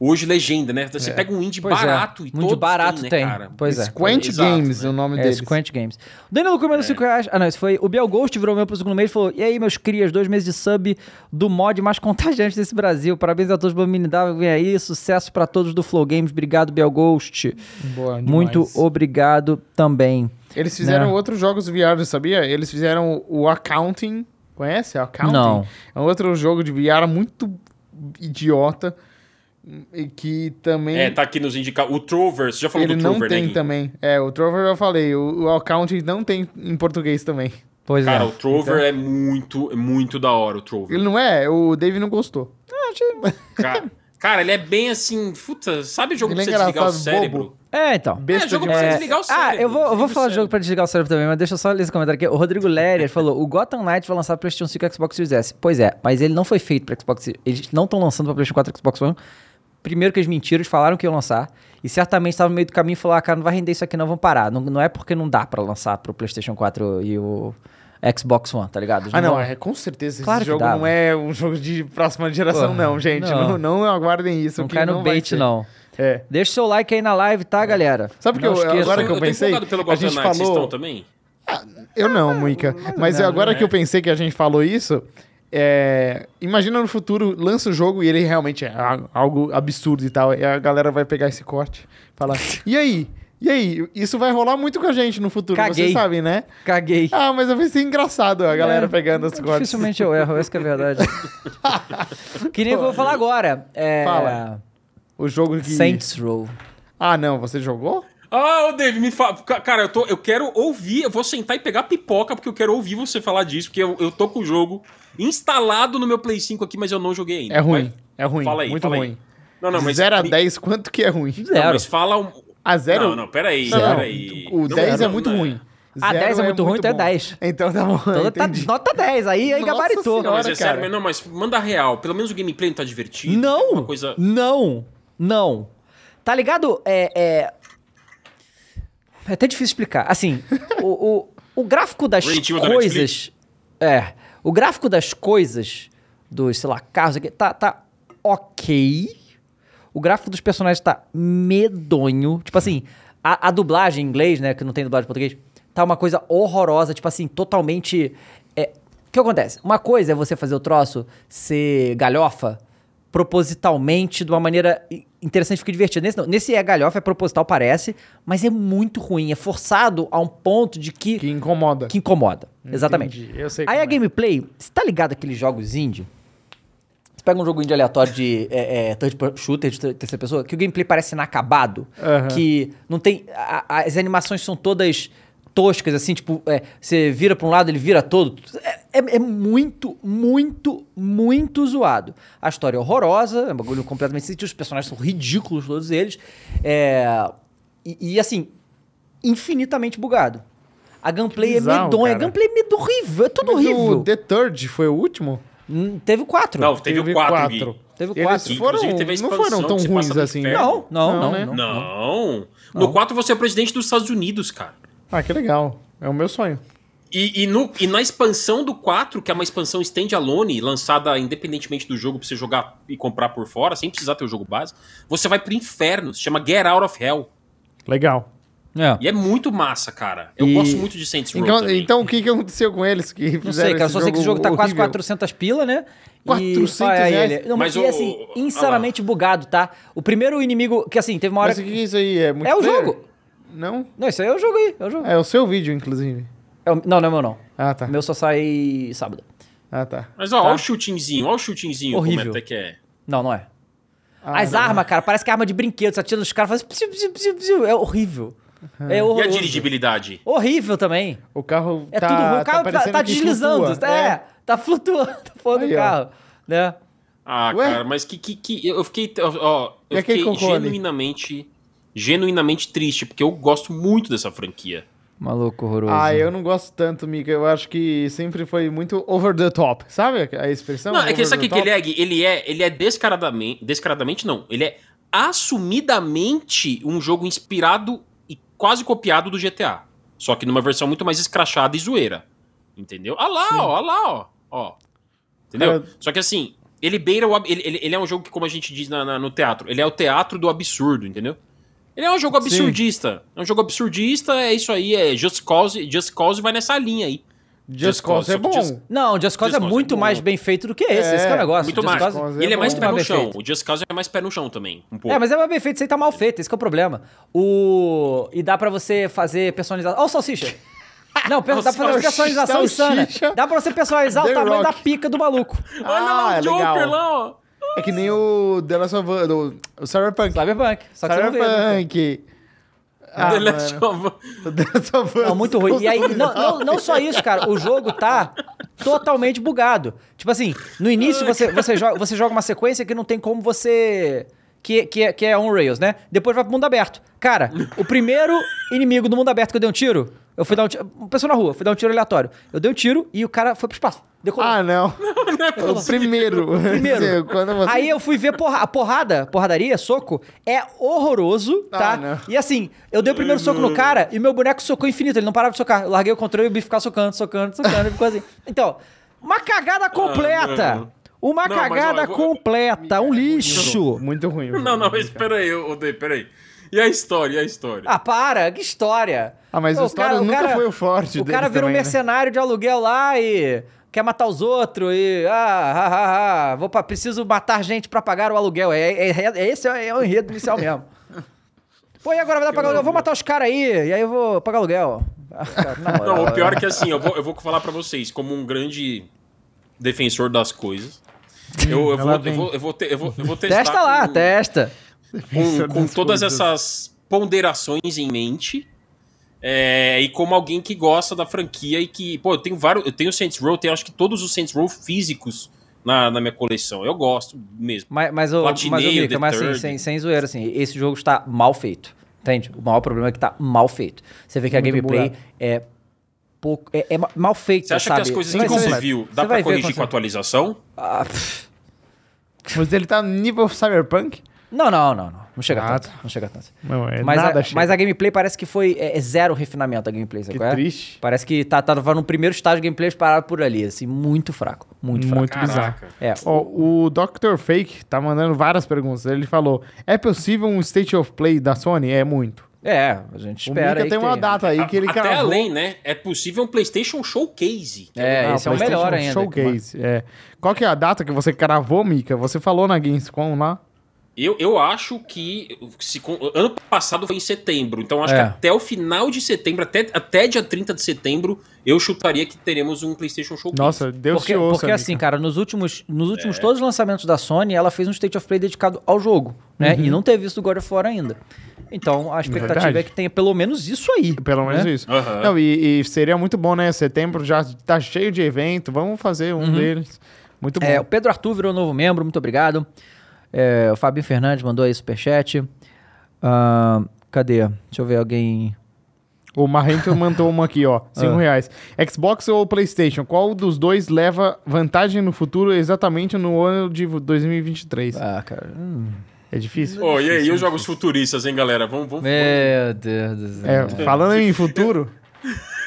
S3: Hoje, legenda, né? Você pega um indie
S1: Pois é.
S3: barato e
S1: Um indie
S3: todos
S1: barato
S3: têm,
S1: tem.
S3: Né, cara?
S1: Pois é.
S2: Squint
S3: Exato,
S2: Games
S3: né?
S2: é o nome
S1: É,
S2: deles.
S1: Squint Games. Danilo Cunha
S3: É.
S1: mandou 5 reais. Ah, não, isso foi. O Biel Ghost virou meu pro segundo mês e falou: E aí, meus crias, dois meses de sub do mod mais contagiante desse Brasil. Parabéns a todos pela minidade, vem aí. Sucesso pra todos do Flow Games. Obrigado, Biel Ghost.
S2: Boa,
S1: Muito
S2: demais.
S1: obrigado também.
S2: Eles fizeram
S1: né?
S2: outros jogos VR, sabia? Eles fizeram o Accounting. Conhece? Accounting?
S1: Não.
S2: É um outro jogo de VR muito idiota. E que também.
S3: É, tá aqui nos indicar. O Trover, você já falou
S2: Ele
S3: do
S2: não
S3: Trover, né?
S2: tem
S3: Gui?
S2: também. É, o Trover eu falei, o, o Accounting não tem em português também.
S1: Pois
S3: Cara,
S1: é.
S3: o Trover é muito, é muito da hora, o Trover.
S2: né? Então- Ele não é, o Dave não gostou.
S3: Ah, Cara, cara, ele é bem assim, puta, sabe jogo
S2: Ele
S3: pra
S2: é
S3: você desligar o
S2: engraçado,
S3: cérebro?
S2: bobo.
S1: É, então.
S2: Besta
S3: É, jogo pra
S2: demais.
S3: você desligar o cérebro.
S1: Ah, eu vou, eu vou
S3: Desliga o
S1: falar de jogo
S3: cérebro.
S1: pra desligar o cérebro também, mas deixa eu só ler esse comentário aqui. O Rodrigo Lérias falou: o Gotham Knight vai lançar PlayStation 5 e Xbox Series S. Pois é, mas ele não foi feito pra Xbox Series. Eles não estão lançando pra PlayStation 4 e Xbox One. Primeiro que eles mentiram, eles falaram que iam lançar. E certamente estava no meio do caminho e falaram: ah, cara, não vai render isso aqui, não, vamos parar. Não, não é porque não dá pra lançar pro PlayStation 4 e o Xbox One, tá ligado? Eles
S2: Ah, não,
S1: vão-
S2: é, com certeza.
S1: Claro que
S2: esse jogo
S1: dá,
S2: não é um jogo de próxima geração,
S1: Porra,
S2: não, gente.
S1: não.
S2: Não, não aguardem isso.
S1: Não
S2: que
S1: cai no
S2: vai
S1: bait,
S2: ser.
S1: não.
S2: É.
S1: Deixa o seu like aí na live, tá, galera?
S2: Sabe o que
S1: Não
S2: eu-
S1: esqueça.
S2: agora que eu
S3: tô
S2: pensei,
S3: empolgado pelo
S2: a
S3: Gotham
S2: gente
S3: Knights, vocês
S2: falou-
S3: estão também?
S2: Eu não, Muica. Mas
S1: não, é.
S2: agora
S3: né?
S2: que eu pensei que a gente falou isso, é, imagina no futuro, lança o jogo e ele realmente é a- algo absurdo e tal. E a galera vai pegar esse corte e falar: e aí? E aí? Isso vai rolar muito com a gente no futuro,
S1: Caguei.
S2: vocês sabem, né?
S1: Caguei.
S2: Ah, mas vai ser engraçado a galera
S1: É,
S2: pegando as cortes.
S1: Dificilmente eu erro, essa que é a verdade. que nem eu vou falar agora. É...
S2: Fala. O jogo que.
S1: Saints Row.
S2: Ah, não, você jogou?
S3: Ah, ô Dave, me fala. Ca- Cara, eu, tô, eu quero ouvir, eu vou sentar e pegar pipoca, porque eu quero ouvir você falar disso, porque eu, eu tô com o jogo instalado no meu Play 5 aqui, mas eu não joguei ainda.
S2: É ruim.
S3: Vai-
S2: É ruim.
S3: Fala aí,
S2: muito
S3: fala aí.
S2: ruim.
S3: Não, não, mas.
S2: 0 a
S3: me-
S2: 10, quanto que é ruim?
S3: Não,
S1: Zero.
S3: mas fala. um-
S2: A 0?
S3: Não, não, peraí,
S2: Não, não,
S3: peraí.
S2: O
S3: Não,
S2: 10 é
S3: não,
S2: muito
S3: não.
S2: ruim.
S1: Ah, 10 é
S2: Zero
S1: muito ruim, então é
S2: bom.
S1: 10.
S2: Então tá bom.
S1: Então, tá-
S2: entendi.
S1: nota 10, aí, aí
S2: Nossa
S1: gabaritou.
S3: Não, mas é
S2: Senhora, cara.
S3: sério, mas não, mas manda real. Pelo menos o gameplay não tá divertido.
S1: Não,
S3: Uma coisa...
S1: não, não. Tá ligado? É, é... é até difícil explicar. Assim, o, o- O gráfico das
S3: Ratinho da
S1: coisas. É. O gráfico das coisas, dos, sei lá, carros aqui, tá, tá ok. O gráfico dos personagens tá medonho. Tipo assim, a, a dublagem em inglês, né? Que não tem dublagem em português, tá uma coisa horrorosa, tipo assim, totalmente. é, o que acontece? Uma coisa é você fazer o troço ser galhofa propositalmente, de uma maneira i- interessante, fica divertido. Nesse, não. Nesse é galhofa, é proposital, parece, mas é muito ruim. É forçado a um ponto de que.
S2: Que incomoda.
S1: que incomoda. Exatamente.
S2: Entendi, eu sei
S1: Aí
S2: como
S1: a
S2: é.
S1: gameplay, você tá ligado aqueles jogos indie? Você pega um jogo indie aleatório de é, é, third per- shooter, de ter- terceira pessoa, que o gameplay parece inacabado,
S2: Aham.
S1: que não tem... a- a- as animações são todas toscas, assim, tipo, é, você vira pra um lado, ele vira todo. É, é- é muito, muito, muito zoado. A história é horrorosa, é um bagulho completamente sem sentido, os personagens são ridículos todos eles. É, e, e, assim, infinitamente bugado. A gameplay é
S2: bizarro,
S1: medonha, a
S2: cara.
S1: gameplay é medo horrível, é tudo
S2: Mas
S1: horrível.
S2: O The Third foi o último?
S1: Hum, Teve o quatro.
S3: Não, teve, o 4.
S1: Teve o
S2: Eles
S1: quatro.
S2: foram,
S3: Inclusive, teve a
S2: não
S3: expansão
S2: foram
S3: que
S2: tão
S3: você
S2: ruins
S3: passa no
S2: assim.
S1: Não, não, não,
S2: né?
S1: não.
S3: Não. No 4 você é o presidente dos Estados Unidos, cara.
S2: Ah, que legal. É o meu sonho.
S3: E, e no- e na expansão do 4, que é uma expansão standalone, lançada independentemente do jogo pra você jogar e comprar por fora, sem precisar ter o jogo base, você vai pro inferno. Se chama Get Out of Hell.
S2: Legal.
S1: É.
S3: E é muito massa, cara. Eu
S1: E-
S3: gosto muito de Saints Row
S2: Então,
S3: também.
S2: então o que, que aconteceu com eles? Que fizeram
S1: Não sei, cara,
S2: esse
S1: só sei que esse jogo tá quase
S2: horrível?
S1: 400 pila, né? E-
S2: 400
S1: olha aí
S2: reais.
S1: ele. Não, mas
S3: Mas
S1: e
S3: o-
S1: assim,
S3: ah lá.
S1: insanamente bugado, tá? O primeiro inimigo, que assim, teve uma hora...
S2: Mas o que que é isso aí? É,
S1: É o
S2: multiplayer?
S1: jogo.
S2: Não?
S1: Não, isso aí é o jogo aí, é o jogo.
S2: É o seu vídeo, inclusive.
S1: É o- Não, não é meu não.
S2: Ah, tá.
S1: O meu só sai sábado.
S2: Ah, tá.
S3: Mas ó,
S2: Tá.
S3: ó o chutinzinho, ó o chutinzinho,
S1: Horrível.
S3: como é que é.
S1: Não, não é.
S2: Ah,
S1: As
S2: não.
S1: armas, cara, parece que é arma de brinquedo. Você atira nos caras faz... psiu, psiu, psiu, psiu. É horrível. É
S3: E a
S1: horroroso.
S3: dirigibilidade?
S1: Horrível também.
S2: O carro
S1: É
S2: tá.
S1: tudo ruim. O carro tá,
S2: parecendo
S1: tá
S2: que
S1: deslizando.
S2: flutua.
S1: É, tá flutuando fora do
S2: Aí, ó.
S1: carro. Né?
S3: Ah,
S2: Ué?
S3: cara, mas que, que, que- Eu fiquei. Ó,
S2: E
S3: eu
S2: aquele
S3: fiquei
S2: cocô ali?
S3: genuinamente. Genuinamente triste, porque eu gosto muito dessa franquia.
S1: Maluco horroroso.
S2: Ah, eu não gosto tanto, Mika. Eu acho que sempre foi muito over the top. Sabe a expressão?
S3: Não, é que
S2: Over
S3: sabe
S2: the
S3: o que que ele
S2: top?
S3: é, Gui? Ele é, ele é descaradamente. Descaradamente, não. Ele é assumidamente um jogo inspirado e quase copiado do GTA. Só que numa versão muito mais escrachada e zoeira. Entendeu? Ah lá, ó, ah lá, ó. ó. Entendeu?
S2: Cara-
S3: Só que assim, ele beira o. ab- Ele, ele, ele é um jogo que, como a gente diz na- na- no teatro, ele é o teatro do absurdo, entendeu? Ele é um jogo absurdista. É um jogo absurdista, é isso aí, é Just Cause, Just Cause vai nessa linha aí.
S2: Just Cause é
S3: só que
S2: bom.
S3: Just-
S1: Não, o Just Cause
S3: Just
S1: é
S3: Cause
S1: muito
S3: é bom.
S1: mais bem feito do que esse. esse que é o
S2: É,
S1: negósome.
S3: Muito
S1: Just
S3: mais.
S1: Cause
S2: Cause
S3: ele é mais
S2: bom.
S3: pé
S1: Muito
S3: no
S1: mais
S3: chão.
S1: perfeito.
S3: O Just Cause é mais pé no chão também. Um pouco.
S1: É, mas é mais bem feito, isso aí tá mal feito, esse que é o problema. O... E dá pra você fazer personalização. Ó, o salsicha! Não, per- dá pra fazer uma
S2: Salsicha.
S1: personalização insana.
S2: Salsicha.
S1: Dá pra você personalizar o
S2: The
S1: tamanho da
S2: Rock.
S1: pica do maluco.
S3: Olha lá
S2: Ah,
S3: o
S2: é
S3: Joker
S2: legal.
S3: lá, ó.
S2: É que nem o The Last of Us, o, o Cyberpunk.
S1: Cyberpunk. Só que você não vê. né?
S2: Cyberpunk. Ah,
S3: The
S2: mano.
S3: Last of Us.
S2: O The Last of Us.
S1: Não, É um muito ruim. E aí, não, não, não só isso, cara. O jogo tá totalmente bugado. Tipo assim, no início você, você, joga, você joga uma sequência que não tem como você. Que, que, é- que é on-rails, né? Depois vai pro mundo aberto. Cara, o primeiro inimigo do mundo aberto que eu dei um tiro, eu fui dar um tiro. Uma pessoa na rua, fui dar um tiro aleatório. Eu dei um tiro e o cara foi pro espaço. Decolou.
S2: Ah, não. o primeiro.
S1: Primeiro.
S2: Quando você...
S1: Aí eu fui ver porra, a porrada, porradaria, soco, é horroroso,
S2: Ah,
S1: tá?
S2: não.
S1: e assim, eu dei o primeiro soco no cara e meu boneco socou infinito, ele não parava de socar. Eu larguei o controle e o bicho ficava socando, socando, socando, e ficou assim. Então, uma cagada completa.
S3: não.
S1: uma
S3: Ah, Não, mas, ó,
S1: cagada
S3: eu vou-
S1: completa, um lixo.
S2: Muito ruim.
S3: Não, não,
S2: Hum.
S3: mas pera aí, ô Dave, pera aí. E a história, e a história?
S1: Ah, para, que história.
S2: Ah, mas a história nunca foi o forte
S1: O cara
S2: deles
S1: vira um
S2: também, né?
S1: mercenário de aluguel lá e quer matar os outros e... Ah, ah, ah, ah vou pra, preciso matar gente pra pagar o aluguel. É, é, é- esse é, é o enredo inicial mesmo. Pô, e agora vai dar pra pagar o aluguel? Eu vou matar os caras aí e aí eu vou pagar aluguel. Ah, cara, na moral.
S3: Não, o pior é que assim, eu vou, eu vou falar pra vocês, como um grande defensor das coisas. Eu, eu,
S2: ela
S3: vou, eu,
S2: vem.
S3: vou, eu, vou te- eu, vou, eu vou testar.
S1: Testa lá,
S3: tá com-
S1: testa.
S3: com, com
S2: é das
S3: todas
S2: coisas.
S3: essas ponderações em mente. é, e como alguém que gosta da franquia e que, pô, eu tenho vários, eu tenho Saints Row, tenho acho que todos os Saints Row físicos na, na minha coleção. Eu gosto mesmo.
S1: Mas, mas, o, mas, o
S3: Platinei o
S1: Mika,
S3: The
S1: mas assim,
S3: Third.
S1: sem, sem zoeira, assim, esse jogo está mal feito. Entende? O maior problema é que tá mal feito. Você vê que
S2: Muito
S1: a gameplay
S2: bugado.
S1: é pouco. É, é ma- mal feita.
S3: Você acha
S1: sabe?
S3: que as coisas
S1: Você
S3: que
S1: vai-
S3: você
S1: vai-
S3: viu
S1: você Ah,
S3: dá pra
S1: vai ver
S3: corrigir com a
S1: quando você-
S3: atualização?
S1: Ah, pff,
S2: Mas ele tá no nível Cyberpunk?
S1: Não, não, não, não. Não chega
S2: Ah,
S1: tanto.
S2: tá.
S1: Não chega tanto.
S2: Não, é
S1: mas,
S2: nada
S1: a,
S2: chega.
S1: mas a gameplay parece que foi é, é zero refinamento a gameplay, sabe
S2: Que
S1: qual é?
S2: triste.
S1: Parece que tá, tava no primeiro estágio de gameplay eles pararam por ali, assim, muito fraco, muito fraco.
S2: Muito bizarro.
S3: Caraca.
S1: É,
S2: Ó, o Dr. Fake tá mandando várias perguntas. Ele falou: é possível um state of play da Sony? É muito.
S1: é, a gente
S2: o
S1: espera
S2: Mika
S1: aí
S2: tem
S1: que
S2: uma
S1: tenha.
S2: data aí que ele
S3: Até
S2: cravou.
S3: além, né? É possível um PlayStation Showcase. que
S1: É,
S2: Ah,
S1: esse é o
S2: PlayStation
S1: melhor ainda.
S2: Showcase, é. Qual que é a data que você cravou, Mika? Você falou na Gamescom lá?
S3: Eu, eu acho que. se com- ano passado foi em setembro, então acho
S1: É.
S3: que até o final de setembro, até, até dia 30 de setembro, eu chutaria que teremos um PlayStation Showcase.
S2: Nossa, Deus
S1: Porque,
S2: te ouça,
S1: porque
S2: Mika.
S1: assim, cara, nos últimos, nos últimos todos os lançamentos da Sony, ela fez um State of Play dedicado ao jogo, né? E não teve isso do God of War ainda. Então, a expectativa
S2: Uhum. Verdade.
S1: é que tenha pelo menos isso aí.
S2: Pelo menos
S1: né?
S2: isso.
S3: Aham.
S2: Não, e, e seria muito bom, né? Setembro já tá cheio de evento. Vamos fazer um
S1: Uhum.
S2: deles. Muito bom.
S1: É, o Pedro Arthur virou novo membro, muito obrigado. É, o Fabinho Fernandes mandou aí superchat. Ah, cadê? Deixa eu ver alguém.
S2: O Marrento mandou uma aqui, ó. Cinco reais. Xbox ou Playstation? Qual dos dois leva vantagem no futuro exatamente no ano de 2023?
S1: Ah, cara. hum.
S2: É difícil?
S3: Pô, e aí, os jogos futuristas, hein, galera? Vamos. vamos...
S1: Né, Meu Deus do céu.
S2: É, falando em futuro,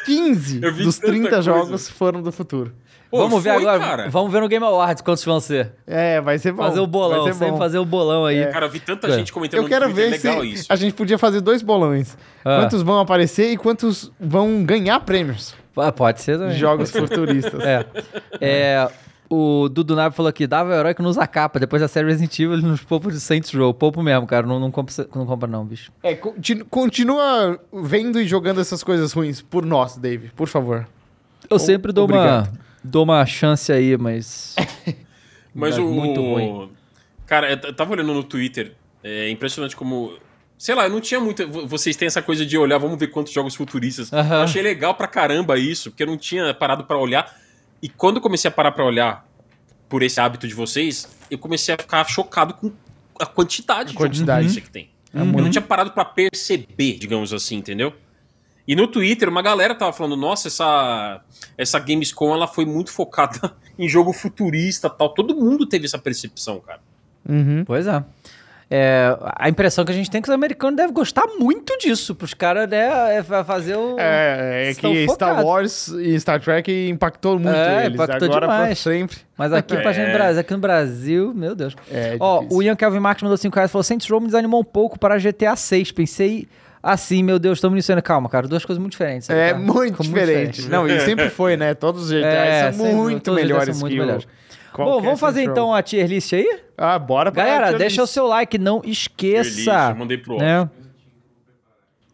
S2: 15
S3: Eu vi
S2: dos
S3: tanta
S2: 30
S3: coisa.
S2: jogos foram do futuro.
S3: Pô,
S1: vamos ver
S3: foi,
S1: agora.
S3: Cara,
S1: Vamos ver no Game Awards quantos vão ser.
S2: É, vai ser bom.
S1: fazer o bolão,
S2: vai ser
S1: sempre
S2: bom. É.
S1: fazer o bolão aí.
S3: cara eu vi tanta
S1: Cara,
S3: gente comentando
S2: Eu quero
S3: no um Twitter,
S2: ver se
S3: legal isso.
S2: a gente podia fazer dois bolões.
S1: Ah.
S2: Quantos vão aparecer e quantos vão ganhar prêmios
S1: Ah, pode ser
S2: de
S1: também.
S2: jogos futuristas.
S1: É. É, O Dudu Nave falou aqui, dava o herói que não usa capa. Depois da série Resident Evil, ele nos poupa de Saints Row. Poupo mesmo, cara. Não, não, compra, não compra não, bicho.
S2: É, conti- continua vendo e jogando essas coisas ruins por nós, Dave, por favor.
S1: Eu sempre dou uma, dou uma chance aí, mas...
S3: Mas
S1: Mas
S3: o.
S1: muito ruim.
S3: Cara, eu t- tava olhando no Twitter. É impressionante como. Sei lá, eu não tinha muito. vo- Vocês têm essa coisa de olhar, vamos ver quantos jogos futuristas.
S1: Aham.
S3: Eu achei legal pra caramba isso, porque eu não tinha parado pra olhar. E quando eu comecei a parar pra olhar por esse hábito de vocês, eu comecei a ficar chocado com a
S2: A quantidade.
S3: quantidade, de jogos futuristas que tem.
S1: Uhum.
S3: Eu não tinha parado pra perceber, digamos assim, entendeu? E no Twitter, uma galera tava falando, nossa, essa, essa Gamescom ela foi muito focada em jogo futurista tal. Todo mundo teve essa percepção, cara.
S2: Uhum.
S1: Pois é. É, a impressão que a gente tem é que os americanos devem gostar muito disso, pros caras, né, é fa- fazer o...
S2: É, é
S1: Estão
S2: que Star
S1: focados.
S2: Wars e Star Trek impactou muito
S1: É,
S2: eles.
S1: impactou
S2: Agora pra
S1: demais.
S2: sempre.
S1: Mas aqui, pra
S3: É.
S1: gente, no Brasil- aqui no Brasil, meu Deus.
S2: É, é
S1: Ó,
S2: difícil.
S1: o Ian Kelvin Marques mandou 5 reais e falou: Saints Row me desanimou um pouco para GTA 6. Pensei assim, meu Deus, estamos iniciando. Calma, cara, duas coisas muito diferentes. sabe,
S2: É
S1: tá?
S2: muito
S1: Ficou
S2: diferente. Não, e sempre foi, né? Todos os GTAs
S1: É,
S2: são
S1: sempre-
S2: muito
S1: todos os GTAs são
S2: melhores
S1: muito
S2: que
S1: melhores.
S2: o...
S1: Bom,
S2: qualquer
S1: vamos fazer
S2: Saints
S1: então
S2: Row.
S1: a tier list aí?
S2: Ah, bora pra
S1: Galera,
S2: tier
S1: deixa o
S2: list.
S1: seu like, não esqueça.
S3: Tier list, mandei pro
S1: né?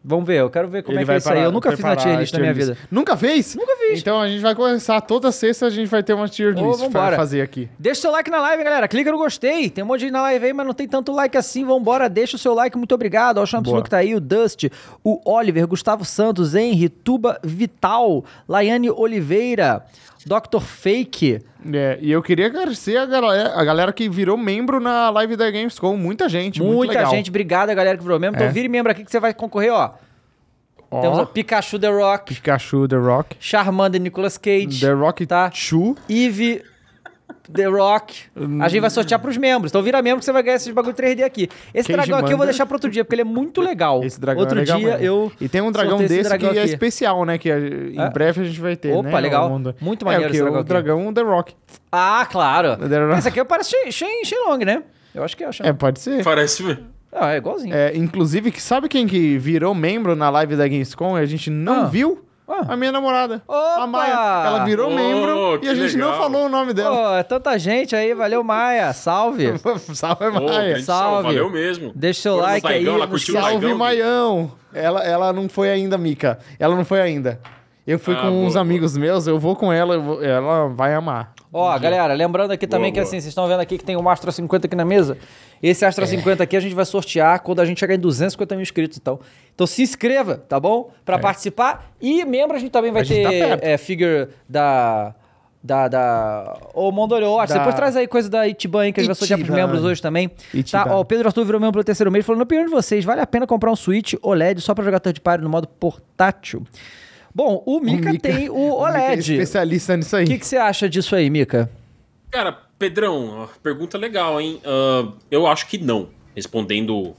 S1: Vamos ver, eu quero ver como
S2: Ele
S1: é que é
S2: vai
S1: isso aí. Eu
S2: parar-
S1: nunca fiz na
S2: preparar
S1: tier
S2: a
S1: list na minha vida.
S2: Nunca fez? Nunca fiz. Então a gente vai começar toda sexta, a gente vai ter uma tier
S1: Ô,
S2: list pra
S1: vambora.
S2: fazer aqui.
S1: Deixa o seu like na live, hein, galera. Clica no gostei. Tem um monte de gente na live aí, mas não tem tanto like assim. Vambora, deixa o seu like. Muito obrigado. Ao Champs
S2: Boa.
S1: que tá aí, o Dust, o Oliver, Gustavo Santos, Henry, Tuba Vital, Laiane Oliveira, Dr. Fake.
S2: É, e eu queria agradecer a galera, a galera que virou membro na live da Gamescom. Muita gente, muito
S1: Muita
S2: legal.
S1: gente. Obrigado, a galera que virou membro.
S2: É.
S1: Então vire membro aqui que você vai concorrer, ó.
S2: Ó,
S1: Temos a Pikachu The Rock,
S2: Pikachu, The Rock.
S1: Charmander Nicolas Cage,
S2: The Rock
S1: tá?
S2: Chu.
S1: Eve, The Rock.
S2: Hum.
S1: A gente vai sortear pros membros. Então vira membro que você vai ganhar esses bagulho 3D aqui. Esse
S2: Cage
S1: dragão aqui eu vou
S2: Manda.
S1: deixar pra outro dia, porque ele é muito legal.
S2: Esse dragão
S1: outro
S2: é legal
S1: dia
S2: mesmo.
S1: eu.
S2: E tem um dragão
S1: sorteio
S2: desse
S1: esse dragão
S2: que é
S1: aqui.
S2: especial, né? Que é- em
S1: Ah.
S2: breve a gente vai ter,
S1: Opa,
S2: né?
S1: legal.
S2: o mundo.
S1: Muito
S2: é,
S1: maneiro
S2: o
S1: esse
S2: que
S1: dragão
S2: o
S1: aqui.
S2: dragão The Rock.
S1: Ah, claro.
S2: The Rock.
S1: Esse aqui eu parece Shen Long, né? Eu acho que é o Shen.
S2: É, pode ser.
S3: Parece.
S1: Ah, é igualzinho.
S2: É, inclusive, que sabe quem que virou membro na live da Gamescom e a gente não
S1: Ah.
S2: viu?
S1: Ah.
S2: A minha namorada.
S1: Opa!
S2: A Maia. Ela virou
S3: Oh,
S2: membro e a
S3: que
S2: gente não
S3: legal.
S2: falou o nome dela.
S1: Pô, é tanta gente aí. Valeu, Maia. Salve.
S2: Salve,
S3: Pô,
S2: Maia.
S3: grande
S1: salve.
S3: Valeu mesmo.
S1: Deixa o seu
S3: Foram no
S1: like aí,
S3: Saigão, ela
S1: no
S3: curtiu o
S2: Salve,
S3: Saigão,
S2: Maião! Ela, ela não foi ainda, Mica. Ela não foi ainda. Eu fui
S3: Ah,
S2: com
S3: boa,
S2: uns
S3: boa.
S2: amigos meus, eu vou com ela, eu vou- ela vai amar.
S1: Ó, galera, lembrando aqui também que
S3: boa.
S1: assim, vocês estão vendo aqui que tem um Astra 50 aqui na mesa. Esse
S2: É.
S1: Astra 50 aqui a gente vai sortear quando a gente chegar em 250 mil inscritos, então. Então se inscreva, tá bom? Pra participar. E membro, a gente também vai
S2: É. gente
S1: ter
S2: tá perto.
S1: é, figure da. Da. da Ô, Mondoriotti.
S2: Da-
S1: Depois traz aí coisa da Itiban aí, que a gente vai sortear pros
S2: Ichiban.
S1: membros hoje também.
S2: Ichiban.
S1: Tá, ó, o Pedro Arthur virou membro pelo terceiro mês, falando: na opinião de vocês, vale a pena comprar um Switch OLED só pra jogar third party no modo portátil? Bom, o Mika,
S2: Mika-
S1: tem o
S2: Mica é
S1: OLED.
S2: especialista nisso aí.
S1: O que que você acha disso aí, Mika?
S3: Cara, Pedrão, ó, pergunta legal, hein? Ah, eu acho que não. respondendo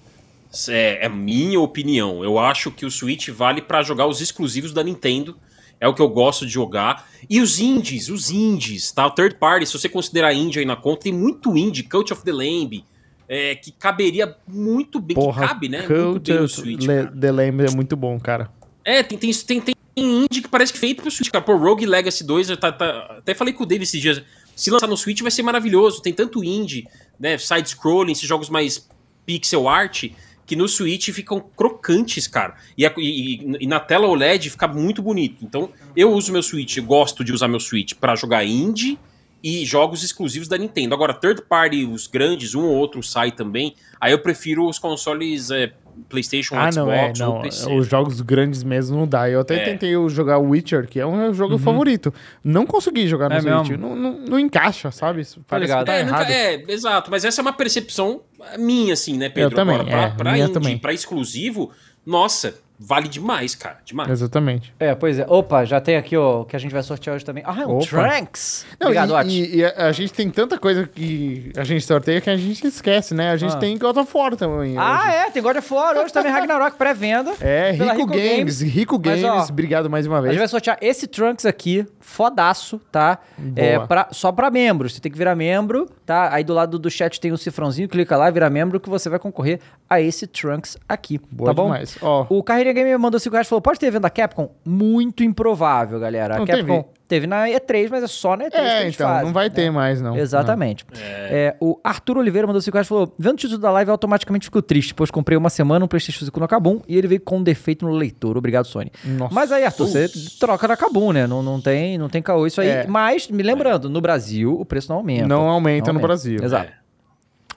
S3: é, é minha opinião. Eu acho que o Switch vale para jogar os exclusivos da Nintendo. É o que eu gosto de jogar. E os indies, os indies, tá? O third party, se você considerar indie aí na conta, tem muito indie, Cult of the Lamb, é, que caberia muito bem,
S2: Porra,
S3: que cabe, né? muito
S2: Cult
S3: bem no
S2: of
S3: Switch. né?
S2: Le-
S3: cara.
S2: The Lamb é muito bom, cara.
S3: É, tem, tem, tem, tem indie que parece que é feito pro Switch, cara. Pô, Rogue Legacy 2, eu tá- tá- até falei com o David esses dias. Se lançar no Switch vai ser maravilhoso. Tem tanto indie, né? Side-scrolling, esses jogos mais pixel art, que no Switch ficam crocantes, cara. E, a- e- e na tela OLED fica muito bonito. Então, eu uso meu Switch, eu gosto de usar meu Switch pra jogar indie e jogos exclusivos da Nintendo. Agora, third party, os grandes, um ou outro sai também. Aí eu prefiro os consoles é, PlayStation,
S2: ah,
S3: Xbox
S2: não, é.
S3: ou
S2: Não,
S3: PC.
S2: os jogos grandes mesmo não dá. Eu até
S3: É.
S2: tentei eu jogar Witcher, que é um jogo favorito. Não consegui jogar no
S1: Uhum. É
S2: Switch.
S1: mesmo?
S2: Não, não, não encaixa, sabe? Isso Parece
S1: ligado.
S2: que tá
S3: é, nunca-
S2: errado.
S3: é, exato. Mas essa é uma percepção minha, assim, né, Pedro?
S2: Eu também,
S3: Agora, pra,
S2: é,
S3: pra
S2: minha
S3: indie,
S2: também.
S3: pra exclusivo, nossa, vale demais, cara. Demais.
S2: Exatamente.
S1: É, pois é. Opa, já tem aqui o que a gente vai sortear hoje também. Ah, é um
S2: Opa.
S1: Trunks!
S2: Não,
S1: Obrigado,
S2: e-
S1: Ati.
S2: e, e a a gente tem tanta coisa que a gente sorteia que a gente esquece, né? A gente
S1: Ah.
S2: tem God of War também.
S1: Ah,
S2: hoje.
S1: é, tem God of War hoje também, Ragnarok pré-venda.
S2: É,
S1: pela
S2: Rico, Games, Rico
S1: Mas,
S2: Games,
S1: ó,
S2: obrigado mais uma
S1: A gente
S2: vez.
S1: vai sortear esse Trunks aqui, fodaço, tá? É,
S2: Boa.
S1: pra- só pra membros. Você tem que virar membro, tá? Aí do lado do chat tem um cifrãozinho, clica lá, vira membro, que você vai concorrer a esse Trunks aqui,
S2: Boa
S1: tá bom?
S2: demais. Ó,
S1: O Carreirinha Gamer mandou 5 reais e falou: pode ter venda Capcom? Muito improvável, galera. A
S2: Não
S1: Capcom
S2: teve.
S1: teve na E3, mas é só na E3 que
S2: é,
S1: eles
S2: então,
S1: fazem,
S2: não vai
S1: né?
S2: ter mais, não.
S1: Exatamente. É, o Arthur Oliveira mandou 5 reais e falou: Vendo o título da live, eu automaticamente fico triste, pois comprei uma semana um PlayStation 5 no Kabum e ele veio com um defeito no leitor. Obrigado, Sony.
S2: Nossa.
S1: Mas aí, Arthur, você troca na Kabum, né? Não, não tem, não tem caô isso aí.
S2: É.
S1: Mas, me lembrando, no Brasil o preço não aumenta.
S2: Não aumenta no Brasil.
S1: Exato.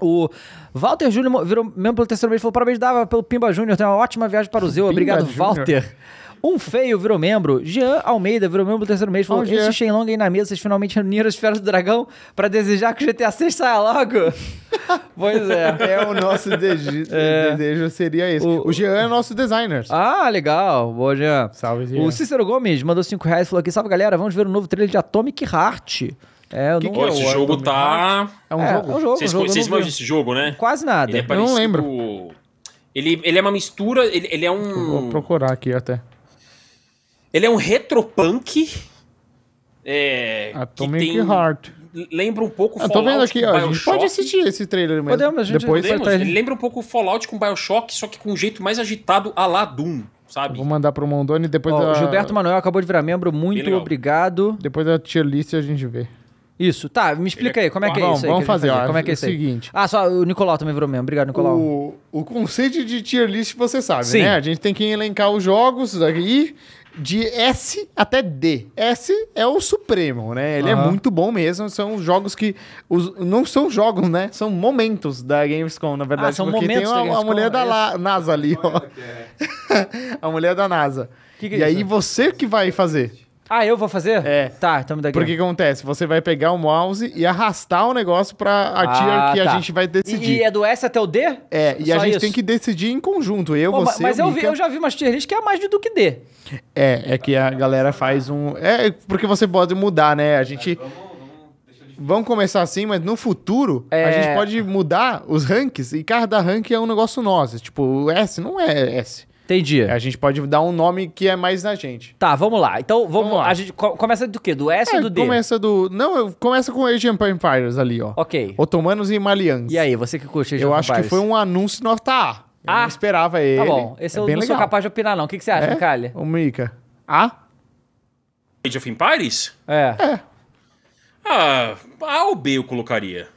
S1: O Walter Júnior mo- virou mesmo pelo terceiro mês e falou: parabéns, dava pelo Pimba Júnior, tem uma ótima viagem para o Zeu.
S2: Pimba
S1: Obrigado,
S2: Júnior.
S1: Walter. Um feio virou membro. Jean Almeida virou membro do terceiro mês. Falou:
S2: Bom dia.
S1: Esse Shenlong aí na mesa, vocês finalmente reuniram as feras do dragão para desejar que o GTA 6 saia logo. pois é.
S2: É o nosso dege- desejo, seria esse.
S1: O-
S2: O, Jean é nosso designer.
S1: Ah, legal. Boa, Jean.
S2: Salve, Jean.
S1: O Cícero Gomes mandou 5 reais e falou aqui: salve galera, vamos ver o novo trailer de Atomic Heart. É, eu
S2: Que
S1: não.
S2: que
S3: Pô,
S2: é
S3: esse
S2: o
S3: jogo
S2: Atomic
S3: tá.
S2: É um
S1: É,
S2: jogo.
S1: é um jogo,
S3: Vocês,
S1: um jogo, eu
S3: vocês
S1: não
S3: manjam
S1: vi.
S3: desse jogo, né?
S1: Quase nada.
S3: Ele é parecido.
S2: lembro.
S3: Ele, ele é uma mistura. Ele, ele é
S2: Vou
S3: um.
S2: procurar aqui até.
S3: Ele é um retropunk. É. que
S2: Atomic
S3: tem-
S2: Heart.
S3: Lembra um pouco o
S2: Eu Ah, tô vendo aqui, ó. A gente
S3: Bioshock.
S2: pode assistir esse trailer mesmo.
S1: Podemos, a gente-
S2: Depois vai
S1: Podemos,
S2: estar-
S3: Ele lembra um pouco o Fallout com Bioshock, só que com um jeito mais agitado a la Doom, sabe?
S2: Vou mandar pro Mondoni depois
S1: Ó,
S2: é da... é
S1: o Gilberto Manuel acabou de virar membro, muito
S3: legal.
S1: obrigado.
S2: Depois da tier list a gente vê.
S1: Isso, tá, me explica aí, como é que é
S2: Vamos-
S1: isso aí?
S2: vamos
S1: que a gente
S2: fazer,
S1: fazia?
S2: ó,
S1: como é que é
S2: o
S1: isso aí?
S2: seguinte.
S1: Ah, só o Nicolau também virou membro, obrigado, Nicolau.
S2: O, o conceito de tier list você sabe,
S1: Sim.
S2: né? A gente tem que elencar os jogos aí de S até D. S é o supremo, né? Ele
S1: Aham.
S2: é muito bom mesmo. São jogos que. Os, não são jogos, né? São momentos da Gamescom, na verdade.
S1: Ah, são
S2: porque tem
S1: momentos da
S2: a- a,
S1: Gamescom,
S2: mulher da
S1: é
S2: la- NASA ali, ó. a mulher da NASA.
S1: Que que é
S2: e aí
S1: isso?
S2: você que vai fazer.
S1: Ah, eu vou fazer?
S2: É.
S1: Tá, então me dá aqui.
S2: Porque o que acontece? Você vai pegar o mouse e arrastar o negócio pra a tier
S1: Ah,
S2: que
S1: tá.
S2: a gente vai decidir.
S1: E, e é do S até o D?
S2: É, e a
S1: Só
S2: gente
S1: isso?
S2: tem que decidir em conjunto. Eu,
S1: Pô, ma-
S2: você,
S1: mas
S2: o
S1: eu, vi-
S2: Mika.
S1: eu já vi umas tier list que é mais de do que D.
S2: É, é que a galera faz um... É, porque você pode mudar, né? A gente... Vamos começar assim, mas no futuro a
S1: É.
S2: gente pode mudar os ranks e cada rank é um negócio nosso. Tipo, o S não é S.
S1: Entendi.
S2: A gente pode dar um nome que é mais na gente.
S1: Tá, vamos lá. Então, vamos,
S2: Vamos lá.
S1: A gente co- começa do quê? Do S
S2: É,
S1: ou do D?
S2: começa do... Não, eu- começa com Age of Empires ali, ó.
S1: Ok.
S2: Otomanos e Malians.
S1: E aí, você que curte Age
S2: Eu
S1: of
S2: acho que
S1: Empires?
S2: foi um anúncio nota A. Eu
S1: Ah,
S2: não esperava ele.
S1: Tá bom, esse
S2: é
S1: eu
S2: bem
S1: não sou
S2: legal.
S1: capaz de opinar, não. O que, que você acha,
S2: É?
S1: Calha?
S2: Ô, Mika. A?
S3: Age of Empires?
S1: É.
S3: Ah, A ou B eu colocaria.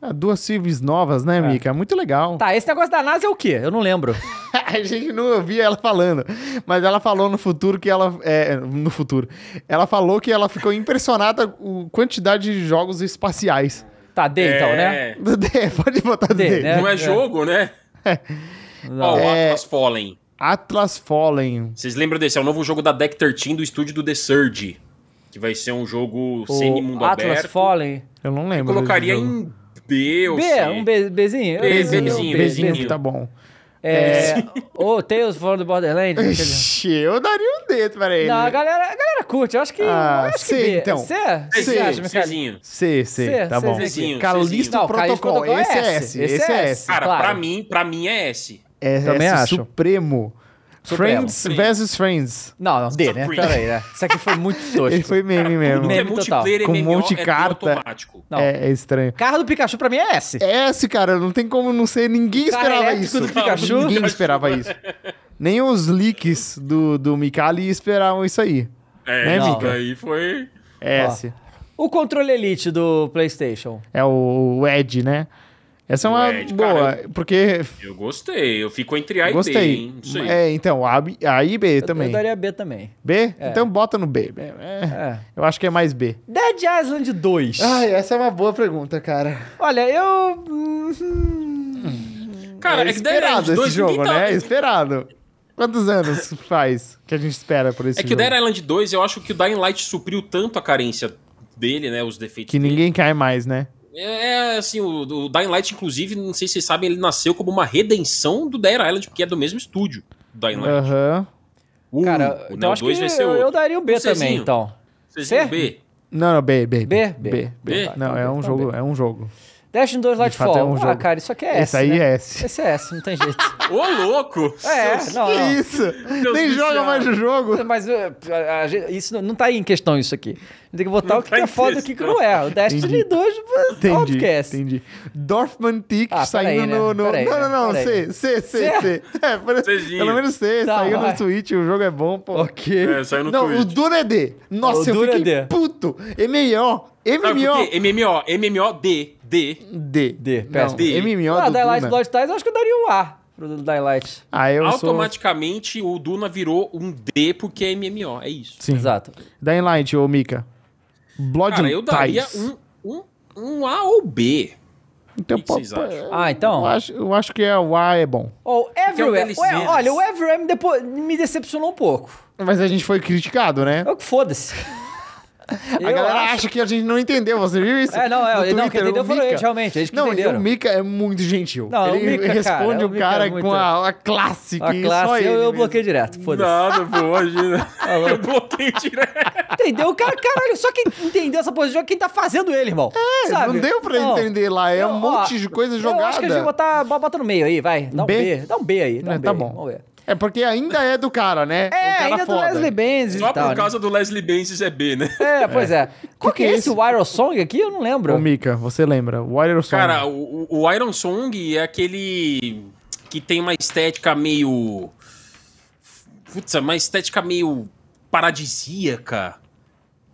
S2: Ah, Duas civis novas, né, Mika? Muito legal.
S1: É. Tá, esse negócio da NASA é o quê? Eu não lembro.
S2: a gente não ouvia ela falando. Mas ela falou no futuro que ela. É, no futuro. Ela falou que ela ficou impressionada com a quantidade de jogos espaciais.
S1: Tá, D então, né?
S3: É,
S2: D, pode botar
S1: D,
S2: D.
S1: né?
S3: Não é,
S1: É.
S3: jogo, né? Ó, o
S2: É.
S3: Atlas Fallen.
S2: Atlas Fallen.
S3: Vocês lembram desse? É o novo jogo da Deck 13 do estúdio do The Surge. Que vai ser um jogo
S1: O
S3: semi-mundo
S1: Atlas
S3: aberto.
S1: Fallen.
S2: Eu não lembro.
S3: Eu colocaria
S2: desse é um jogo.
S3: em B ou
S1: B,
S3: C.
S1: um B, Bzinho?
S3: B,
S1: Eu-
S3: Bzinho,
S1: eu-
S3: Bzinho,
S1: B-
S3: Bzinho.
S2: Tá bom.
S1: É. Ô, Tales from the Borderlands. aquele-
S2: Ixi, eu daria um D, peraí.
S1: Não, a galera, a galera curte. Eu acho que.
S2: Ah,
S1: eu acho
S2: sei,
S1: que B.
S2: então.
S1: Você é?
S2: Sei,
S1: Você acha, Michele?
S3: Cezinho.
S2: C, C,
S1: C,
S2: tá
S1: C,
S2: bom.
S1: C,
S3: Cezinho,
S2: Calisto
S3: Cezinho.
S1: Não, Callisto
S2: Protocol.
S1: Protocol é
S2: Esse é
S1: S,
S2: S. Esse é S.
S3: Cara,
S1: Claro.
S3: pra mim, pra mim é S.
S2: É
S1: Também
S2: S
S1: acho.
S2: Supremo.
S1: Supremo.
S2: Friends versus Friends.
S1: Não, não, D, né?
S3: Supreme.
S1: Peraí, né? Isso aqui foi muito tosco.
S2: Ele foi meme mesmo.
S3: Tudo que é
S1: Meme total.
S3: multiplayer
S2: Com um
S3: MMO
S2: monte de
S3: é tudo
S2: carta.
S3: automático.
S1: Não.
S2: É, é estranho.
S1: Carro do Pikachu pra mim é S.
S2: É S, cara, não tem como não ser. Ninguém
S1: Cara
S2: esperava
S1: elétrico
S2: isso.
S1: do Pikachu.
S2: Ninguém esperava isso. Nem os leaks do, do Mikali esperavam isso aí.
S3: É,
S2: Né,
S3: isso
S2: Mica?
S3: daí foi.
S2: É
S1: Ó.
S2: S.
S1: O controle Elite do PlayStation.
S2: É o, o Ed, né? Essa é
S3: O
S2: uma
S3: Ed,
S2: boa,
S3: cara,
S2: porque
S3: Eu gostei. Eu fico entre A e B,
S2: gostei.
S3: hein? Não sei.
S2: É, então, a, B- a e B também.
S1: Eu daria B também.
S2: B? Então bota no B. É, é,
S1: É.
S2: Eu acho que é mais B.
S1: Dead Island 2.
S2: Ai, essa é uma boa pergunta, cara.
S1: Olha, eu. hum,
S3: Cara,
S2: é
S3: é, que Dead
S2: esperado
S3: Island 2
S2: esse jogo,
S3: ninguém tá-
S2: né? É esperado. Quantos anos faz que a gente espera por esse
S3: É que o
S2: jogo?
S3: Dead Island 2, eu acho que o Dying Light supriu tanto a carência dele, né? Os defeitos
S2: Que ninguém cai mais, né?
S3: dele. É, assim, o, o Dying Light, inclusive, não sei se vocês sabem, ele nasceu como uma redenção do Dead Island, porque é do mesmo estúdio, do Dying Light.
S2: Aham.
S3: O um,
S1: Cara,
S3: o
S1: então
S3: Neo
S1: acho
S3: 2
S1: que
S3: vai ser
S1: eu,
S3: o
S1: eu daria um B
S3: Cezinho.
S1: também, então.
S3: Vocês
S1: C?
S3: viram B?
S2: Não, não, B, B.
S1: B?
S2: B.
S1: B.
S3: B?
S1: Tá,
S2: Não,
S1: então
S2: é
S1: B,
S2: um
S1: então
S2: jogo,
S1: B.
S2: é um jogo.
S1: Destiny 2
S2: De fato,
S1: Lightfall.
S2: é um
S1: ah,
S2: jogo.
S1: cara, isso aqui é S.
S2: Esse aí
S1: né?
S2: é S.
S1: Esse é S, não tem jeito.
S3: Ô, louco!
S1: É, não,
S2: que
S1: não.
S2: isso? Nem
S3: viciados.
S2: joga mais o jogo.
S1: Mas eh, a- a gente- isso não, não tá em questão isso aqui. Tem que botar
S3: Não
S1: o que,
S3: tá
S1: que é
S3: em
S1: foda e o que, que não é. O Destiny
S2: Entendi.
S1: 2, óbvio
S2: Entendi,
S1: que é S.
S2: entendi. Dorfman Tick
S1: Ah,
S2: saindo
S1: peraí, né?
S2: no... no-
S1: Peraí,
S2: não, não, não,
S1: né?
S2: C,
S1: Peraí.
S2: C, C, C. É, pelo-
S3: Czinho.
S2: pelo menos C,
S1: Tá,
S2: saiu
S1: vai.
S2: no Twitch, o jogo é bom, pô.
S1: Ok.
S3: É, saiu no
S2: não, o
S3: Twitch.
S2: Duro é D. Nossa,
S1: O
S2: eu
S1: Duro é
S2: fiquei
S1: D.
S2: puto. MMO,
S3: Sabe por
S2: MMO,
S3: quê? MMO, MMO, D, D.
S2: D.
S1: D,
S2: Não,
S1: péssimo.
S3: D.
S2: MMO
S1: Ah,
S2: do
S1: Dying Light
S2: Duna.
S1: Blood Ties, eu acho que eu daria um A pro Dying Light.
S2: Ah, eu sou...
S3: Automaticamente o Duna virou um D porque é MMO, é isso.
S2: Sim.
S1: Exato.
S2: Dying Light, ô Mika. Blood
S3: Cara, eu daria
S2: Ties.
S3: um, um, um A ou B.
S2: Então,
S3: O que que vocês
S2: pô,
S3: acham?
S2: eu-
S1: Ah, então?
S2: Eu acho, eu acho que é, o A é bom.
S1: Ou Everywhere.
S3: DLC,
S1: Ué,
S3: né?
S1: olha, o Everywhere me, depo- me decepcionou um pouco.
S2: Mas a gente foi criticado, né?
S1: Eu que foda-se.
S2: A galera acha que a gente não entendeu, você viu isso?
S1: É, não, é,
S2: No
S1: não, quem
S2: Twitter,
S1: entendeu
S2: o
S1: foram
S2: Mika.
S1: eles, realmente, eles que
S2: não, e
S1: entenderam.
S2: o Mika é muito gentil.
S1: Não, é o
S2: ele
S1: Mika, cara,
S2: responde
S1: é
S2: o
S1: o Mika
S2: cara
S1: muito-
S2: com a, a classe que
S1: A
S2: só
S1: classe,
S2: ele
S1: eu, eu
S2: mesmo.
S1: bloqueei direto, foda-se.
S3: Nada, pô, imagina.
S1: louco.
S3: Eu bloqueei direto.
S1: Entendeu? Cara, caralho, só quem entendeu essa posição é quem tá fazendo ele, irmão. É,
S2: Não deu pra entender lá, é
S1: Eu,
S2: um
S1: ó,
S2: monte de coisa
S1: Eu
S2: jogada.
S1: acho que a gente botar, bo- bota no meio aí, vai. Dá um
S2: B?
S1: B. Dá um B aí. Dá um
S2: É,
S1: B
S2: tá
S1: aí,
S2: bom.
S1: vamos ver.
S2: É porque ainda é do cara,
S1: É,
S2: né? um cara
S1: ainda
S2: foda.
S1: do Leslie Benz e
S3: Só
S1: tal,
S3: por
S1: né?
S3: causa do Leslie Benzies é B, né?
S1: É, pois é. Qual
S2: que
S1: que,
S2: é
S1: é esse
S2: esse?
S1: Viral Song aqui? Eu não lembro.
S2: Ô, Mika, você lembra? Warrior Song.
S3: Cara, o, o- o Iron Song é aquele que tem uma estética meio. Putz, é uma estética meio paradisíaca.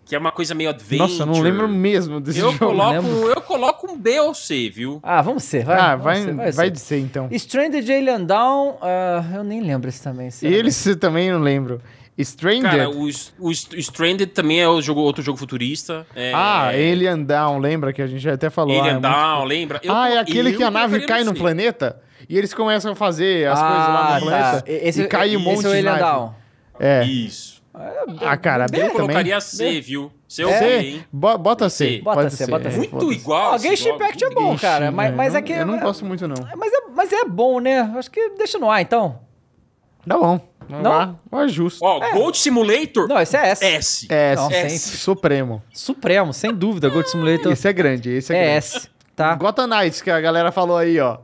S3: Que é uma coisa meio adventure.
S2: Nossa, eu não lembro mesmo desse
S3: Eu
S2: jogo.
S3: coloco,
S1: lembro.
S3: eu coloco um B ou C, viu?
S1: Ah, vamos ser, vai.
S2: Ah,
S1: vamos
S2: vai,
S1: ser,
S2: vai,
S1: ser.
S2: de ser então.
S1: Stranded Alien Down, ah, eu nem lembro esse também.
S2: E eles eu também não lembro. Stranger.
S3: Cara, o, S- o S- o Stranded também é o jogo, outro jogo futurista. É-
S2: Ah, Alien Down, lembra que a gente até falou. ah, é
S3: Alien
S2: muito
S3: Down, lembra? Eu
S2: ah, é
S3: colo-
S2: aquele
S3: eu
S2: que a nave
S3: colocaria
S2: cai no
S3: C.
S2: planeta e eles começam a fazer as
S1: Ah,
S2: coisas lá no
S1: tá.
S2: planeta
S1: E- Esse,
S2: e cai um monte
S1: esse é o
S2: de
S1: Alien
S2: nave.
S1: Down.
S2: É.
S3: Isso.
S2: Ah, cara, B,
S3: Eu
S2: também.
S3: colocaria C, viu? C ou B,
S2: C?
S3: hein?
S2: Bo- Bota C.
S3: C.
S1: Bota
S2: pode
S1: C,
S2: ser,
S1: bota
S2: é,
S1: C.
S3: Muito
S2: foda-se.
S3: igual.
S1: É? Ó,
S3: esses
S1: Genshin
S3: jogos.
S1: Impact é bom, cara,
S2: Ixi,
S1: mas,
S2: eu
S1: mas
S2: não-
S1: é que...
S2: Eu não gosto muito, não.
S1: Mas é, mas é bom, né? Acho que deixa no A, então.
S2: Tá bom. Vamos
S1: Não?
S2: lá. Ó, justo.
S3: Ó, Gold Simulator
S1: É. Não, esse é S.
S3: S.
S2: É,
S1: Não,
S2: S.
S1: sem-
S2: Supremo.
S1: Supremo, sem dúvida. Gold Simulator
S2: Esse é grande, esse é,
S1: é
S2: grande.
S1: S, tá?
S2: Gotham Knights, que a galera falou aí, ó.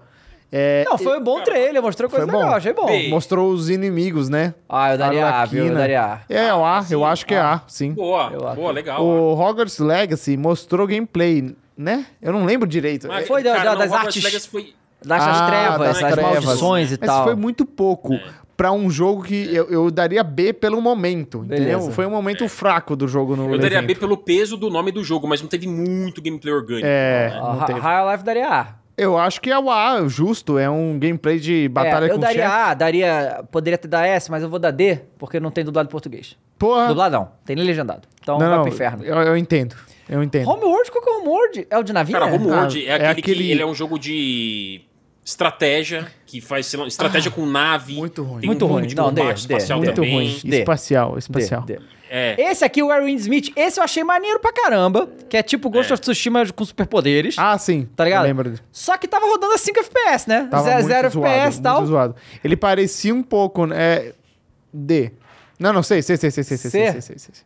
S2: É,
S1: Não, foi um bom trailer, mostrou coisa
S2: Foi bom.
S1: legal, achei bom.
S3: Bem.
S2: mostrou os inimigos, né?
S1: Ah, eu daria A, viu? Eu
S2: Arlequina.
S1: daria A.
S2: É, o A, eu acho que é A, sim.
S3: Boa,
S1: Eu acho.
S3: boa, legal.
S2: O Hogwarts Legacy mostrou gameplay, né? Eu não lembro direito.
S3: Mas,
S1: É, Foi da- da-
S3: não,
S1: das
S3: Hogwarts
S1: artes.
S3: Legacy foi-
S1: Das
S2: Ah,
S1: trevas,
S3: das
S1: as
S3: trevas.
S1: maldições e
S2: Mas
S1: tal. É.
S2: foi muito pouco pra um jogo que eu, eu daria B pelo momento, entendeu?
S1: Beleza. É.
S2: Foi um momento fraco do jogo no
S3: Eu daria B
S2: evento.
S3: pelo peso do nome do jogo, mas não teve muito gameplay orgânico.
S2: É,
S3: não, né?
S1: Ah,
S2: não
S1: Ra-
S2: teve.
S1: High Life daria A.
S2: Eu acho que é o A, justo. É um gameplay de batalha
S1: é, eu
S2: com
S1: daria
S2: chefe.
S1: A, daria. Poderia ter dar S, mas eu vou dar D, porque não tem dublado em português.
S2: Porra.
S1: Dublado não, tem nem legendado. Então
S2: Ah. não,
S1: vai
S2: não,
S1: pro inferno.
S2: Eu, eu entendo. Eu entendo.
S1: Homeworld, qual que é o Homeworld? É o de navinha?
S3: Cara, Homeworld
S2: Ah,
S3: é, aquele
S2: é aquele-
S3: que ele é um jogo de estratégia, que faz sei lá, estratégia com nave.
S2: muito ruim.
S3: Tem
S1: Ah, Muito
S3: um
S1: ruim.
S3: mundo de
S1: Não,
S3: combate
S1: dê,
S3: espacial
S1: dê, dê.
S2: Muito
S3: também.
S2: ruim.
S1: D.
S2: Espacial,
S1: D,
S2: espacial.
S1: D.
S3: É.
S1: Esse aqui, o Aaron Smith, esse eu achei maneiro pra caramba, que é tipo Ghost
S3: É.
S1: of Tsushima com superpoderes.
S2: Ah, sim.
S1: Tá ligado?
S2: Eu lembro.
S1: Só que tava rodando a 5 FPS, né?
S2: Tava
S1: Zero-
S2: muito
S1: zero FPS e
S2: zoado,
S1: tal.
S2: Muito zoado. Ele parecia um pouco, né? D. Não, não, sei, sei, sei, sei, sei, sei,
S1: C?
S2: sei, sei, sei, sei.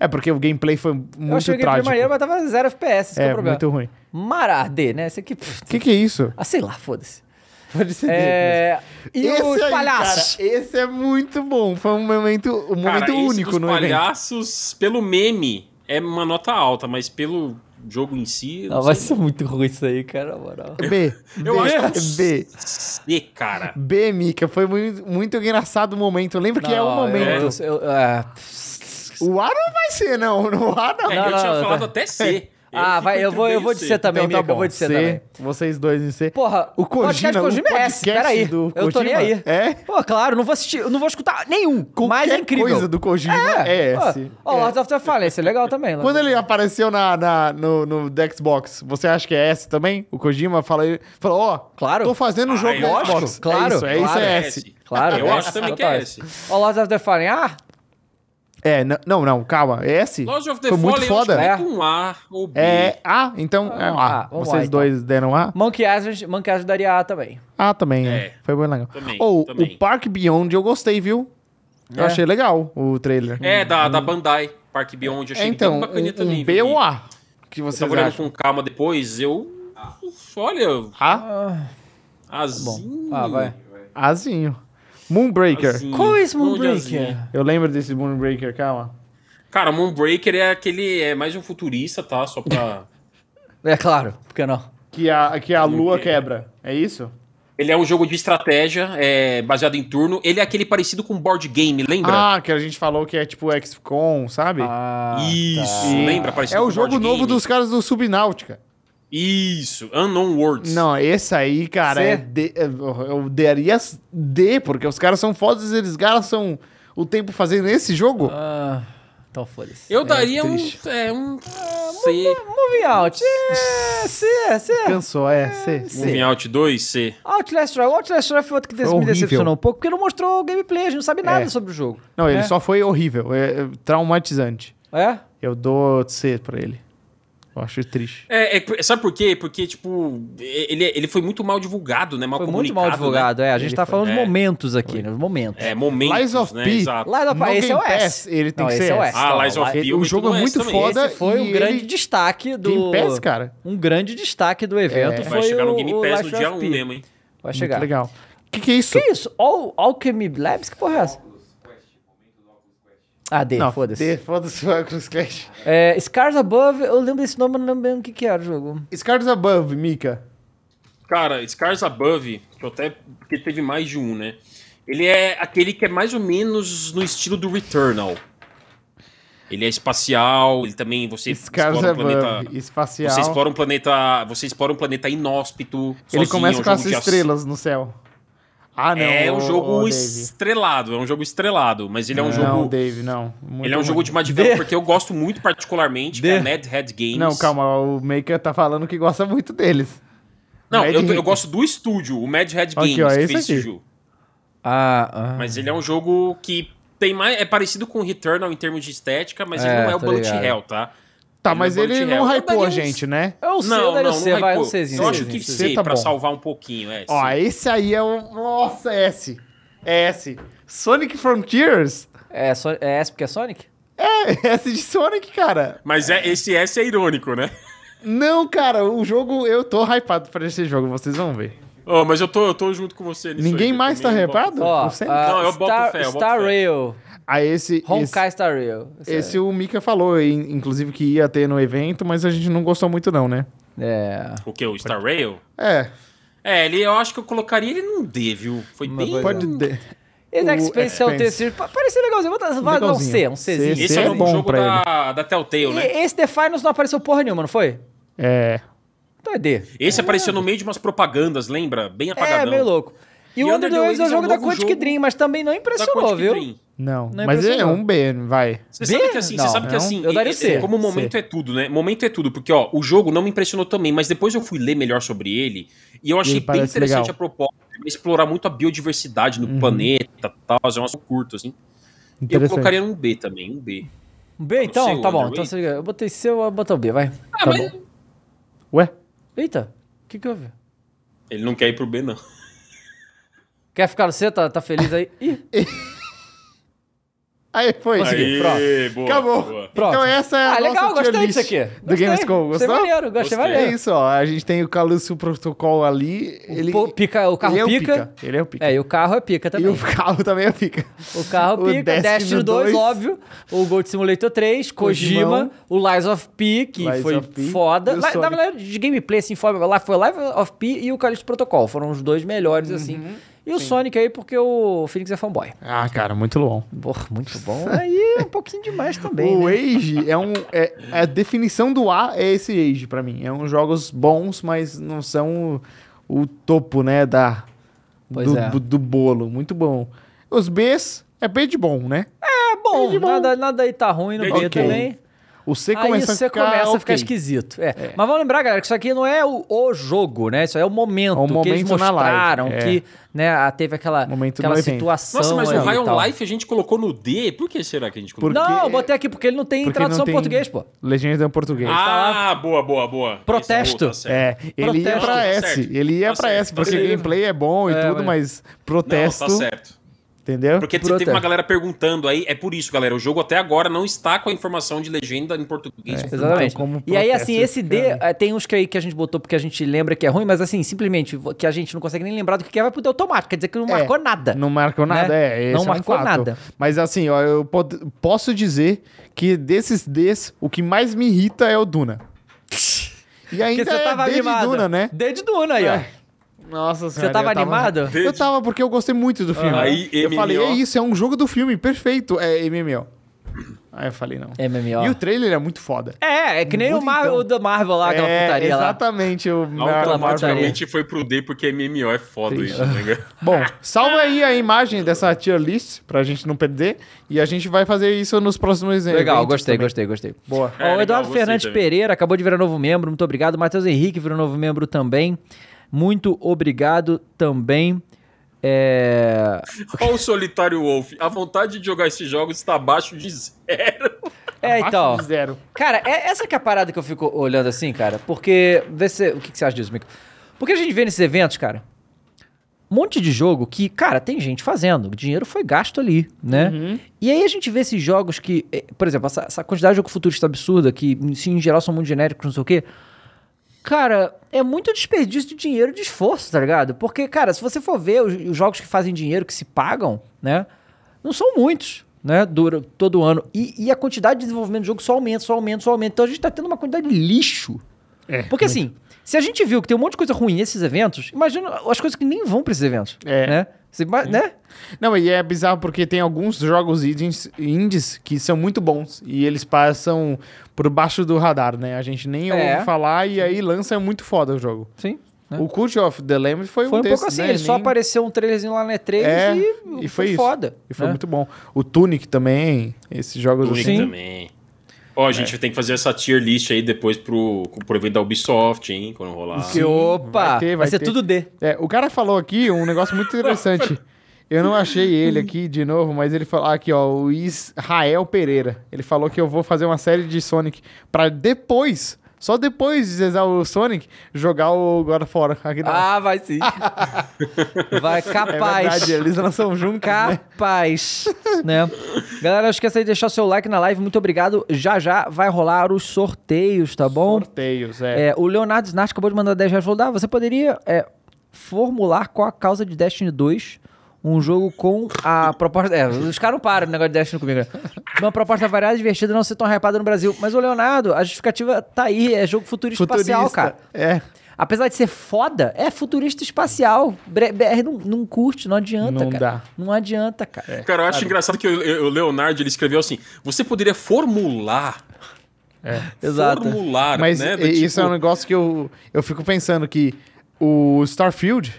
S2: É porque o gameplay foi muito
S1: eu achei o gameplay
S2: trágico.
S1: maneiro, mas tava 0 FPS, esse que é o
S2: é,
S1: problema.
S2: muito ruim.
S1: Marardê, né? Esse aqui. pff,
S2: O que, que é isso?
S1: Ah, sei lá, foda-se.
S2: Pode ser.
S1: É, e
S2: Esse
S1: os
S2: aí,
S1: palhaços?
S2: cara, esse é muito bom. Foi um momento, um
S3: Cara,
S2: momento
S3: esse
S2: único
S3: dos
S2: no evento.
S3: palhaços, pelo meme, é uma nota alta, mas pelo jogo em si.
S1: Não, vai ser muito ruim isso aí, cara, na moral.
S2: B.
S3: Eu
S2: B,
S3: acho que é um
S2: B.
S3: C, cara.
S2: B, Mica. Foi muito, muito engraçado o momento. Lembra que é o
S1: Não, eu-
S2: momento.
S1: eu- eu- ah, pff.
S2: O A não vai ser, não. No A não.
S3: É,
S1: Não,
S3: eu
S1: não,
S3: tinha
S1: não,
S3: falado
S1: tá.
S3: até C.
S1: Ah,
S3: fico
S1: vai, eu
S3: entre
S1: vou,
S3: B
S1: eu
S3: e
S1: vou
S3: C.
S1: de C também, amigo.
S2: Então, tá bom.
S1: eu vou de C,
S2: C,
S1: também.
S2: Vocês dois em C.
S1: Porra,
S2: O
S1: podcast
S2: Kojima,
S1: Kojima
S2: o
S1: é S,
S2: podcast
S1: peraí.
S2: do
S1: eu tô nem aí.
S2: Kojima é-
S1: Pô, claro, não vou assistir, eu não vou escutar nenhum, mas é
S2: Qualquer
S1: incrível.
S2: coisa do Kojima é,
S1: pô,
S2: S.
S1: Ó,
S2: É.
S1: Lords of the Fallen, é legal também.
S2: Quando ele apareceu na, na- no, no do Xbox, você acha que é S também? O Kojima fala, ele falou, ó,
S1: Claro.
S2: tô fazendo um
S3: Ah,
S2: jogo
S3: é
S2: no
S3: lógico,
S2: Xbox.
S1: claro,
S2: É isso, é, isso,
S1: claro.
S2: é
S3: S.
S2: S.
S1: Claro, né?
S3: Tá, Eu acho também que é
S1: total
S3: esse.
S1: Ó, Lords of the Fallen, ah,
S2: É, n- não, não, calma, é S?
S3: Lodge of the
S2: Foi
S3: Fallen
S2: muito foda.
S3: eu
S1: É.
S3: acho que um A ou B.
S2: É A? Então é um A.
S1: Ah, vamos lá,
S2: Vocês
S1: então.
S2: dois deram A?
S1: Monkey Island, Monkey Island daria A também.
S2: A também, é.
S3: É.
S2: Foi bem legal.
S3: Também,
S2: Ou
S3: também.
S2: o Park Beyond eu gostei, viu? Eu
S1: É.
S2: achei legal o trailer.
S3: É, da, da Bandai, Park Beyond. Eu achei
S2: Hum. É, então,
S3: bem bacana
S2: um,
S3: também.
S2: um B
S3: vi.
S2: ou A? O Que
S3: Eu tava
S2: vocês
S3: olhando
S2: acham?
S3: com calma depois, eu...
S1: Tá
S3: Olha,
S2: A?
S3: azinho.
S1: Ah, vai.
S2: Azinho. Moonbreaker.
S3: Azinho.
S1: Qual é esse
S3: Bom de
S1: Moonbreaker?
S3: azinho.
S2: Eu lembro desse Moonbreaker, calma.
S3: Cara, Moonbreaker é aquele... É mais um futurista, tá? Só pra...
S1: É claro, por que não?
S2: Que a, que a lua
S3: Moonbreaker.
S2: quebra. É isso?
S3: Ele é um jogo de estratégia, é, baseado em turno. Ele é aquele parecido com board game, lembra?
S2: Ah, que a gente falou que é tipo XCOM, sabe?
S1: Ah,
S3: Isso, lembra? Parecido
S2: é o
S3: com
S2: jogo
S3: board
S2: novo
S3: game.
S2: dos caras do Subnáutica.
S3: Isso, Unknown Words.
S2: Não, esse aí, cara,
S1: Cê?
S2: é D, é- eu daria D, porque os caras são fodas, eles gastam o tempo fazendo esse jogo.
S1: Ah, então foda-se.
S3: Eu daria um...
S2: triste.
S3: É, um... C.
S1: Moving Out, é, C, C.
S2: Cansou, é, C.
S3: Moving Out 2, um C.
S1: Outlast Drive, Outlast Drive foi outro que des-
S2: Foi
S1: me
S2: horrível.
S1: decepcionou um pouco, porque não mostrou gameplay, a gente não sabe nada
S2: É.
S1: sobre o jogo.
S2: Não, ele
S1: É.
S2: só foi horrível, é, é traumatizante.
S1: É?
S2: Eu dou C pra ele. Eu acho triste.
S3: É, é, sabe por quê? Porque, tipo, ele, ele foi muito mal divulgado, né? Mal
S1: Foi muito
S3: comunicado.
S1: mal divulgado,
S3: né?
S1: é. A gente
S2: Ele
S1: tá
S2: foi.
S1: falando de
S3: É.
S1: momentos aqui, né? Os momentos.
S3: É, momentos,
S2: Lies of
S3: né?
S2: P.
S3: Exato.
S1: Lies of
S2: No
S1: Esse é o
S2: Game
S1: S.
S2: Pass, ele tem
S1: Não,
S2: que
S1: esse
S2: ser
S1: é o
S2: S.
S1: S.
S3: Ah,
S1: Não,
S3: Lies of
S1: Li-
S3: P.
S2: Ele- o jogo é
S3: não
S2: muito
S3: também.
S2: foda.
S1: Esse foi um
S2: E
S1: grande
S2: ele-
S1: destaque do...
S2: Game Pass, cara?
S1: Um grande destaque do evento
S2: É.
S1: foi
S3: Vai chegar
S1: o,
S3: no Game
S1: o
S3: Pass
S1: Lies
S3: no
S1: of
S3: dia
S1: P.
S3: 1 mesmo, hein?
S1: Vai
S2: Muito
S1: chegar.
S2: legal. O que, que é isso?
S1: Que isso? Al Alchemy Labs? Que porra é essa? Ah, D,
S2: Não,
S1: foda-se.
S2: D, é? Foda-se o Oculus Quest.
S1: É, Scars Above, eu lembro desse nome, mas não lembro mesmo o que, que era o jogo.
S2: Scars é Above, Mika.
S3: Cara, Scars Above, que eu até. Porque teve mais de um, né? Ele é aquele que é mais ou menos no estilo do Returnal. Ele é espacial, ele também. Você
S2: Scars
S3: explora um
S2: é Above,
S3: planeta.
S2: espacial.
S3: Você explora um planeta. Você explora um planeta inóspito.
S2: ele
S3: sozinho, é
S2: começa
S3: um
S2: com
S3: jogo
S2: as
S3: de ação.
S2: estrelas no céu. Ah, não.
S3: É um
S2: ô-
S3: jogo
S2: ô, Dave.
S3: estrelado, é um jogo estrelado, mas ele é um
S2: Não,
S3: jogo.
S2: Dave, não. Muito
S3: Ele é um
S2: ruim.
S3: jogo de uma developer que eu gosto muito particularmente, que é a Mad Head Games.
S2: Não, calma, o Maker tá falando que gosta muito deles.
S3: Não,
S2: Mad
S3: eu, tô- eu
S2: Head.
S3: gosto do estúdio, o Mad Head
S2: Aqui,
S3: Games,
S2: ó,
S3: que
S2: esse
S3: fez esse
S2: aqui.
S3: jogo.
S1: Ah,
S3: Mas ele é um jogo que tem mais. É parecido com Returnal em termos de estética, mas ele
S1: É,
S3: não é o
S1: tô
S3: Bullet
S1: ligado.
S3: Hell, tá?
S2: Tá,
S3: Ele
S2: mas
S3: é um
S2: ele
S3: Bullet
S2: não
S3: Hell. Eu
S2: hypou a
S3: daria um
S2: gente, né?
S1: Eu sei, eu
S3: não,
S1: daria
S3: não,
S1: É o C, vai, um
S3: hypou.
S1: Czinho.
S3: Eu acho
S1: Czinho,
S3: que
S1: Czinho.
S2: C
S3: C,
S2: tá
S3: pra
S2: bom.
S3: salvar um pouquinho, é.
S2: Ó,
S3: sim.
S2: esse aí é o. Nossa, é S. É S. Sonic Frontiers?
S1: É, so- é S porque é Sonic?
S2: É, S de Sonic, cara.
S3: Mas é, esse S é irônico, né?
S2: Não, cara, o jogo. Eu tô hypado pra esse jogo, vocês vão ver.
S3: Ó, mas eu tô, eu tô junto com você nisso.
S2: Ninguém
S3: aí, eu
S2: mais tá
S3: também boto-
S2: hypado?
S1: Ó,
S2: Você-
S1: ah,
S3: Não, eu boto
S1: Star,
S3: fé, eu boto
S1: Star
S3: fé.
S1: Rail.
S2: Ah, esse.
S1: Honkai Star Rail. Isso
S2: Esse, esse o Mika falou, in- inclusive, que ia ter no evento, mas a gente não gostou muito, não, né?
S1: É.
S3: O que? O Star Rail?
S2: É,
S3: É, ele, eu acho que eu colocaria ele num D, viu? Foi
S1: Mas
S3: bem.
S1: vai-
S2: pode.
S1: Hum.
S2: ter.
S1: Esse
S2: O
S1: X-Space é o
S2: Expanse.
S1: terceiro. pa- Parecia legalzinho. Vou dar- Vai dar um C, um
S2: C,
S1: Czinho.
S2: C.
S3: Esse é,
S2: é
S3: um
S2: bom
S3: jogo
S2: pra
S3: da, da Telltale, né?
S1: E- Esse Defiance não apareceu porra nenhuma, não foi?
S2: É.
S1: Então é D.
S3: Esse apareceu no meio de umas propagandas, lembra? Bem apagadão.
S1: É, meio louco. E,
S3: E
S1: o Under the Waves é o
S3: um
S1: jogo da
S3: novo
S1: Quantic
S3: jogo
S1: Dream, mas também não
S3: Da
S1: impressionou,
S3: Quantic
S1: viu?
S3: Dream.
S2: Não,
S1: Não
S2: mas é
S1: impressionou.
S2: um B, vai.
S3: Você
S1: B?
S3: sabe que assim, você
S1: Não,
S3: sabe que
S2: não.
S3: assim,
S1: Eu daria
S3: é- é-
S1: C.
S3: como o momento é tudo, né? Momento é tudo, porque ó, o jogo não me impressionou também, mas depois eu fui ler melhor sobre ele e eu achei bem
S2: parece
S3: interessante
S2: legal.
S3: a proposta, né? explorar muito a biodiversidade no planeta, tal, é um assunto curto assim. E eu
S2: Interessante.
S3: colocaria um B também, um B.
S1: B, então?
S3: sei,
S1: Tá
S3: Under
S1: bom.
S3: Waves.
S1: Então, se liga, eu botei C, eu botei o B, vai.
S3: Ah,
S2: Tá
S3: mas
S2: Ué?
S1: Eita, o que que houve?
S3: ele não quer ir pro B não.
S1: Quer ficar no C? Tá, tá feliz aí? Ih.
S2: Aí foi.
S3: Aí,
S2: Pronto.
S3: boa,
S2: Acabou.
S3: boa.
S1: Pronto.
S2: Então essa é a
S1: Ah,
S2: nossa
S1: legal,
S2: tier
S1: gostei
S2: list
S1: disso aqui.
S2: Do Gamescom,
S1: Gostei
S2: gostou?
S1: maneiro, gostei
S3: Gostei.
S2: É
S1: maneiro.
S2: isso, ó. A gente tem o Calúcio Protocol ali. Ele,
S1: pô- pica- o carro
S2: ele é
S1: pica.
S2: Ele é o pica.
S1: É, e o carro é pica
S2: e
S1: também.
S2: o carro também é pica.
S1: O carro pica, o Destiny 2, óbvio. O Gold Simulator 3, Kojima,
S2: Kojimão.
S1: o Lies of P, que
S2: Lies
S1: foi
S2: of P.
S1: foda.
S2: E o
S1: Lá, na
S2: Sonic.
S1: verdade, de gameplay, assim, foi, lá foi o Lies of P e o Calixto Protocol. Foram os dois melhores,
S2: Uhum.
S1: assim. E o Sonic aí, porque o Phoenix é fanboy.
S2: Ah, cara, muito bom.
S1: Porra, muito bom. Aí é um pouquinho demais também,
S2: o
S1: né?
S2: Age é um. É, a definição do A é esse Age pra mim. É uns jogos bons, mas não são o, o topo, né? Da,
S1: Pois
S2: do,
S1: é.
S2: do, do bolo. Muito bom. Os Bs é B de bom, né?
S1: É bom, Nada, nada aí tá ruim no
S3: Bem
S1: meio
S2: ok.
S1: também.
S2: O C
S1: Aí
S2: começa a
S1: você
S2: ficar.
S1: começa a ficar
S2: ok.
S1: esquisito. É. Mas vamos lembrar, galera, que isso aqui não é o, o jogo, né? Isso aí é o momento,
S2: É o
S1: que eles
S2: momento na live,
S1: mostraram,
S2: é.
S1: que né, a- teve aquela,
S2: Momento
S1: aquela
S2: no evento.
S1: situação.
S3: Nossa, mas o
S1: ali
S3: High
S1: e tal.
S3: on Life a gente colocou no D. Por que será que a gente colocou?
S2: Porque-
S1: Não, eu botei aqui porque ele não tem
S2: porque
S1: tradução
S2: não
S1: em
S2: tem
S1: português, pô.
S2: Legenda em português.
S3: Ah, boa, boa, boa.
S1: Protesto.
S3: Esse é o
S2: É, ele
S3: outro, tá certo.
S2: ia
S1: Protesto.
S2: pra
S3: Tá
S2: S,
S3: certo.
S2: ele ia
S3: Tá
S2: pra
S3: certo,
S2: S,
S3: tá
S2: porque
S3: certo.
S2: o gameplay é bom e
S1: É,
S2: tudo, mas protesto,
S3: Não, tá certo.
S2: entendeu?
S3: Porque te-
S1: Protesto.
S3: teve uma galera perguntando aí, é por isso, galera. O jogo até agora não está com a informação de legenda em português.
S2: É.
S1: Exatamente.
S2: Então, como
S1: e aí,
S2: protesto, né?
S1: assim, esse D,
S2: cara.
S1: eh, tem uns que aí que a gente botou porque a gente lembra que é ruim, mas assim, simplesmente vo- que a gente não consegue nem lembrar do que que é, vai pro D automático. Quer dizer
S2: É.
S1: que não marcou nada.
S2: Não marcou nada,
S1: Né?
S2: é, esse
S1: Não
S2: é um
S1: marcou
S2: fato.
S1: nada.
S2: Mas assim, ó, eu pod- posso dizer que desses Ds, o que mais me irrita é o Duna. E ainda
S1: Porque você
S2: é
S1: tava
S2: D de
S1: animado.
S2: Duna, né?
S1: D de Duna aí, ó.
S2: É. Nossa senhora.
S1: Você tava
S2: eu
S1: animado?
S2: Eu tava, porque eu gostei muito do filme.
S3: Aí,
S2: eu
S3: MMO.
S2: falei, é isso, é um jogo do filme, perfeito. É MMO. Aí eu falei, não.
S1: MMO.
S2: E o trailer é muito foda.
S1: É, é que nem o,
S2: Bonitão.
S1: Marvel, o da Marvel lá, aquela
S2: é,
S1: putaria lá.
S2: Exatamente, o Mar- Marvel.
S3: Automaticamente foi pro D porque MMO é foda isso, né? cara?
S2: Bom, salva aí a imagem dessa tier list pra gente não perder. E a gente vai fazer isso nos próximos
S1: Legal,
S2: eventos
S1: gostei,
S2: É, também.
S1: gostei, gostei. Ó,
S2: Boa.
S1: o
S3: É, legal,
S1: Eduardo
S3: gostei
S1: Fernandes
S3: também.
S1: Pereira acabou de virar novo membro, muito obrigado. Matheus Henrique virou novo membro também. Muito obrigado também. É...
S3: Olha o Solitário Wolf. A vontade de jogar esses jogos está abaixo de zero.
S1: É,
S2: Abaixo
S1: então.
S2: de Zero.
S1: Cara, é essa que é a parada que eu fico olhando assim, cara. Porque. Vê se, o que, que você acha disso, Mico? Porque a gente vê nesses eventos, cara. Um monte de jogo que, cara, tem gente fazendo. O dinheiro foi gasto ali, né?
S2: Uhum.
S1: E aí a gente vê esses jogos que. eh, Por exemplo, essa, essa quantidade de jogo futurista absurda, que sim, em geral são muito genéricos, não sei o quê. Cara, é muito desperdício de dinheiro e de esforço, tá ligado? Porque, cara, se você for ver os, os jogos que fazem dinheiro, que se pagam, né? Não são muitos, né? Dura todo ano. E, e a quantidade de desenvolvimento do jogo só aumenta, só aumenta, só aumenta. Então a gente tá tendo uma quantidade de lixo.
S2: É,
S1: Porque assim, se a gente viu que tem um monte de coisa ruim nesses eventos, imagina as coisas que nem vão pra esses eventos.
S2: É.
S1: Né? Você, ima- né?
S2: Não, e é bizarro porque tem alguns jogos indies, indies que são muito bons e eles passam por baixo do radar, né? A gente nem
S1: É.
S2: ouve falar e aí lança é muito foda o jogo.
S1: Sim. né?
S2: O Cult of the Lamb foi,
S1: Foi um
S2: desses,
S1: pouco assim,
S2: né?
S1: ele só
S2: Nem-
S1: apareceu um trailerzinho lá na E3
S2: É,
S1: e,
S2: e foi isso.
S1: foda.
S2: E foi
S1: né?
S2: muito bom. O Tunic também, esses jogos
S3: Tunic
S2: assim.
S3: também. Ó, a
S2: É.
S3: gente tem que fazer essa tier list aí depois pro, pro evento da Ubisoft, hein? Quando rolar.
S1: Que, opa! Vai,
S2: vai ter, vai
S1: ser
S2: ter.
S1: tudo D.
S2: É, o cara falou aqui um negócio muito interessante. Eu não achei ele aqui de novo, mas ele falou aqui, ó, o Israel Pereira. Ele falou que eu vou fazer uma série de Sonic pra depois, só depois de zerar o Sonic, jogar o God of War aqui da
S1: Ah, vai sim. vai,
S2: É
S1: capaz.
S2: verdade, eles lançam juntos, né?
S1: capaz, né? Galera, não esqueça de deixar seu like na live. Muito obrigado. Já já vai rolar os sorteios, tá bom?
S2: Sorteios, é.
S1: É, o Leonardo Snart acabou de mandar 10 reais. Falou, ah, você poderia é, formular qual a causa de Destiny 2? Um jogo com a proposta... É, os caras não param no negócio de Destiny comigo, né? Uma proposta variada e divertida não ser tão hypada no Brasil. Mas o Leonardo, a justificativa tá aí. É jogo futurista, espacial, cara.
S2: É,
S1: Apesar de ser foda, é futurista espacial. Bre- BR não, não curte, não adianta,
S2: Não
S1: cara.
S2: dá.
S1: Não adianta, cara.
S3: Cara, eu acho engraçado que o, o Leonardo ele escreveu assim: você poderia formular.
S2: É.
S1: Exato.
S3: Formular,
S2: mas
S3: né? Do
S2: i-
S3: tipo,
S2: isso é um negócio que eu, eu fico pensando que o Starfield,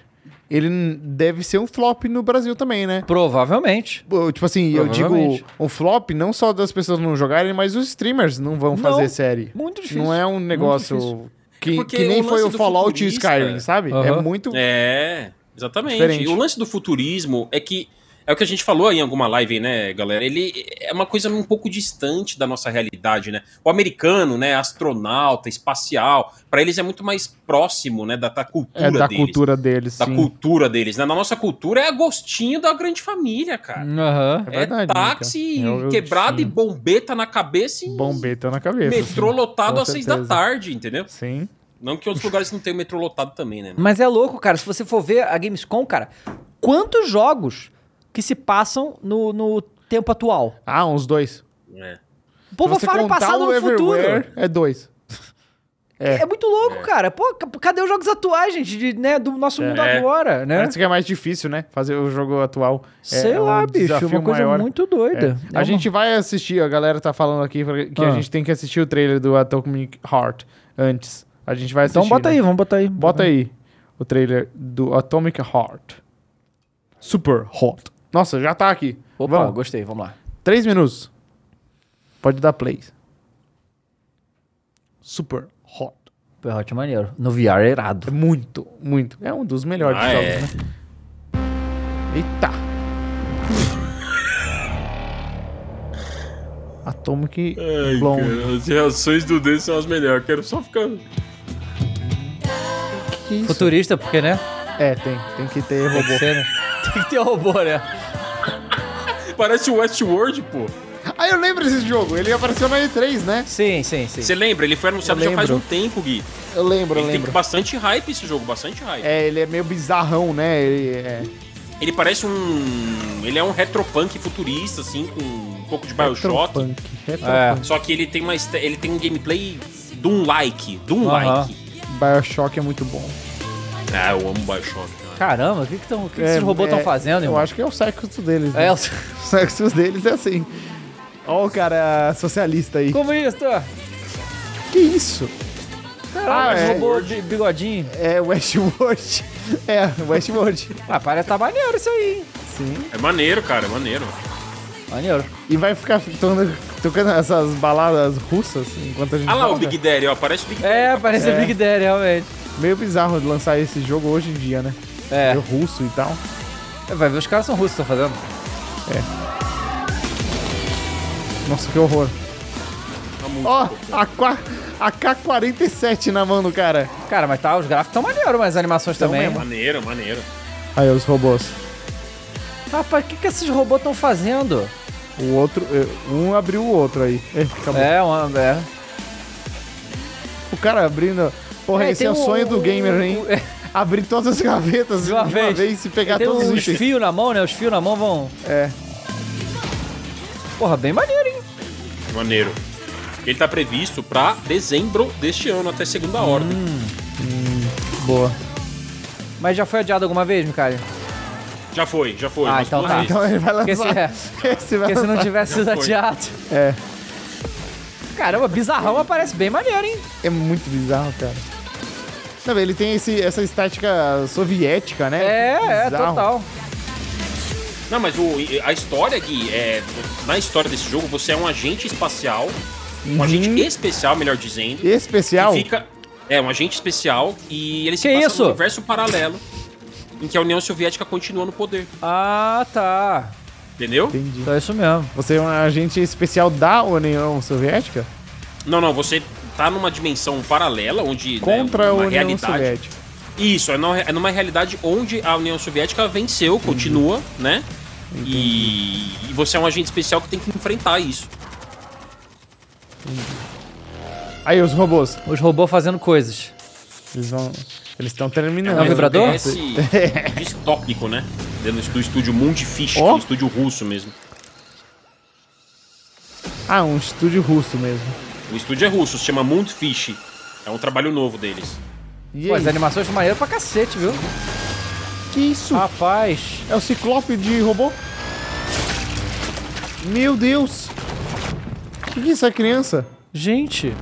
S2: ele n- deve ser um flop no Brasil também, né?
S1: Provavelmente.
S2: Pô, Tipo assim, eu digo
S1: Provavelmente.
S2: um flop não só das pessoas não jogarem, mas os streamers não vão
S1: Não,
S2: fazer série.
S1: muito difícil,
S2: Não é um
S1: muito
S2: negócio
S1: difícil. É
S2: que,
S3: Porque
S2: que nem
S3: o
S2: foi
S3: lance
S2: o
S3: do
S2: Fallout e o
S3: futurista-
S2: Skyrim, sabe? É
S1: Aham.
S2: muito.
S3: É, exatamente.
S2: Diferente.
S3: E o lance do futurismo é que É o que a gente falou em alguma live, né, galera? Ele é uma coisa um pouco distante da nossa realidade, né? O americano, né, astronauta, espacial, para eles é muito mais próximo, né, da, da cultura
S2: É da
S3: deles.
S2: cultura deles,
S3: da
S2: sim.
S3: cultura deles, né? Na nossa cultura é agostinho da grande família, cara.
S1: Aham.
S2: É
S3: É,
S2: verdade,
S3: táxi,
S2: Mica. Eu- eu
S3: quebrado e
S2: tinha.
S3: bombeta na cabeça e
S2: Bombeta na cabeça.
S3: metrô
S2: sim.
S3: lotado
S2: Com
S3: às seis da
S2: certeza.
S3: tarde, entendeu?
S2: Sim.
S3: Não que outros lugares não tenham metrô lotado também, né?
S1: Mas é louco, cara. Se você for ver a Gamescom, cara, quantos jogos que se passam no, no tempo atual?
S2: Ah, uns dois.
S3: É.
S1: O povo
S2: Se você
S1: fala em
S2: contar
S1: passado
S2: o
S1: no futuro.
S2: Everywhere, É dois.
S1: É. muito louco, cara. Pô, ca- cadê os jogos atuais, gente? de- né, do nosso mundo
S3: É.
S1: agora, né?
S2: Parece que é mais difícil, né? Fazer o jogo atual. É-
S1: Sei
S2: é um
S1: lá, bicho.
S2: desafio
S1: Uma coisa
S2: maior.
S1: muito
S2: É.
S1: doida. É
S2: A
S1: uma-
S2: gente vai assistir, a galera tá falando aqui pra- que
S1: Ah.
S2: a gente tem que assistir o trailer do Atomic Heart antes. A gente vai assistir.
S1: Então bota
S2: né?
S1: aí, vamos botar aí.
S2: Bota aí o trailer do Atomic Heart. Super hot. Nossa, já tá aqui.
S1: Opa,
S2: Vamos.
S1: gostei, vamos lá.
S2: Três minutos. Pode dar play. Super hot.
S1: Foi Hot maneiro. No VR é irado.
S2: É muito, muito. É um dos melhores
S3: Ah,
S2: jogos,
S3: é.
S2: né? Eita! Atomic Blonde.
S3: as reações do dedo são as melhores. Quero só ficar.
S2: Que isso?
S1: Futurista, porque, né?
S2: É, tem. Tem que ter
S1: Tem que
S2: robô.
S1: ser, né? Tem que ter robô, né?
S3: Parece o Westworld, pô.
S2: Ah, eu lembro desse jogo. Ele apareceu na E3, né?
S1: Sim, sim, sim.
S3: Você lembra? Ele foi anunciado
S2: Eu
S3: já faz um
S2: lembro.
S3: tempo, Gui.
S2: Eu lembro, eu
S3: Ele tem
S2: lembro.
S3: bastante hype esse jogo, bastante hype.
S2: É, ele é meio bizarrão, né? Ele é...
S3: Ele parece um. Ele é um retropunk futurista, assim, com um pouco de Bioshock.
S2: Retropunk.
S1: É.
S2: Retropunk.
S3: Só que ele tem uma. este- Ele tem um gameplay Doom-like. Doom-like.
S2: Bioshock é muito bom.
S3: Ah, eu amo Bioshock. cara.
S1: Caramba, o que, que, tão, o que, que esses
S2: É,
S1: robôs estão
S2: é,
S1: fazendo,
S2: Eu
S1: irmão?
S2: acho que é o sexo deles.
S1: É,
S2: Né?
S1: eu...
S2: O sexo deles é assim. Ó o cara socialista aí.
S1: comunista!
S2: Que isso?
S1: Caramba,
S2: Ah,
S1: esse
S2: é.
S1: robô de bigodinho.
S2: É Westworld. É, Westworld.
S1: Ah, parece que tá maneiro isso aí, hein?
S2: Sim.
S3: É maneiro, cara, é maneiro.
S1: Maneiro.
S2: E vai ficar tocando, tocando essas baladas russas enquanto a gente
S3: Ah lá, o
S2: joga?
S3: Big Daddy, ó. Parece o Big Daddy.
S1: É, parece o
S2: né? É.
S1: Big Daddy, realmente.
S2: Meio bizarro de lançar esse jogo hoje em dia, né?
S1: É.
S2: Meio russo e tal.
S1: Vai ver, os caras são russos que estão fazendo.
S2: Nossa, que horror.
S3: Tá muito
S2: Ó,
S3: bom.
S2: a qua- a K-47 na mão do cara.
S1: Cara, mas tá, os gráficos estão maneiros, mas as animações
S2: Tão
S1: também.
S2: mesmo.
S3: Maneiro, maneiro.
S2: Aí, os robôs.
S1: Rapaz, o que, que esses robôs estão fazendo?
S2: O outro... eh, Um abriu o outro aí. É, acabou.
S1: É, uma, é.
S2: O cara abrindo... Porra,
S1: É,
S2: esse
S1: tem
S2: é o
S1: um-
S2: sonho do gamer, hein?
S1: um- é.
S2: Abrir todas as gavetas de uma, vez. e pegar
S1: Tem
S2: todos os
S1: os
S2: itens.
S1: fios na mão, né? Os fios na mão vão.
S2: É.
S1: Porra, bem maneiro, hein?
S3: Maneiro. Ele tá previsto pra dezembro deste ano, até segunda ordem.
S2: Boa.
S1: Mas já foi adiado alguma vez, Micali?
S3: Já foi, já foi.
S1: Ah,
S3: umas
S1: então
S3: duas
S1: tá.
S3: vezes.
S2: Então ele vai
S1: Porque
S2: lançar.
S1: se- é.
S2: Esse vai
S1: Porque se não
S2: lançar.
S1: tivesse sido
S3: foi.
S1: adiado.
S2: É.
S1: Caramba, bizarrão aparece bem maneiro, hein?
S2: É muito bizarro, cara. Não, ele tem esse, essa estética soviética, né?
S1: É, é,
S2: Bizarro.
S1: total.
S3: Não, mas o- a história, Gui, é, na história desse jogo, você é um agente espacial, um agente especial, melhor dizendo, que
S2: Especial.
S3: fica... É, um agente especial e ele se
S1: Que
S3: passa
S1: isso?
S3: num universo paralelo em que a União Soviética continua no poder,
S1: Ah, tá.
S3: entendeu?
S2: Entendi.
S1: Então é isso mesmo.
S2: Você é um agente especial da União Soviética?
S3: Não, não, você tá numa dimensão paralela, onde... né,
S2: Contra a
S3: uma
S2: União
S3: realidade-
S2: Soviética.
S3: Isso, é numa, é numa realidade onde a União Soviética venceu, continua, né? E, e você é um agente especial que tem que enfrentar isso.
S2: Aí, os robôs.
S1: Os robôs fazendo coisas.
S2: Eles vão. Eles estão
S1: É um
S2: terminando.
S1: vibra- vibrador?
S3: FPS distópico, né? Dentro do estúdio Mundifish, que é
S2: Ó.
S3: um estúdio russo mesmo.
S2: ah, um estúdio russo mesmo.
S3: O estúdio é russo, se chama Mundfish. É um trabalho novo deles.
S2: E
S1: Pô, as
S2: aí?
S1: animações estão maneiras pra cacete, viu? é.
S2: Que
S1: Ah.
S2: isso?
S1: Rapaz.
S2: É o ciclope de robô? Meu Deus! O que, que é essa criança?
S1: Gente,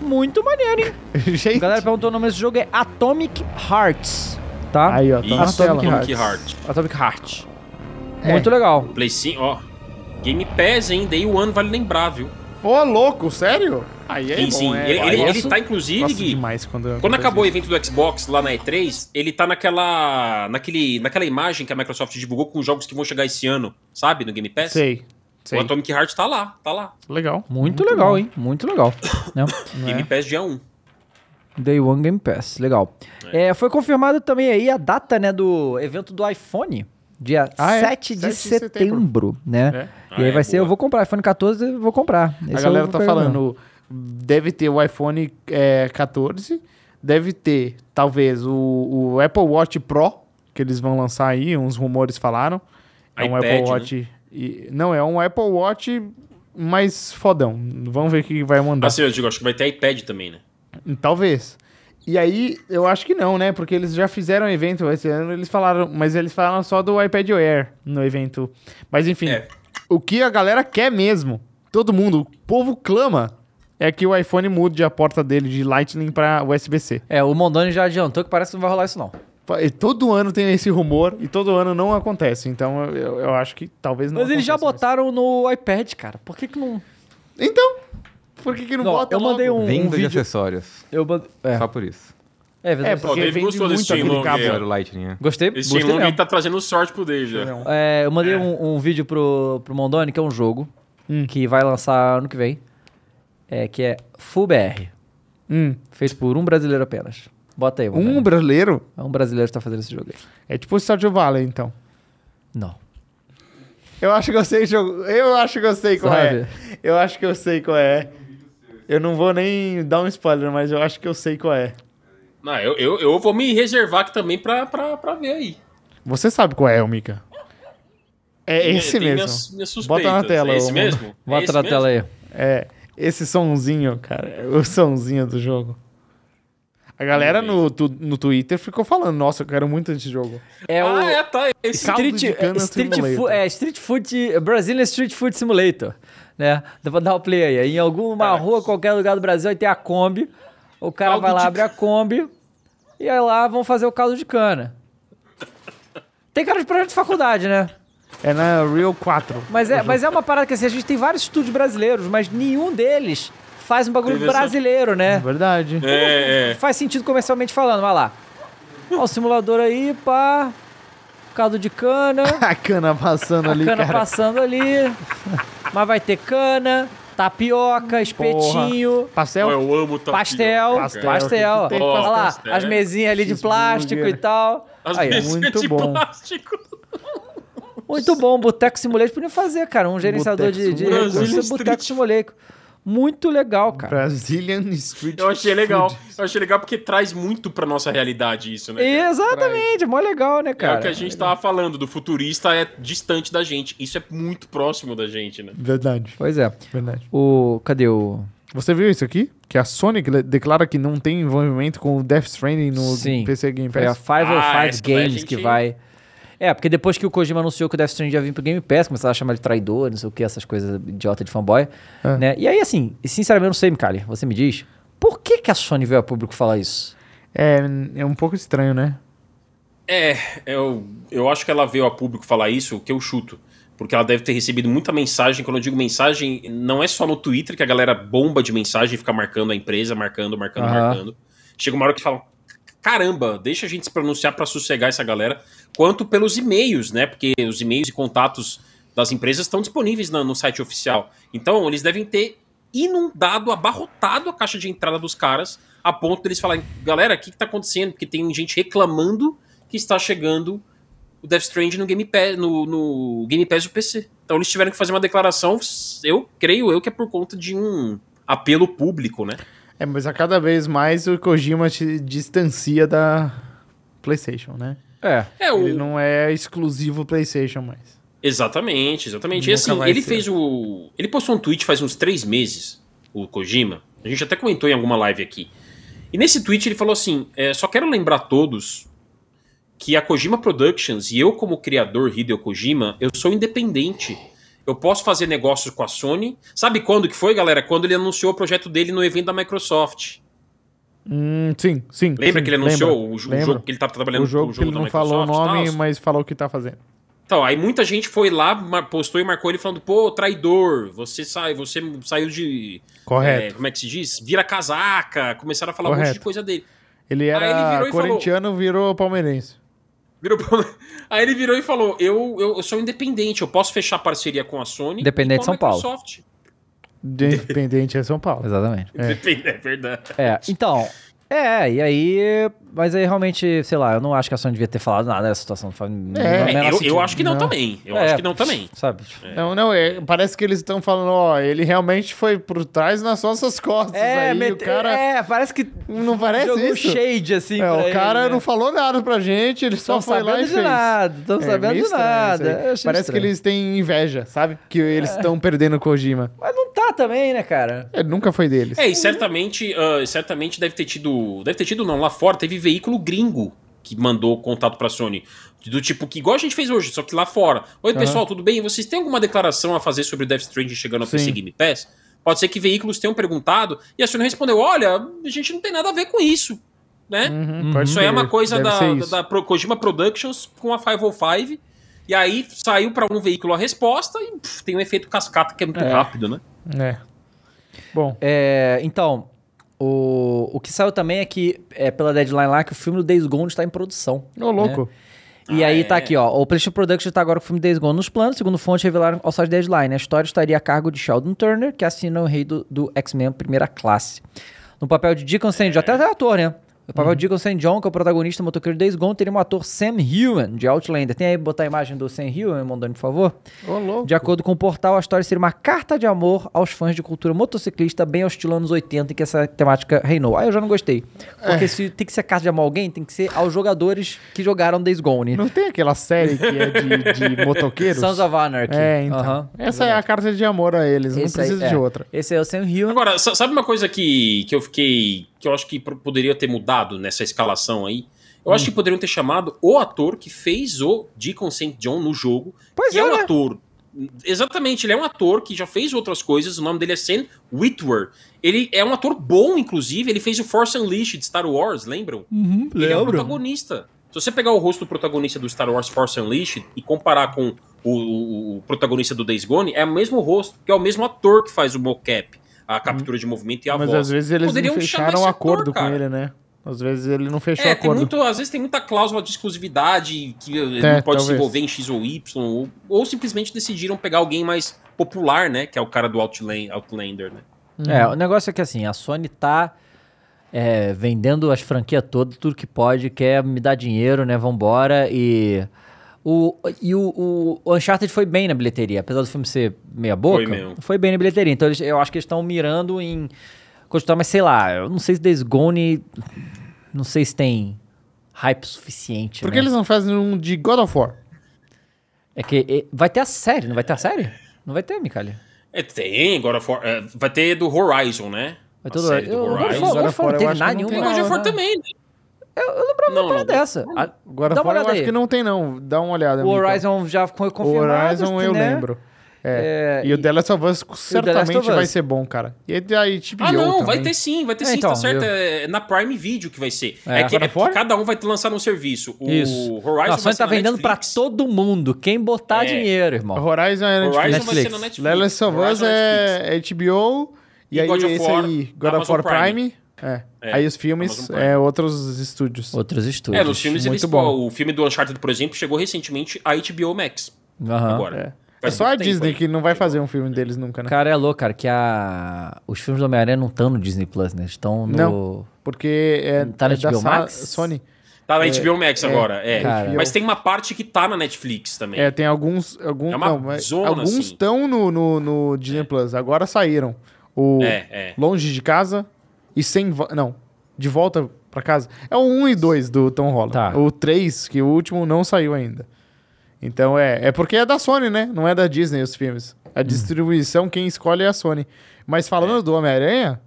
S1: muito maneiro, hein? A
S2: Gente.
S1: galera perguntou o nome desse jogo, é Atomic Hearts, tá?
S2: Aí, ó, tá na
S3: Isso,
S2: tela.
S3: Atomic Heart.
S1: Atomic Heart.
S2: É.
S1: Muito legal.
S3: Play 5, ó. Game Pass, hein? Day One, vale lembrar, viu?
S2: Ô, louco, sério? Aí é
S3: Sim,
S2: bom,
S3: sim.
S2: é-
S3: ele,
S2: eu
S3: ele, ele
S2: gosto-
S3: tá, inclusive,
S2: gosto
S3: Gui,
S2: demais quando...
S3: Quando
S2: acontece
S3: acabou o
S2: isso.
S3: evento do Xbox lá na E3, ele tá naquela, naquele, naquela imagem que a Microsoft divulgou com os jogos que vão chegar esse ano, sabe? No Game Pass.
S2: Sei, sei.
S3: O Atomic Heart tá lá, tá lá.
S2: Legal.
S1: Muito, legal, hein? Muito legal. né?
S2: É.
S3: Game Pass dia 1.
S1: Day One Game Pass, legal. É, foi confirmado também aí a data né, do evento do iPhone, dia
S2: Ah, é?
S1: 7 de
S2: 7 de
S1: setembro,
S2: setembro.
S1: né?
S3: É.
S1: E aí
S3: Ah, é,
S1: vai ser, eu
S3: boa.
S1: vou comprar, iPhone 14 eu vou comprar. Esse é
S2: a
S1: eu
S2: galera
S1: vou
S2: tá
S1: pegar, não.
S2: falando, deve ter o iPhone é, 14, deve ter, talvez, o, o Apple Watch Pro, que eles vão lançar aí, uns rumores falaram. É um
S3: iPad,
S2: Apple
S3: né?
S2: Watch... e- não, é um Apple Watch mais fodão. Vamos ver o que vai mandar.
S3: Assim, eu digo, acho que vai ter iPad também, né?
S2: Talvez. E aí, eu acho que não, né? Porque eles já fizeram evento esse ano, eles falaram, mas eles falaram só do iPad Air no evento. Mas enfim,
S3: É.
S2: o que a galera quer mesmo, todo mundo, o povo clama, é que o iPhone mude a porta dele de Lightning pra USB-C.
S1: É, o Mondoni já adiantou que parece que não vai rolar isso não.
S2: E Todo ano tem esse rumor e todo ano não acontece. Então eu, eu acho que talvez não
S1: Mas eles já
S2: aconteça
S1: botaram no iPad, cara. Por que que não...
S2: mais. Então, por que, que não,
S1: Não,
S2: bota?
S1: eu mandei
S2: logo?
S1: um, um
S5: Venda de
S1: vídeo...
S5: acessórios.
S1: Eu mandei... É,
S5: Só por isso.
S1: é verdade.
S2: É,
S3: Ó,
S2: porque
S3: Dave
S2: vende
S3: gostou desse
S2: muito aquele
S3: Shenmue,
S2: cabo.
S3: É.
S5: Era o Lightning, né?
S1: Gostei,
S3: Esse
S1: gostei
S3: Shenlong
S1: mesmo.
S3: tá trazendo sorte pro Dave já.
S1: É, eu mandei um, um vídeo pro, pro Mondoni, que é um jogo que vai lançar ano que vem, é, que é Full BR,
S2: Hum,
S1: feito por um brasileiro apenas. Bota aí, Mondoni.
S2: um brasileiro?
S1: É um brasileiro que tá fazendo esse jogo aí.
S2: É tipo o Stardew Valley, então.
S1: Não.
S2: Eu acho que eu sei jogo. Eu acho que eu sei qual é. Eu acho que eu sei qual é. Eu não vou nem dar um spoiler, mas eu acho que eu sei qual é.
S3: Não, eu, eu, eu vou me reservar aqui também pra, pra, pra ver aí.
S2: Você sabe qual é, ô Mika. É
S3: Tem-
S2: esse
S3: tem
S2: mesmo.
S3: Minhas, minhas
S2: Bota na
S3: suspeitas.
S2: tela,
S3: É esse
S2: ô,
S3: mesmo? É
S1: Bota
S3: esse
S1: na
S3: mesmo?
S1: tela aí.
S2: É, esse sonzinho, cara. é O sonzinho do jogo. A galera no, tu- no Twitter ficou falando, nossa, eu quero muito esse jogo.
S1: É o
S3: ah, é, tá. é Esse
S2: Caldo
S1: Street,
S2: de Cana
S1: é, Street,
S2: Simulator.
S1: Fu- é, Street Food, Brazilian Street Food Simulator, né? Dá pra dar o play aí. Em alguma rua, qualquer lugar do Brasil, aí tem a Kombi. O cara
S3: Caldo
S1: vai lá,
S3: de
S1: abre a Kombi e aí lá vão fazer o caldo de cana. Tem cara de projeto de faculdade, né?
S2: É na Real 4.
S1: Mas é, mas é uma parada que assim, a gente tem vários estúdios brasileiros, mas nenhum deles faz um bagulho
S3: Teve essa-
S1: brasileiro,
S2: É
S1: né?
S2: verdade.
S3: É, é.
S1: Faz sentido comercialmente falando, vai lá. Ó, o simulador aí, pá. Caldo de cana,
S2: A cana passando ali,
S1: cana
S2: cara.
S1: passando ali. Mas vai ter cana, tapioca, espetinho,
S2: Pastel?
S3: Pô, eu amo tapioca,
S1: pastel,
S3: cara.
S1: pastel.
S2: Pastel, o que que tem
S1: Olha lá,
S3: pastel?
S1: as mesinhas ali de plástico e
S2: Cheeseburger.
S1: tal.
S3: As
S1: Aí, ó.
S3: vezes é
S2: muito
S3: de
S2: bom.
S3: plástico.
S1: Muito bom, Boteco Simulator podia fazer, cara. Um gerenciador
S2: Boteco
S1: de, de
S2: Simulator.
S1: recursos,
S3: Brasil
S1: Boteco
S3: Street.
S1: Simulator. Muito legal, cara.
S2: Brazilian Street
S3: Eu achei
S2: Food.
S3: legal. Eu achei legal porque traz muito pra nossa realidade isso, né? cara?
S1: Exatamente, mó legal, né, É, cara?
S3: é o que a gente tava falando, do futurista é distante da gente. Isso é muito próximo da gente, né?
S2: Verdade,
S1: Pois é.
S2: verdade.
S1: O. Cadê o.
S2: Você viu isso aqui? Que a Sony gle- declara que não tem envolvimento com o Death Stranding no
S1: Sim.
S2: PC Game
S1: Foi a
S2: Pass.
S1: 505
S3: Ah,
S1: Games
S3: essa daí a gente-
S1: que vai. É, porque depois que o Kojima anunciou que o Death Stranding ia vir pro Game Pass, começaram a chamar de traidor, não sei o que, essas coisas idiota de fanboy,
S2: É.
S1: né? E aí, assim, sinceramente, eu não sei, Micali, você me diz, por que que a Sony veio a público falar isso?
S2: É, é um pouco estranho, né?
S3: É, eu, eu acho que ela veio a público falar isso, que eu chuto. Porque ela deve ter recebido muita mensagem. Quando eu digo mensagem, não é só no Twitter que a galera bomba de mensagem e fica marcando a empresa, marcando, marcando,
S1: Aham.
S3: marcando. Chega uma hora que falam, caramba, deixa a gente se pronunciar pra sossegar essa galera. Quanto pelos e-mails, né? Porque os e-mails e contatos das empresas estão disponíveis na- no site oficial. Então, eles devem ter inundado, abarrotado a caixa de entrada dos caras, a ponto deles falarem, galera, o que, que tá acontecendo? Porque tem gente reclamando que está chegando o Death Stranding no Game Pass, no, no Game Pass do PC. Então eles tiveram que fazer uma declaração, eu creio eu que é por conta de um apelo público, né?
S2: É, mas a cada vez mais o Kojima se distancia da PlayStation, né?
S1: É.
S3: É, o,
S2: Ele não é exclusivo PlayStation mais.
S3: Exatamente, exatamente.
S2: Nunca
S3: e assim,
S2: vai
S3: ele
S2: ser.
S3: fez o. Ele postou um tweet faz uns três meses, o Kojima. A gente até comentou em alguma live aqui. E nesse tweet ele falou assim: é, só quero lembrar a todos que a Kojima Productions e eu, como criador Hideo Kojima, eu sou independente. Eu posso fazer negócios com a Sony. Sabe quando que foi, galera? Quando ele anunciou o projeto dele no evento da Microsoft.
S2: Hum, sim, sim.
S3: Lembra
S2: sim,
S3: que ele anunciou o, jo- o
S2: lembra.
S3: jogo que ele tá trabalhando
S2: o jogo
S3: com
S2: que ele
S3: da
S2: não falou o
S3: Microsoft e
S2: nome,
S3: tal?
S2: mas falou o que tá fazendo.
S3: Então, aí muita gente foi lá, mar- postou e marcou ele falando, pô, traidor, você sai, você saiu de.
S2: Correto.
S3: é, como é que se diz? Vira casaca, começaram a falar um monte de
S2: Correto.
S3: coisa dele.
S2: Ele era
S3: Ah, ele virou e falou-
S2: corintiano, virou palmeirense.
S3: Virou pra- Aí ele virou e falou: eu, eu, eu sou independente, eu posso fechar parceria com a Sony.
S1: Independente
S3: e com a
S1: São Paulo.
S3: Microsoft."
S2: De Independente é São Paulo.
S1: Exatamente.
S3: Independente, é verdade.
S1: É, então. É, e aí. Mas aí realmente, sei lá, eu não acho que a Sony devia ter falado nada dessa situação. Faz- não- não
S2: É,
S3: É,
S1: menor
S3: eu,
S1: sentido.
S3: eu acho que não,
S2: Não.
S3: também. Eu
S1: É,
S3: acho que não também.
S1: Sabe?
S2: Não, não, é- parece que eles estão falando, ó, ele realmente foi por trás nas nossas costas aí, o
S1: mete-
S2: cara...
S1: é, parece que.
S2: Não parece
S1: jogou um
S2: isso?
S1: shade assim.
S2: É,
S1: pra
S2: o
S1: ele,
S2: cara
S1: né?
S2: não falou nada pra gente, ele só
S1: Tão
S2: foi lá
S1: sabendo
S2: e
S1: de
S2: fez. É,
S1: nada, tão sabendo
S2: meio
S1: de
S2: estranho
S1: nada,
S2: isso aí.
S1: eu achei
S2: Parece
S1: estranho. É.
S2: que eles têm inveja, sabe? Que eles estão perdendo o Kojima.
S1: Mas não tá também, né, cara?
S2: É, nunca foi deles.
S3: É, e certamente, ah, certamente deve ter tido. Deve ter tido, não, lá fora teve veículo gringo que mandou contato pra Sony. Do tipo que, igual a gente fez hoje, só que lá fora. Oi, pessoal, tudo bem? Vocês têm alguma declaração a fazer sobre o Death Stranding chegando a PC
S2: Sim.
S3: Game Pass? Pode ser que veículos tenham perguntado e a Sony respondeu: olha, a gente não tem nada a ver com isso. Né?
S2: Uhum, pode
S3: Isso aí é
S2: ser,
S3: uma coisa
S2: deve
S3: da,
S2: ser
S3: da,
S2: isso.
S3: da Pro- Kojima Productions com a 505. E aí saiu pra um veículo a resposta e pff, tem um efeito cascata que é muito rápido, né?
S2: É. Bom,
S1: É, então, o, o que saiu também é que, é, pela deadline lá, que o filme do Days Gone está em produção.
S2: ô louco.
S1: E
S3: Ah,
S1: aí
S3: é.
S1: tá aqui, ó. O PlayStation Productions está agora com o filme Days Gone nos planos, segundo fontes revelaram ao site Deadline. A história estaria a cargo de Sheldon Turner, que assina o rei do, do X-Men Primeira Classe. No papel de Deacon St. John,
S3: É.
S1: até até ator, né? No papel
S3: Uhum.
S1: de Deacon St. John, que é o protagonista do motoqueiro Days Gone, teria um ator Sam Hewen, de Outlander. Tem aí, botar a imagem do Sam Hewen, mandando, por favor?
S2: Ô louco.
S1: De acordo com o portal, a história seria uma carta de amor aos fãs de cultura motociclista, bem ao estilo anos 80, em que essa temática reinou. Aí eu já não gostei. Porque se tem que ser carta de amor a alguém, tem que ser aos jogadores que jogaram Days Gone.
S2: Não tem aquela série que é de, de motoqueiros?
S1: Sons of Anarchy.
S2: É, então.
S1: Aham.
S2: Essa é a carta de amor a eles, não
S1: Esse aí,
S2: precisa
S1: é.
S2: de outra.
S1: Esse é o Sam Hill.
S3: Agora, sa- sabe uma coisa que, que eu fiquei. que eu acho que pro- poderia ter mudado nessa escalação aí? Eu acho que poderiam ter chamado o ator que fez o Deacon St. John no jogo.
S1: Pois
S3: que
S1: é,
S3: é um
S1: né?
S3: ator. Exatamente, ele é um ator que já fez outras coisas. O nome dele é Sam Witwer. Ele é um ator bom, inclusive. Ele fez o Force Unleashed de Star Wars, lembram?
S1: Uhum,
S3: Ele é o protagonista. Se você pegar o rosto do protagonista do Star Wars Force Unleashed e comparar com o, o- o protagonista do Days Gone, é o mesmo rosto, que é o mesmo ator que faz o mocap, a captura de movimento e a
S2: Mas
S3: voz.
S2: às vezes eles
S3: Poderiam
S2: não
S3: chamar esse
S2: fecharam um
S3: ator,
S2: acordo
S3: cara.
S2: com ele, né? Às vezes ele não fechou
S3: É, tem
S2: acordo.
S3: muito, às vezes tem muita cláusula de exclusividade que eh,
S2: É,
S3: não pode se
S2: talvez.
S3: envolver em X ou Y, ou, ou simplesmente decidiram pegar alguém mais popular, né? Que é o cara do Outlan- Outlander, né?
S1: É, o negócio é que assim, a Sony tá é, vendendo as franquias todas, tudo que pode, quer me dar dinheiro, né? Vambora. E. O, e o, o- o Uncharted foi bem na bilheteria, apesar do filme ser meia boca.
S3: Foi mesmo.
S1: bem na bilheteria. Então eles- eu acho que eles estão mirando em. Continuar, mas sei lá, eu não sei se Days Gone. Não sei se tem hype suficiente.
S2: Por que
S1: né?
S2: eles não fazem um de God of War?
S1: É que é, vai ter a série, não vai ter a série? Não vai ter, Micalha.
S3: É, tem, agora for- eh, vai ter do Horizon, né?
S1: Vai
S3: A
S1: todo
S3: série
S1: eu, eu, agora fora- agora
S2: Agora
S1: fora não
S2: fora eu
S1: teve
S2: acho que
S1: nada
S2: não
S1: nenhuma.
S2: tem
S3: Tem o God of
S2: não,
S3: War
S2: né?
S3: também, né?
S1: Eu lembrava
S3: Não,
S1: uma
S3: não,
S1: parada dessa. A-
S2: God
S1: Dá
S2: of
S1: uma
S2: War eu
S1: olhada
S2: acho
S1: aí.
S2: que não tem, não. Dá uma olhada.
S1: O
S2: Mika.
S1: Horizon já foi
S2: O
S1: confirmado.
S2: Horizon eu
S1: né?
S2: lembro. É.
S1: É,
S2: e,
S1: e-
S2: o The Last of Us certamente
S1: of Us.
S2: vai ser bom, cara. E aí, tipo,
S3: Ah, não, vai ter sim, vai ter
S1: É,
S3: sim,
S1: então,
S3: tá certo.
S1: eu-
S3: É na Prime Video que vai ser.
S1: É,
S3: É, que,
S1: agora
S3: é que
S1: fora?
S3: cada um vai lançar um serviço. O
S1: Isso.
S3: Horizon
S1: Não, a Sony tá vendendo pra
S3: todos.
S1: todo mundo. Quem botar
S3: É.
S1: dinheiro, irmão.
S2: Horizon é
S3: Horizon
S2: Netflix.
S3: vai ser
S1: Netflix.
S3: na Netflix.
S2: The Last of Us
S3: Horizon Netflix.
S2: é, é HBO. E,
S3: E
S2: aí,
S3: God of
S2: esse
S3: War,
S2: aí, God of
S3: Amazon
S2: War Prime. É.
S3: É,
S2: Aí os filmes,
S3: Amazon Prime.
S2: é outros estúdios.
S1: Outros estúdios.
S3: É, nos filmes
S2: muito
S3: eles.
S2: bom.
S3: O filme do Uncharted, por exemplo, chegou recentemente a HBO Max.
S1: Aham.
S3: Agora.
S2: É
S3: Faz
S2: só a
S3: pouco tempo,
S2: Disney
S3: hein?
S2: que não vai fazer um filme deles nunca, né?
S1: Cara, é louco, cara, que a... os filmes do Homem-Aranha não estão no Disney Plus, né? Estão no.
S2: Não. Porque é,
S1: Tá na
S2: é da
S1: HBO
S2: Sa-
S1: Max?
S2: Sony.
S3: Tá
S2: é,
S3: na HBO Max agora, é.
S1: Cara.
S3: Mas tem uma parte que tá na Netflix também.
S2: É, tem alguns. alguns
S3: É uma
S2: não, mas
S3: zona,
S2: alguns
S3: assim.
S2: estão no, no, no Disney Plus, agora saíram. O
S3: É, é.
S2: Longe de Casa e Sem. Vo- Não, De Volta pra Casa. É o 1 e 2 do Tom Holland.
S1: Tá.
S2: O 3, que o último não saiu ainda. Então é. É porque é da Sony, né? Não é da Disney os filmes. A distribuição, quem escolhe é a Sony. Mas falando do Homem-Aranha.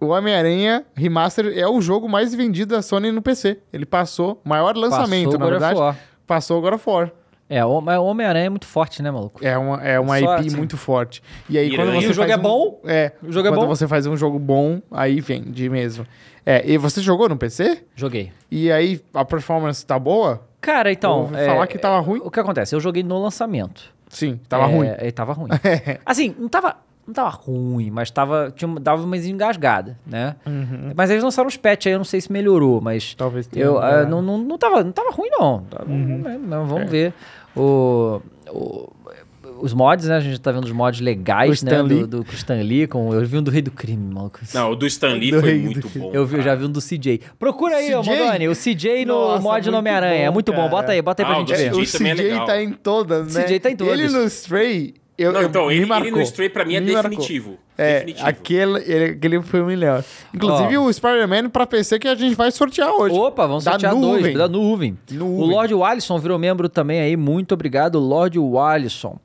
S2: O Homem-Aranha Remaster é o jogo mais vendido da Sony no PC. Ele passou, maior
S1: Passou
S2: lançamento,
S1: o
S2: na
S1: God of
S2: verdade.
S1: War.
S2: Passou agora fora.
S1: É, o- mas o Homem-Aranha é muito forte, né, maluco?
S2: É uma, é uma
S1: Só
S2: IP
S1: assim.
S2: muito forte. E aí,
S3: E
S2: quando
S3: aí,
S2: você
S1: o jogo
S2: faz
S1: é
S2: um-
S1: bom?
S2: É.
S1: O jogo é
S2: quando
S1: bom?
S2: você faz um jogo bom, aí vende mesmo. É, e você jogou no PC?
S1: Joguei.
S2: E aí a performance tá boa?
S1: Cara,
S2: Eu
S1: então.
S2: ouvi
S1: é,
S2: falar que tava ruim.
S1: O que acontece? Eu joguei no lançamento.
S2: Sim, tava
S1: É,
S2: ruim.
S1: é, tava ruim. assim, não tava, não tava ruim, mas tava, tinha, uma- dava uma engasgada, né? Mas eles lançaram os patch aí, eu não sei se melhorou, mas.
S2: Uhum. Talvez tenha
S1: eu, ah,
S2: melhorado. Uhum. É.
S1: não, não, não, tava, não tava ruim, não. Tava- mas- mas vamos ver. O. o- os mods, né? A gente tá vendo os mods legais,
S2: O
S1: né?
S2: Stan Lee.
S1: Do, do, com o Stan Lee, com, eu vi um do Rei do Crime, maluco.
S3: Não, o do Stanley
S2: Do
S3: foi
S2: rei do
S3: muito
S2: crime.
S3: bom.
S1: Eu, vi, eu já vi um do CJ. Procura aí, ô
S2: CJ?
S1: Mondoni, o CJ no
S2: Nossa,
S1: mod
S2: muito
S1: do Homem-Aranha. É
S2: bom,
S1: muito bom,
S2: cara.
S1: bota aí, bota aí pra
S3: Ah, o
S1: gente
S3: do
S1: ver.
S2: É, o
S3: também é
S2: CJ
S3: legal.
S2: tá em todas, né?
S1: CJ tá em todas.
S2: Ele no Stray, eu,
S3: Não,
S2: eu-
S3: então,
S2: me
S3: ele, ele
S2: marcou.
S3: no Stray pra mim é
S2: Me marcou.
S3: definitivo.
S2: É,
S3: definitivo.
S2: Aquele, ele, aquele foi o melhor. Inclusive
S1: Ó.
S2: o Spider-Man pra PC que a gente vai sortear hoje.
S1: Opa, vamos
S2: Da
S1: sortear
S2: nuvem.
S1: dois da nuvem. O
S2: Nuvem.
S1: Lorde Wallison virou membro também aí. Muito obrigado, Lorde Wallison.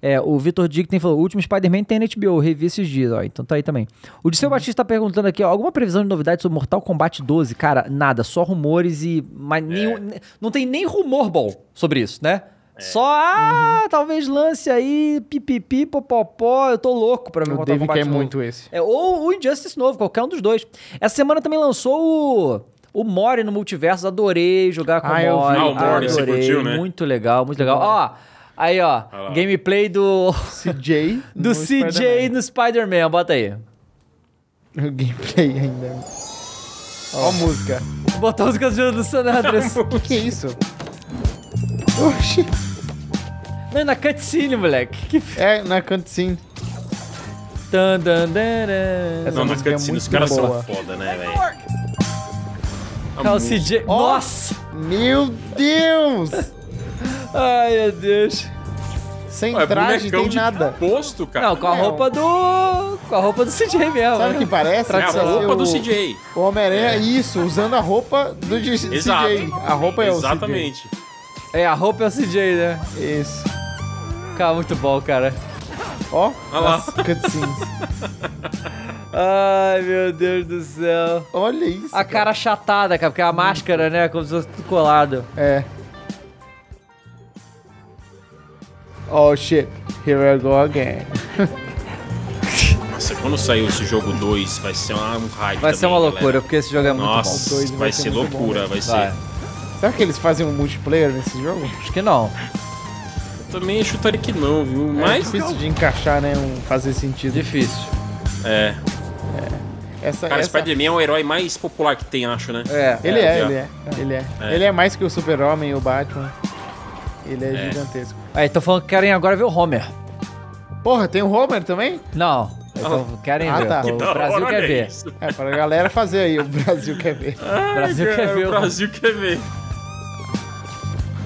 S1: É, o Vitor Dickten falou: o último Spider-Man tem na HBO, revi esses dias. Ó, então tá aí também. O Disseu Batista tá perguntando aqui: ó, alguma previsão de novidade sobre Mortal Kombat 12? Cara, nada, só rumores e. Mas nenhum- ne- não tem nem rumor bom sobre isso, né? Só, ah, talvez lance aí, pipipi, popopó. Eu tô louco pra ver
S2: O
S1: Mortal
S2: David
S1: Kombat
S2: quer
S1: novo.
S2: muito esse.
S1: É, ou o Injustice novo, qualquer um dos dois. Essa semana também lançou o, o Mori no Multiverso. Adorei jogar com
S2: Ah,
S1: o
S2: eu
S1: Mori.
S2: vi. Ah, o
S3: Mori, você
S1: adorei.
S3: curtiu, né?
S1: Muito legal, muito legal. Ó, aí ó,
S3: lá.
S1: gameplay do,
S2: CJ
S1: do
S2: no
S1: CJ
S2: Spider-Man.
S1: no Spider-Man, bota aí.
S2: O gameplay ainda. Ó a música.
S1: Botar os canções do San Andreas.
S2: O que é isso? Oxi.
S1: Não, é na cutscene, moleque. Que... f-
S2: É, na cutscene.
S1: Tan, dan, dan, dan.
S2: Essa
S3: Não, nas
S2: música é
S3: cutscenes, os
S2: muito
S3: caras
S2: boa.
S3: são foda, né, velho? É
S1: Cara, o CJ.
S2: Ó.
S1: Nossa!
S2: Meu Deus!
S1: Ai, meu Deus.
S2: Sem
S3: É
S2: traje,
S3: bonecão
S2: tem
S3: de
S2: nada.
S3: posto, cara.
S1: Não, com a
S2: Não.
S1: roupa do... Com a roupa do CJ mesmo.
S2: Sabe o que parece?
S3: é a
S2: Parece
S3: roupa
S2: o-
S3: do CJ.
S2: O Homem-Aranha, isso, usando a roupa do de- CJ.
S3: Exato.
S2: A roupa é o
S3: Exatamente.
S1: É, a roupa é o CJ, né?
S2: CJ. Isso.
S1: Cara, muito bom, cara.
S2: Ó,
S3: Olha lá.
S2: as cutscenes.
S1: Ai, meu Deus do céu.
S2: Olha isso.
S1: A cara achatada, cara, porque a máscara, né? Como se fosse tudo colado.
S2: É. Oh shit, here I go again.
S3: Nossa, quando saiu esse jogo 2, vai ser uma, um hype.
S1: Vai
S3: também,
S1: ser uma
S3: galera.
S1: loucura, porque esse jogo é muito
S3: Nossa,
S2: bom. O dois
S3: vai,
S2: vai
S3: ser,
S2: ser muito bom,
S3: loucura,
S2: né?
S3: vai
S1: bom.
S3: ser.
S1: Vai.
S2: Será que eles fazem um multiplayer nesse jogo?
S1: Acho que não.
S3: Eu também chutaria que não, viu?
S2: é
S3: Mas.
S2: difícil de encaixar, né? Um fazer sentido.
S1: Difícil.
S3: É.
S2: Essa,
S3: Cara,
S2: essa...
S3: Spider-Man é o herói mais popular que tem, acho, né?
S1: É.
S2: Ele é,
S3: É,
S2: ele é, ele é.
S3: É.
S2: Ele é mais que o Super-Homem e o Batman. Ele é, gigantesco.
S1: Aí, tô então falando que querem agora ver o Homer.
S2: Porra, tem o Homer também?
S1: Não. Então, querem
S2: Ah,
S1: ver.
S2: tá.
S1: O
S2: Que
S3: Da
S1: Brasil
S3: hora,
S1: quer
S3: né?
S1: ver.
S3: Isso.
S2: É, pra galera fazer aí, o Brasil quer ver.
S3: Ai,
S1: Brasil quer
S3: cara,
S1: ver,
S3: O
S1: mano.
S3: Brasil quer ver.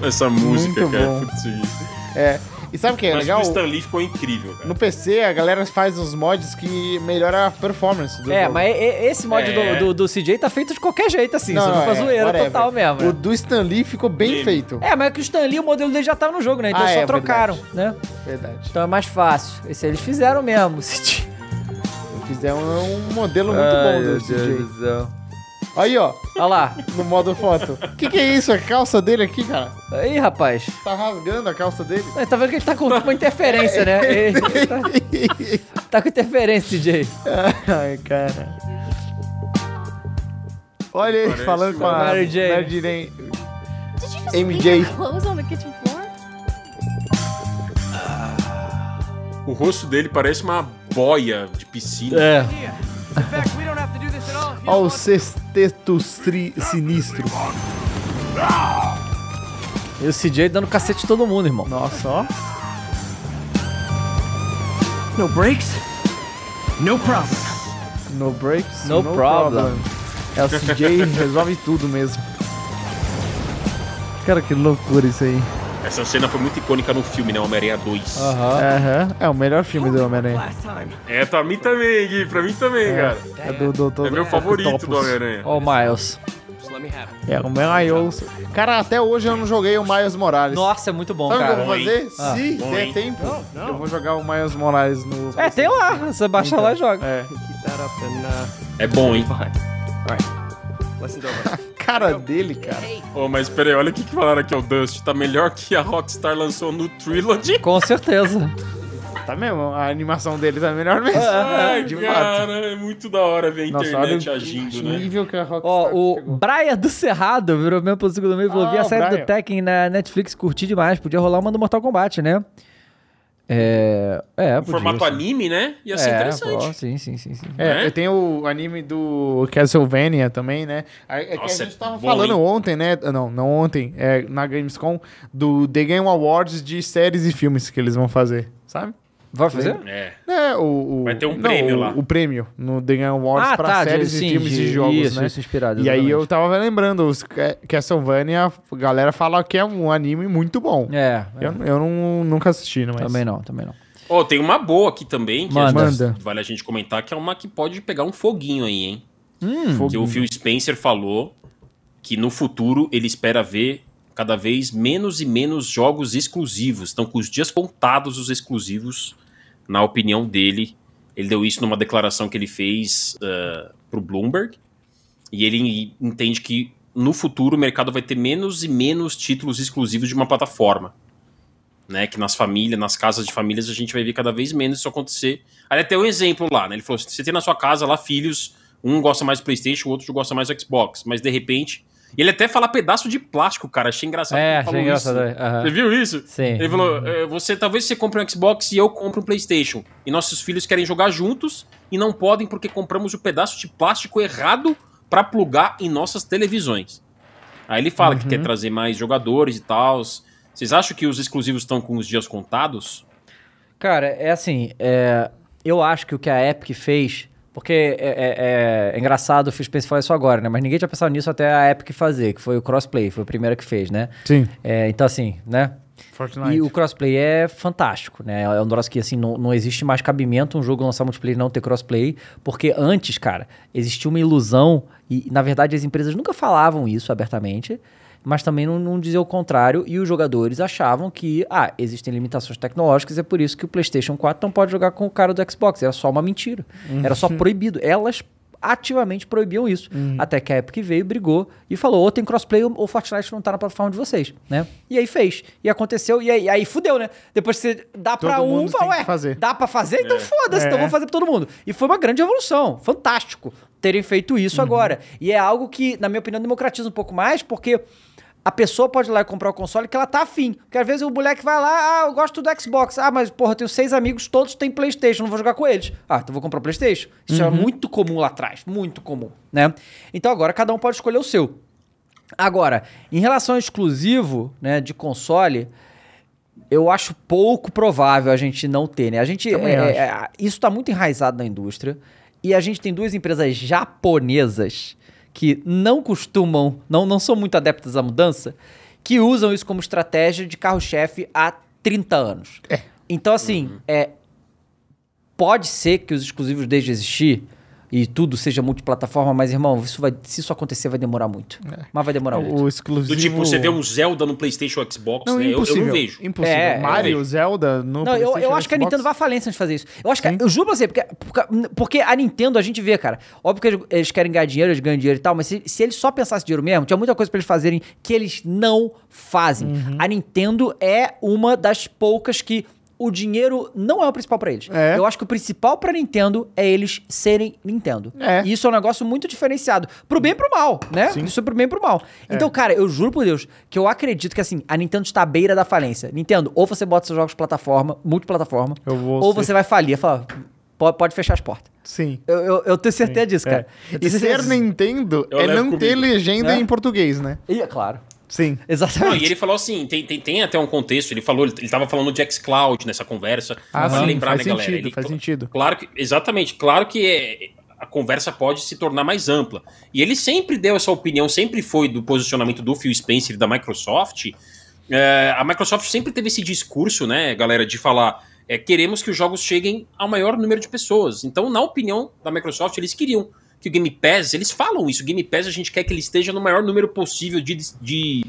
S3: Essa música,
S2: Muito
S3: cara.
S2: bom.
S3: Putz, isso.
S2: É. E sabe o que é
S3: Mas
S2: legal?
S3: o Stan Lee ficou incrível, cara.
S2: No PC, a galera faz uns mods que melhora a performance do
S1: É,
S2: jogo.
S1: mas e- e- esse mod
S3: É.
S1: do, do, do CJ tá feito de qualquer jeito, assim. Não, só não, pra
S2: é,
S1: zoeira
S2: whatever.
S1: total mesmo. né?
S2: O do Stan Lee ficou bem
S3: Game.
S2: feito.
S1: É, mas é que o Stan Lee, o modelo dele já tava no jogo, né? Então
S2: Ah,
S1: só
S2: é,
S1: trocaram,
S2: verdade.
S1: né?
S2: Verdade.
S1: Então é mais fácil. Esse aí eles fizeram mesmo. tipo CJ.
S2: Fizeram um modelo muito
S1: Ai,
S2: bom
S1: meu
S2: do CJ.
S1: Deus do céu.
S2: Aí, ó,
S1: Olha lá.
S2: no modo foto. que que é isso? A calça dele aqui, cara?
S1: Aí, rapaz.
S2: Tá rasgando a calça dele?
S1: Não, Tá vendo que ele tá com uma interferência, né? Ele tá, tá com interferência, DJ.
S2: Ai, cara. Olha ele
S3: Parece
S2: falando com a
S1: Mary Jane.
S2: Mary Jane.
S5: Did you just
S2: MJ.
S5: leave your clothes on the kitchen floor?
S3: O rosto dele parece uma boia de piscina.
S1: É.
S2: Ó o sexteto stri- sinistro.
S1: E o CJ dando cacete em todo mundo, irmão.
S2: Nossa, ó.
S6: No breaks? No problem.
S2: No breaks,
S1: No
S2: no,
S1: problem.
S2: problem. É o CJ, resolve tudo mesmo. Cara, que loucura isso aí.
S3: Essa cena foi muito icônica no filme, né? Homem-Aranha 2.
S2: Aham, é o melhor filme do Homem-Aranha.
S3: É, pra mim também, Gui. Pra mim também, cara.
S2: É do Doutor
S3: É meu favorito do
S2: Octopus.
S3: Homem-Aranha.
S1: Ó, o Miles.
S2: É, o Miles. Cara, até hoje eu não joguei o Miles Morales.
S1: Nossa, é muito bom,
S2: Sabe o que eu
S1: cara.
S2: vou
S3: Bom, hein?
S2: fazer?
S1: Ah,
S2: Se
S3: bom,
S2: der
S3: hein?
S2: tempo, eu vou jogar o Miles Morales no.
S1: É, tem lá. Você baixa lá e joga.
S2: É.
S6: Keep that up and, uh,
S3: É bom, hein?
S6: fine. Alright. Lesson's over.
S2: cara dele, cara.
S3: Ô, mas peraí, olha o que, que falaram aqui, o Dust. Tá melhor que a Rockstar lançou no Trilogy.
S1: É. Com certeza.
S2: Tá mesmo? A animação dele tá melhor mesmo.
S3: Ai,
S2: de fato.
S3: Ah, cara, é muito da hora ver a
S2: Nossa,
S3: internet
S2: olha o
S3: agindo, né?
S2: nível que a Rockstar
S1: Ó, o
S2: chegou.
S1: Brian do Cerrado virou mesmo pro segundo meio e falou:
S2: Ah,
S1: vi a
S2: o
S1: série do
S2: Brian.
S1: Tekken na Netflix, curti demais. Podia rolar uma do Mortal Kombat, né? É.
S2: Um
S1: É,
S3: O
S1: podia,
S3: formato
S1: sim.
S3: anime, né? Ia ser
S1: é,
S3: interessante.
S1: pô, sim, sim, sim, sim.
S2: É,
S3: né?
S2: eu tenho o anime do Castlevania também, né? A- É que
S3: Nossa,
S2: a gente tava
S3: é bom,
S2: falando
S3: hein?
S2: ontem, né? Não, não ontem, é, na Gamescom, do The Game Awards de séries e filmes que eles vão fazer, sabe?
S1: Vai fazer?
S3: É.
S2: É, o, o-
S3: Vai ter um
S2: não,
S3: prêmio
S2: o-
S3: lá.
S2: O prêmio no The Game Awards
S1: Ah,
S2: pra
S1: tá, de-
S2: séries
S1: sim,
S2: e filmes
S1: de-
S2: e jogos,
S1: isso,
S2: né?
S1: isso, inspirado,
S2: E aí eu
S1: exatamente.
S2: tava lembrando, os Ca- Castlevania, a galera fala que é um anime muito bom.
S1: É. é.
S2: Eu, eu não, nunca assisti, não é?
S1: Também não, também não.
S3: Ó, tem uma boa aqui também, que
S1: Manda.
S3: a gente-
S2: Manda.
S3: vale a gente comentar, que é uma que pode pegar um foguinho aí, hein? Que o
S2: Fogo.
S3: Phil Spencer falou que no futuro ele espera ver cada vez menos e menos jogos exclusivos. Estão com os dias contados os exclusivos, na opinião dele. Ele deu isso numa declaração que ele fez para pro Bloomberg. E ele entende que no futuro o mercado vai ter menos e menos títulos exclusivos de uma plataforma. Né, que nas famílias, nas casas de famílias, a gente vai ver cada vez menos isso acontecer. Aí até um exemplo lá, né? Ele falou: você tem na sua casa lá filhos, um gosta mais do PlayStation, o outro gosta mais do Xbox, mas de repente. E ele até fala pedaço de plástico, cara. Achei engraçado. que ele
S1: É,
S3: falou
S1: achei engraçado.
S3: Isso.
S1: é, aham.
S3: Você viu isso?
S1: Sim.
S3: Ele
S2: Uhum.
S3: falou: é, você talvez você compre um Xbox e eu compro um PlayStation. E nossos filhos querem jogar juntos e não podem porque compramos o pedaço de plástico errado pra plugar em nossas televisões. Aí ele fala que quer
S2: Uhum.
S3: trazer mais jogadores e tal. Vocês acham que os exclusivos estão com os dias contados?
S1: Cara, é assim, é, eu acho que o que a Epic fez, porque é, é- é engraçado, eu fiz pensar falar isso agora, né? Mas ninguém tinha pensado nisso até a Epic fazer, que foi o crossplay, foi a primeira que fez, né?
S2: Sim,
S1: É, então assim, né?
S2: Fortnite.
S1: E o crossplay é fantástico, né? É um negócio que, assim, não, não existe mais cabimento um jogo lançar multiplayer e não ter crossplay, porque antes, cara, existia uma ilusão e, na verdade, as empresas nunca falavam isso abertamente, mas também não, não diziam o contrário e os jogadores achavam que, ah, existem limitações tecnológicas, é por isso que o PlayStation 4 não pode jogar com o cara do Xbox. Era só uma mentira. Era só proibido. Elas ativamente proibiam isso. Até que a Epic veio, brigou e falou: ou tem crossplay ou ou Fortnite não tá na plataforma de vocês, né? E aí fez. E aconteceu, e aí, aí fudeu, né? Depois que você dá pra
S2: Todo
S1: um,
S2: mundo
S1: fala,
S2: tem que
S1: ué,
S2: fazer."
S1: dá pra fazer? Então foda-se,
S2: É.
S1: então vou fazer pra todo mundo. E foi uma grande evolução. Fantástico terem feito isso
S2: Uhum.
S1: agora. E é algo que, na minha opinião, democratiza um pouco mais, porque. A pessoa pode ir lá e comprar o console que ela tá afim. Porque às vezes o moleque vai lá, ah, eu gosto do Xbox. Ah, mas porra, eu tenho seis amigos, todos têm Playstation, não vou jogar com eles. Ah, então vou comprar o Playstation. Isso
S2: Uhum.
S1: era muito comum lá atrás, muito comum, né? Então agora cada um pode escolher o seu. Agora, em relação ao exclusivo, né, de console, eu acho pouco provável a gente não ter, né? A gente.
S2: Também
S1: é,
S2: acho.
S1: é, isso está muito enraizado na indústria. E a gente tem duas empresas japonesas que não costumam, não, não são muito adeptas à mudança, que usam isso como estratégia de carro-chefe há 30 anos. Então, assim,
S2: Uhum.
S1: é, pode ser que os exclusivos deixem de existir e tudo seja multiplataforma, mas, irmão, isso vai, se isso acontecer, vai demorar muito. Mas vai demorar muito.
S2: É. o exclusivo...
S3: Do tipo, você vê um Zelda no PlayStation Xbox,
S2: Não,
S3: né? Eu- Eu,
S2: impossível.
S3: não vejo.
S2: Impossível.
S1: É,
S3: eu
S2: Mario,
S3: vejo.
S2: Zelda, no
S1: Não, eu,
S2: PlayStation,
S1: eu acho que a
S2: Xbox.
S1: Nintendo vai à falência antes de fazer isso. Eu acho que, eu juro pra você, porque, porque- porque a Nintendo, a gente vê, cara, óbvio que eles- eles querem ganhar dinheiro, eles ganham dinheiro e tal, mas se, se eles só pensassem dinheiro mesmo, tinha muita coisa pra eles fazerem que eles não fazem.
S2: Uhum.
S1: A Nintendo é uma das poucas que o dinheiro não é o principal pra eles.
S2: É.
S1: Eu acho que o principal pra Nintendo é eles serem Nintendo.
S2: É.
S1: E isso é um negócio muito diferenciado. Pro bem e pro mal, né? Isso é pro bem e pro mal. Então, cara, eu juro por Deus que eu acredito que assim, a Nintendo está à beira da falência. Nintendo, ou você bota seus jogos plataforma, multiplataforma,
S2: Eu vou
S1: ou
S2: ser-
S1: você vai falir. Fala, "Po- pode fechar as portas.
S2: Sim.
S1: Eu, eu, eu tenho certeza disso, cara.
S2: É.
S1: Eu
S2: E
S1: tenho certeza
S2: ser
S1: disso.
S2: Nintendo
S3: Eu
S2: é
S3: levo
S2: não ter
S3: comigo.
S2: legenda
S1: É.
S2: em português, né?
S1: Ih, é claro.
S2: Sim.
S3: Não, e
S1: Exatamente.
S3: ele falou assim, tem, tem, tem até um contexto, ele falou, ele, ele tava falando de xCloud nessa conversa.
S2: Ah,
S3: vale
S2: sim,
S3: lembrar,
S2: faz
S3: né, galera?
S2: sentido,
S3: Ele-
S2: faz sentido.
S3: Claro que, exatamente, claro que é- a conversa pode se tornar mais ampla. E ele sempre deu essa opinião, sempre foi do posicionamento do Phil Spencer e da Microsoft. É, a Microsoft sempre teve esse discurso, né, galera, de falar é, queremos que os jogos cheguem ao maior número de pessoas. Então, na opinião da Microsoft, eles queriam que o Game Pass, eles falam isso, o Game Pass a gente quer que ele esteja no maior número possível de, dis- de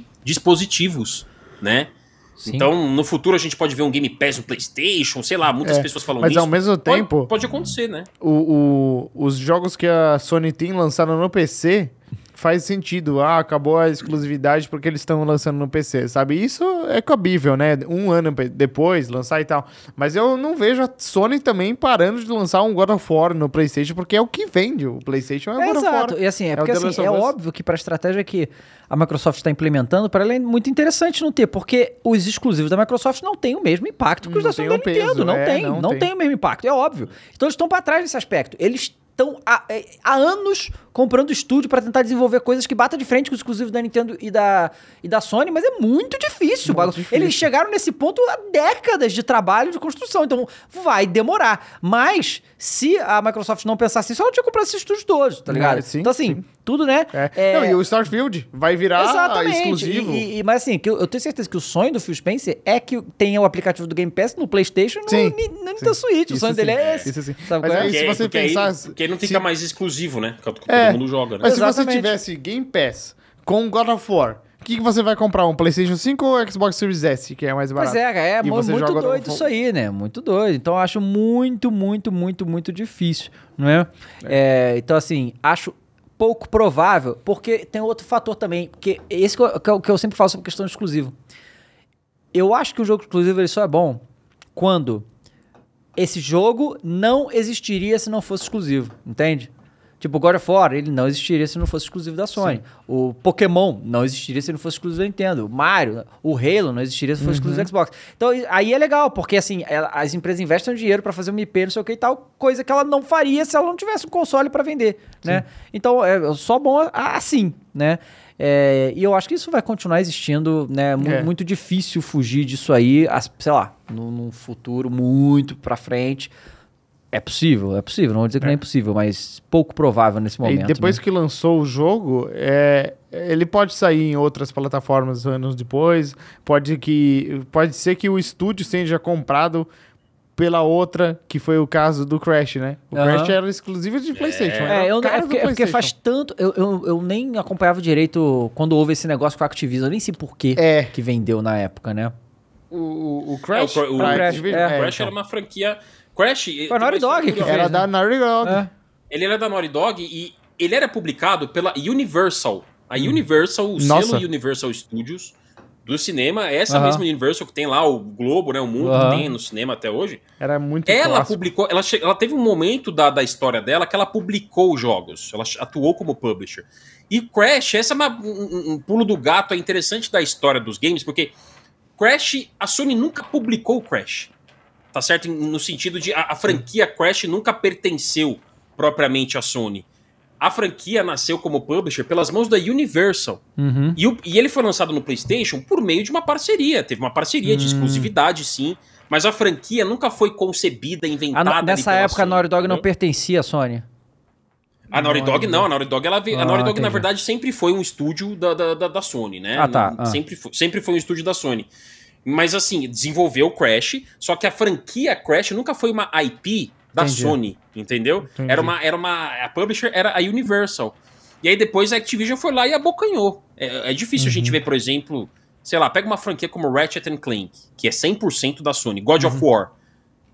S3: dispositivos, né?
S1: Sim.
S3: Então, no futuro a gente pode ver um Game Pass no PlayStation, sei lá, muitas pessoas falam
S2: É, Mas
S3: isso.
S2: ao mesmo
S3: Pode-
S2: tempo,
S3: Pode, acontecer, né?
S2: o- o- os jogos que a Sony tem lançaram no PC faz sentido. Ah, acabou a exclusividade porque eles estão lançando no PC, sabe? Isso é cabível, né? Um ano pe- depois lançar e tal. Mas eu não vejo a Sony também parando de lançar um God of War no PlayStation, porque é o que vende. O PlayStation é o
S1: É,
S2: God of
S1: exato.
S2: War.
S1: E assim, é,
S2: o
S1: porque
S2: The
S1: assim,
S2: Last
S1: é
S2: of Us.
S1: óbvio que para a estratégia que a Microsoft está implementando, para ela é muito interessante não ter, porque os exclusivos da Microsoft não têm o mesmo impacto que os
S2: Não
S1: da Sony
S2: tem
S1: da
S2: o peso,
S1: Nintendo. Não
S2: é,
S1: tem,
S2: não
S1: não
S2: tem.
S1: tem o mesmo impacto, é óbvio. Então eles estão para trás nesse aspecto. Eles estão há, é, há anos comprando estúdio para tentar desenvolver coisas que batam de frente com os exclusivos da Nintendo e da, e da Sony, mas é muito difícil. Balu. Eles chegaram nesse ponto há décadas de trabalho de construção, então vai demorar. Mas se a Microsoft não pensasse isso, ela tinha comprado esses estúdios todos, tá ligado?
S2: É, sim,
S1: então assim, tudo, né?
S2: É.
S1: É,
S2: Não, e o Starfield vai virar
S1: Exatamente.
S2: Ah, exclusivo.
S1: E- e- mas assim, que eu, eu tenho certeza que o sonho do Phil Spencer é que tenha o aplicativo do Game Pass no PlayStation e no,
S2: Sim.
S1: Ni- no Nintendo
S2: Sim.
S1: Switch. O
S2: Isso
S1: sonho dele
S2: sim.
S1: é esse.
S2: Isso sim.
S1: Sabe
S2: Mas
S1: qual é?
S2: aí- se você
S3: porque aí-
S2: pensasse-
S3: porque aí não
S2: se-
S3: fica mais exclusivo, né? Que todo
S2: É.
S3: mundo joga, né?
S2: Mas se você
S1: Exatamente.
S2: tivesse Game Pass com God of War, o que, que você vai comprar? Um PlayStation 5 ou Xbox Series S, que é mais barato?
S1: Pois é, cara, é
S2: E
S1: mu-
S2: você joga
S1: muito
S2: God of
S1: doido
S2: War.
S1: isso aí, né? Muito doido. Então eu acho muito, muito, muito, muito difícil, não é? É, então, assim, acho pouco provável, porque tem outro fator também, porque esse que eu, que eu- que eu sempre falo sobre questão de exclusivo. Eu acho que o jogo exclusivo ele só é bom quando esse jogo não existiria se não fosse exclusivo, entende? Tipo, God of War, ele não existiria se não fosse exclusivo da Sony. O Pokémon não existiria se não fosse exclusivo da Nintendo. O Mario, o Halo não existiria se fosse exclusivo da Xbox. Então, e- aí é legal, porque assim, ela- as empresas investem dinheiro pra fazer uma IP, não sei o que e tal, coisa que ela não faria se ela não tivesse um console pra vender, né? Então, é só bom a- assim, né? É, e eu acho que isso vai continuar existindo, né? Mu-
S2: É.
S1: Muito difícil fugir disso aí, as- sei lá, num num futuro muito pra frente. É possível, é possível. Não vou dizer que não é impossível, mas pouco provável nesse momento.
S2: e depois
S1: né?
S2: que lançou o jogo, é, ele pode sair em outras plataformas anos depois. Pode, que, pode ser que o estúdio seja comprado pela outra, que foi o caso do Crash, né? O
S1: Aham.
S2: Crash era exclusivo de PlayStation. era
S1: É, eu,
S2: o cara
S1: é,
S2: do
S1: porque, é porque
S2: PlayStation.
S1: faz tanto. Eu, eu, eu nem acompanhava direito quando houve esse negócio com a Activision. Eu nem sei por que
S2: É.
S1: que vendeu na época, né?
S2: O, o, o
S3: É,
S2: Crash?
S3: Cra-
S2: pra
S1: Crash,
S2: Activision?
S1: é.
S3: o Crash era uma franquia. Crash. eh,
S1: Foi a
S3: tem uma
S1: Naughty Dog
S3: história
S1: que
S3: curiosa.
S2: Era
S1: fez,
S2: da Naughty Dog.
S1: É.
S3: Ele era da Naughty Dog e ele era publicado pela Universal. A Universal, o
S2: Hum. Nossa.
S3: selo Universal Studios do cinema, é essa
S1: Aham.
S3: mesma Universal que tem lá o Globo, né? O mundo
S1: Aham.
S3: que tem no cinema até hoje.
S2: Era muito
S3: Ela
S2: clássico.
S3: publicou, ela, che- ela teve um momento da, da história dela que ela publicou os jogos, ela ch- atuou como publisher. E Crash, essa é uma- um, um- um pulo do gato é interessante da história dos games, porque Crash, a Sony nunca publicou Crash. Tá certo? No sentido de a, a franquia Crash nunca pertenceu propriamente à Sony. A franquia nasceu como publisher pelas mãos da Universal.
S1: Uhum.
S3: E, o- e ele foi lançado no PlayStation por meio de uma parceria. Teve uma parceria
S1: Hum.
S3: de exclusividade, sim. Mas a franquia nunca foi concebida,
S1: A
S3: inventada.
S1: no-
S3: ali
S1: nessa
S3: pela
S1: época a
S3: Sony,
S1: Naughty Dog não
S3: entendeu?
S1: pertencia à Sony.
S3: A Naughty Dog não. A Naughty Dog, ela veio-
S1: Ah,
S3: a Naughty Dog na
S1: entendi.
S3: verdade, sempre foi um estúdio da, da, da- da Sony, né?
S1: Ah, tá. Ah.
S3: Sempre, foi, sempre foi um estúdio da Sony. Mas assim, desenvolveu o Crash, só que a franquia Crash nunca foi uma IP da
S1: Entendi.
S3: Sony, entendeu? Era uma, era uma. A publisher era a Universal. E aí depois a Activision foi lá e abocanhou. É, é difícil a gente
S2: Uhum.
S3: ver, por exemplo, sei lá, pega uma franquia como Ratchet and Clank, que é 100% da Sony, God of
S2: Uhum.
S3: War.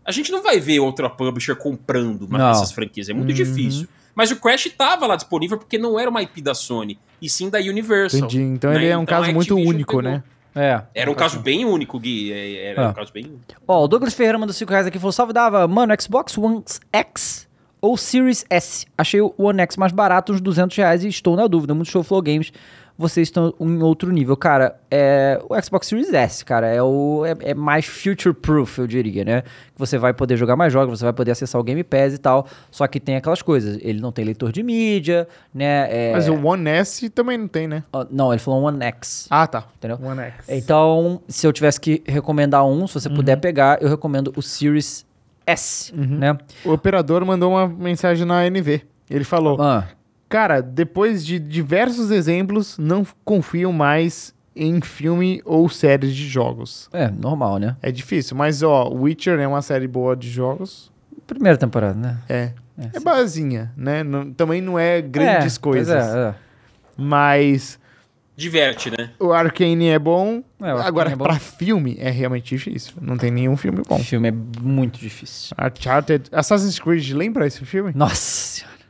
S3: A gente não vai ver outra publisher comprando uma
S1: Não.
S3: dessas franquias, é muito
S2: Uhum.
S3: difícil. Mas o Crash tava lá disponível porque não era uma IP da Sony, e sim da Universal.
S2: Entendi. Então
S3: né?
S2: ele é um
S3: Então,
S2: caso
S3: a
S2: muito
S3: Activision
S2: único,
S3: pegou.
S2: né?
S1: É.
S3: Era um caso
S2: Ah.
S3: bem único, Gui. é, Era
S1: Ah.
S3: um caso bem único.
S1: Ó, o Douglas Ferreira mandou 5 reais aqui e falou: salve dava, mano, Xbox One X ou Series S? Achei o One X mais barato, uns 200 reais, e estou na dúvida. Muito show Flow Games, vocês estão em outro nível. Cara, é, o Xbox Series S, cara, é, o, é, é mais future-proof, eu diria, né? Você vai poder jogar mais jogos, você vai poder acessar o Game Pass e tal, só que tem aquelas coisas. Ele não tem leitor de mídia, né? É-
S2: Mas o One S também não tem, né?
S1: ó, Não, ele falou One X.
S2: Ah, tá.
S1: Entendeu?
S2: One X.
S1: Então, se eu tivesse que recomendar um, se você
S2: Uhum.
S1: puder pegar, eu recomendo o Series S,
S2: Uhum.
S1: né?
S2: O operador mandou uma mensagem na NV. Ele falou:
S1: Ah,
S2: Cara, depois de diversos exemplos, não confio mais em filme ou séries de jogos.
S1: é, normal, né?
S2: É difícil, mas ó, Witcher é uma série boa de jogos.
S1: Primeira temporada, né?
S2: É. É, basinha, né? Não- também não é grandes
S1: É, pois
S2: coisas.
S1: É,
S2: Mas
S3: Diverte, né?
S2: o Arcane é bom.
S1: É, o Arcane
S2: Agora,
S1: é bom.
S2: pra filme, é realmente difícil. Não tem nenhum filme
S1: é.
S2: bom.
S1: O filme é muito difícil.
S2: Uncharted. Assassin's Creed, lembra esse filme?
S1: Nossa senhora.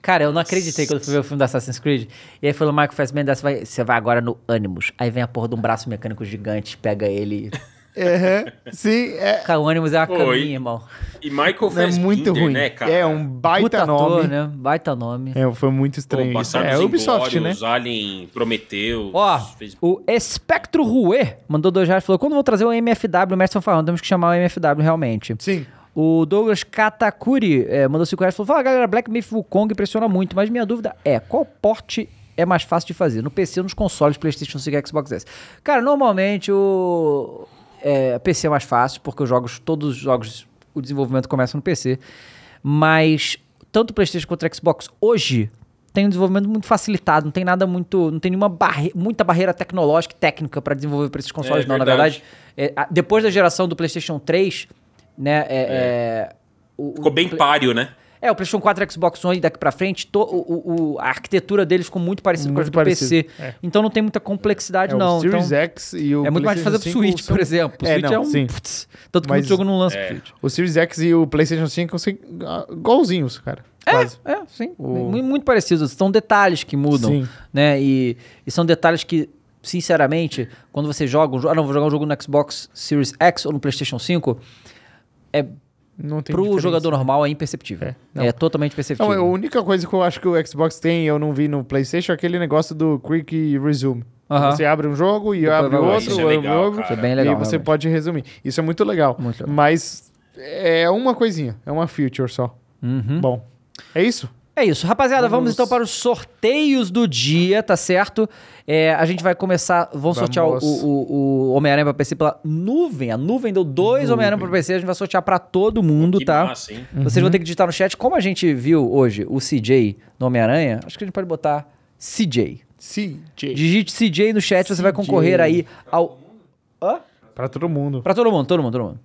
S1: Cara, eu não acreditei quando eu fui ver o filme do Assassin's Creed. E aí falou, Michael Fassbender, você vai, você vai agora no Animus. Aí vem a porra de um braço mecânico gigante, pega ele.
S2: Aham. Sim, é,
S1: Cara, o Animus é uma
S3: Pô,
S1: caminha,
S3: e-
S1: irmão.
S3: E Michael
S2: é
S3: Fassbender,
S2: muito ruim.
S3: né, cara?
S2: é um baita
S1: Puta
S2: nome.
S1: ator, né? Baita nome.
S2: É, foi muito
S3: Pô,
S2: estranho. isso.
S3: Bastardos
S2: É Ubisoft, né?
S3: Inglórios, Alien, Prometeu.
S1: Ó,
S3: fez-
S1: o Espectro Rue mandou dois reais e falou: quando vão trazer o MFW, o Mestre Fanfarrão, temos que chamar o MFW realmente.
S2: Sim.
S1: O Douglas Katakuri eh, mandou 5 reais e falou: Fala galera, Black Myth Wukong impressiona muito, mas minha dúvida é: qual porte é mais fácil de fazer? No PC ou nos consoles PlayStation 5 e Xbox S? Cara, normalmente o é, PC é mais fácil, porque os jogos, todos os jogos, o desenvolvimento começa no PC. Mas tanto o PlayStation quanto o Xbox hoje tem um desenvolvimento muito facilitado, não tem nada muito, não tem nenhuma barre, muita barreira tecnológica e técnica para desenvolver para esses consoles, não, na
S3: verdade.
S1: verdade. É, a- depois da geração do PlayStation 3, né? é- é, o- o-
S3: Ficou bem
S1: Play-
S3: páreo, né?
S1: É, o PlayStation 4 e Xbox One daqui pra frente, to- o- o- o- a arquitetura deles ficou muito parecida com a
S2: Muito
S1: do
S2: parecido,
S1: PC. Então não tem muita complexidade,
S2: É,
S1: não.
S2: o Series
S1: então,
S2: X e o
S1: é muito mais de fazer pro
S2: PlayStation 5
S1: Switch,
S2: são-
S1: por exemplo. O
S2: É,
S1: Switch
S2: não,
S1: é um.
S2: sim.
S1: putz, tanto que
S2: Mas-
S1: muito jogo não lança pro Switch.
S2: O Series X e o PlayStation 5 são ah, igualzinhos, cara. Quase.
S1: É, sim.
S2: O-
S1: Mu- Muito parecido. São detalhes que mudam,
S2: Sim.
S1: né? E, e são detalhes que, sinceramente, quando você joga um jogo... Ah, não, vou jogar um jogo no Xbox Series X ou no PlayStation 5, é,
S2: Não tem
S1: pro
S2: diferença. né?
S1: jogador normal é imperceptível.
S2: É, não.
S1: É, totalmente
S2: Não,
S1: perceptível.
S2: a única coisa que eu acho que o Xbox tem e eu não vi no PlayStation é aquele negócio do Quick Resume.
S1: Aham.
S2: Você abre um jogo e abre
S1: vai lá.
S2: outro,
S3: Isso é
S2: abre um
S3: legal,
S2: outro,
S3: cara. Isso
S1: é bem legal,
S2: e você
S1: realmente.
S2: pode resumir. Isso é muito legal,
S1: Muito legal.
S2: mas é uma coisinha, é uma feature só.
S1: Hum.
S2: Bom, é isso?
S1: Uhum. É isso, rapaziada. Vamos,
S2: Vamos.
S1: então para os sorteios do dia, tá certo? É, a gente vai começar. Vamos
S2: Vamos.
S1: sortear o, o- o Homem-Aranha pra PC pela nuvem. A nuvem deu dois Homem-Aranha pra PC. A gente vai sortear pra todo mundo,
S3: Que
S1: tá?
S3: massa, hein?
S1: Vocês vão ter que digitar no chat. Como a gente viu hoje o CJ no Homem-Aranha, acho que a gente pode botar CJ.
S2: CJ.
S1: Digite CJ no chat, você vai
S2: CJ.
S1: concorrer aí ao. Hã?
S2: Pra todo mundo.
S1: Pra todo mundo, todo mundo, todo mundo.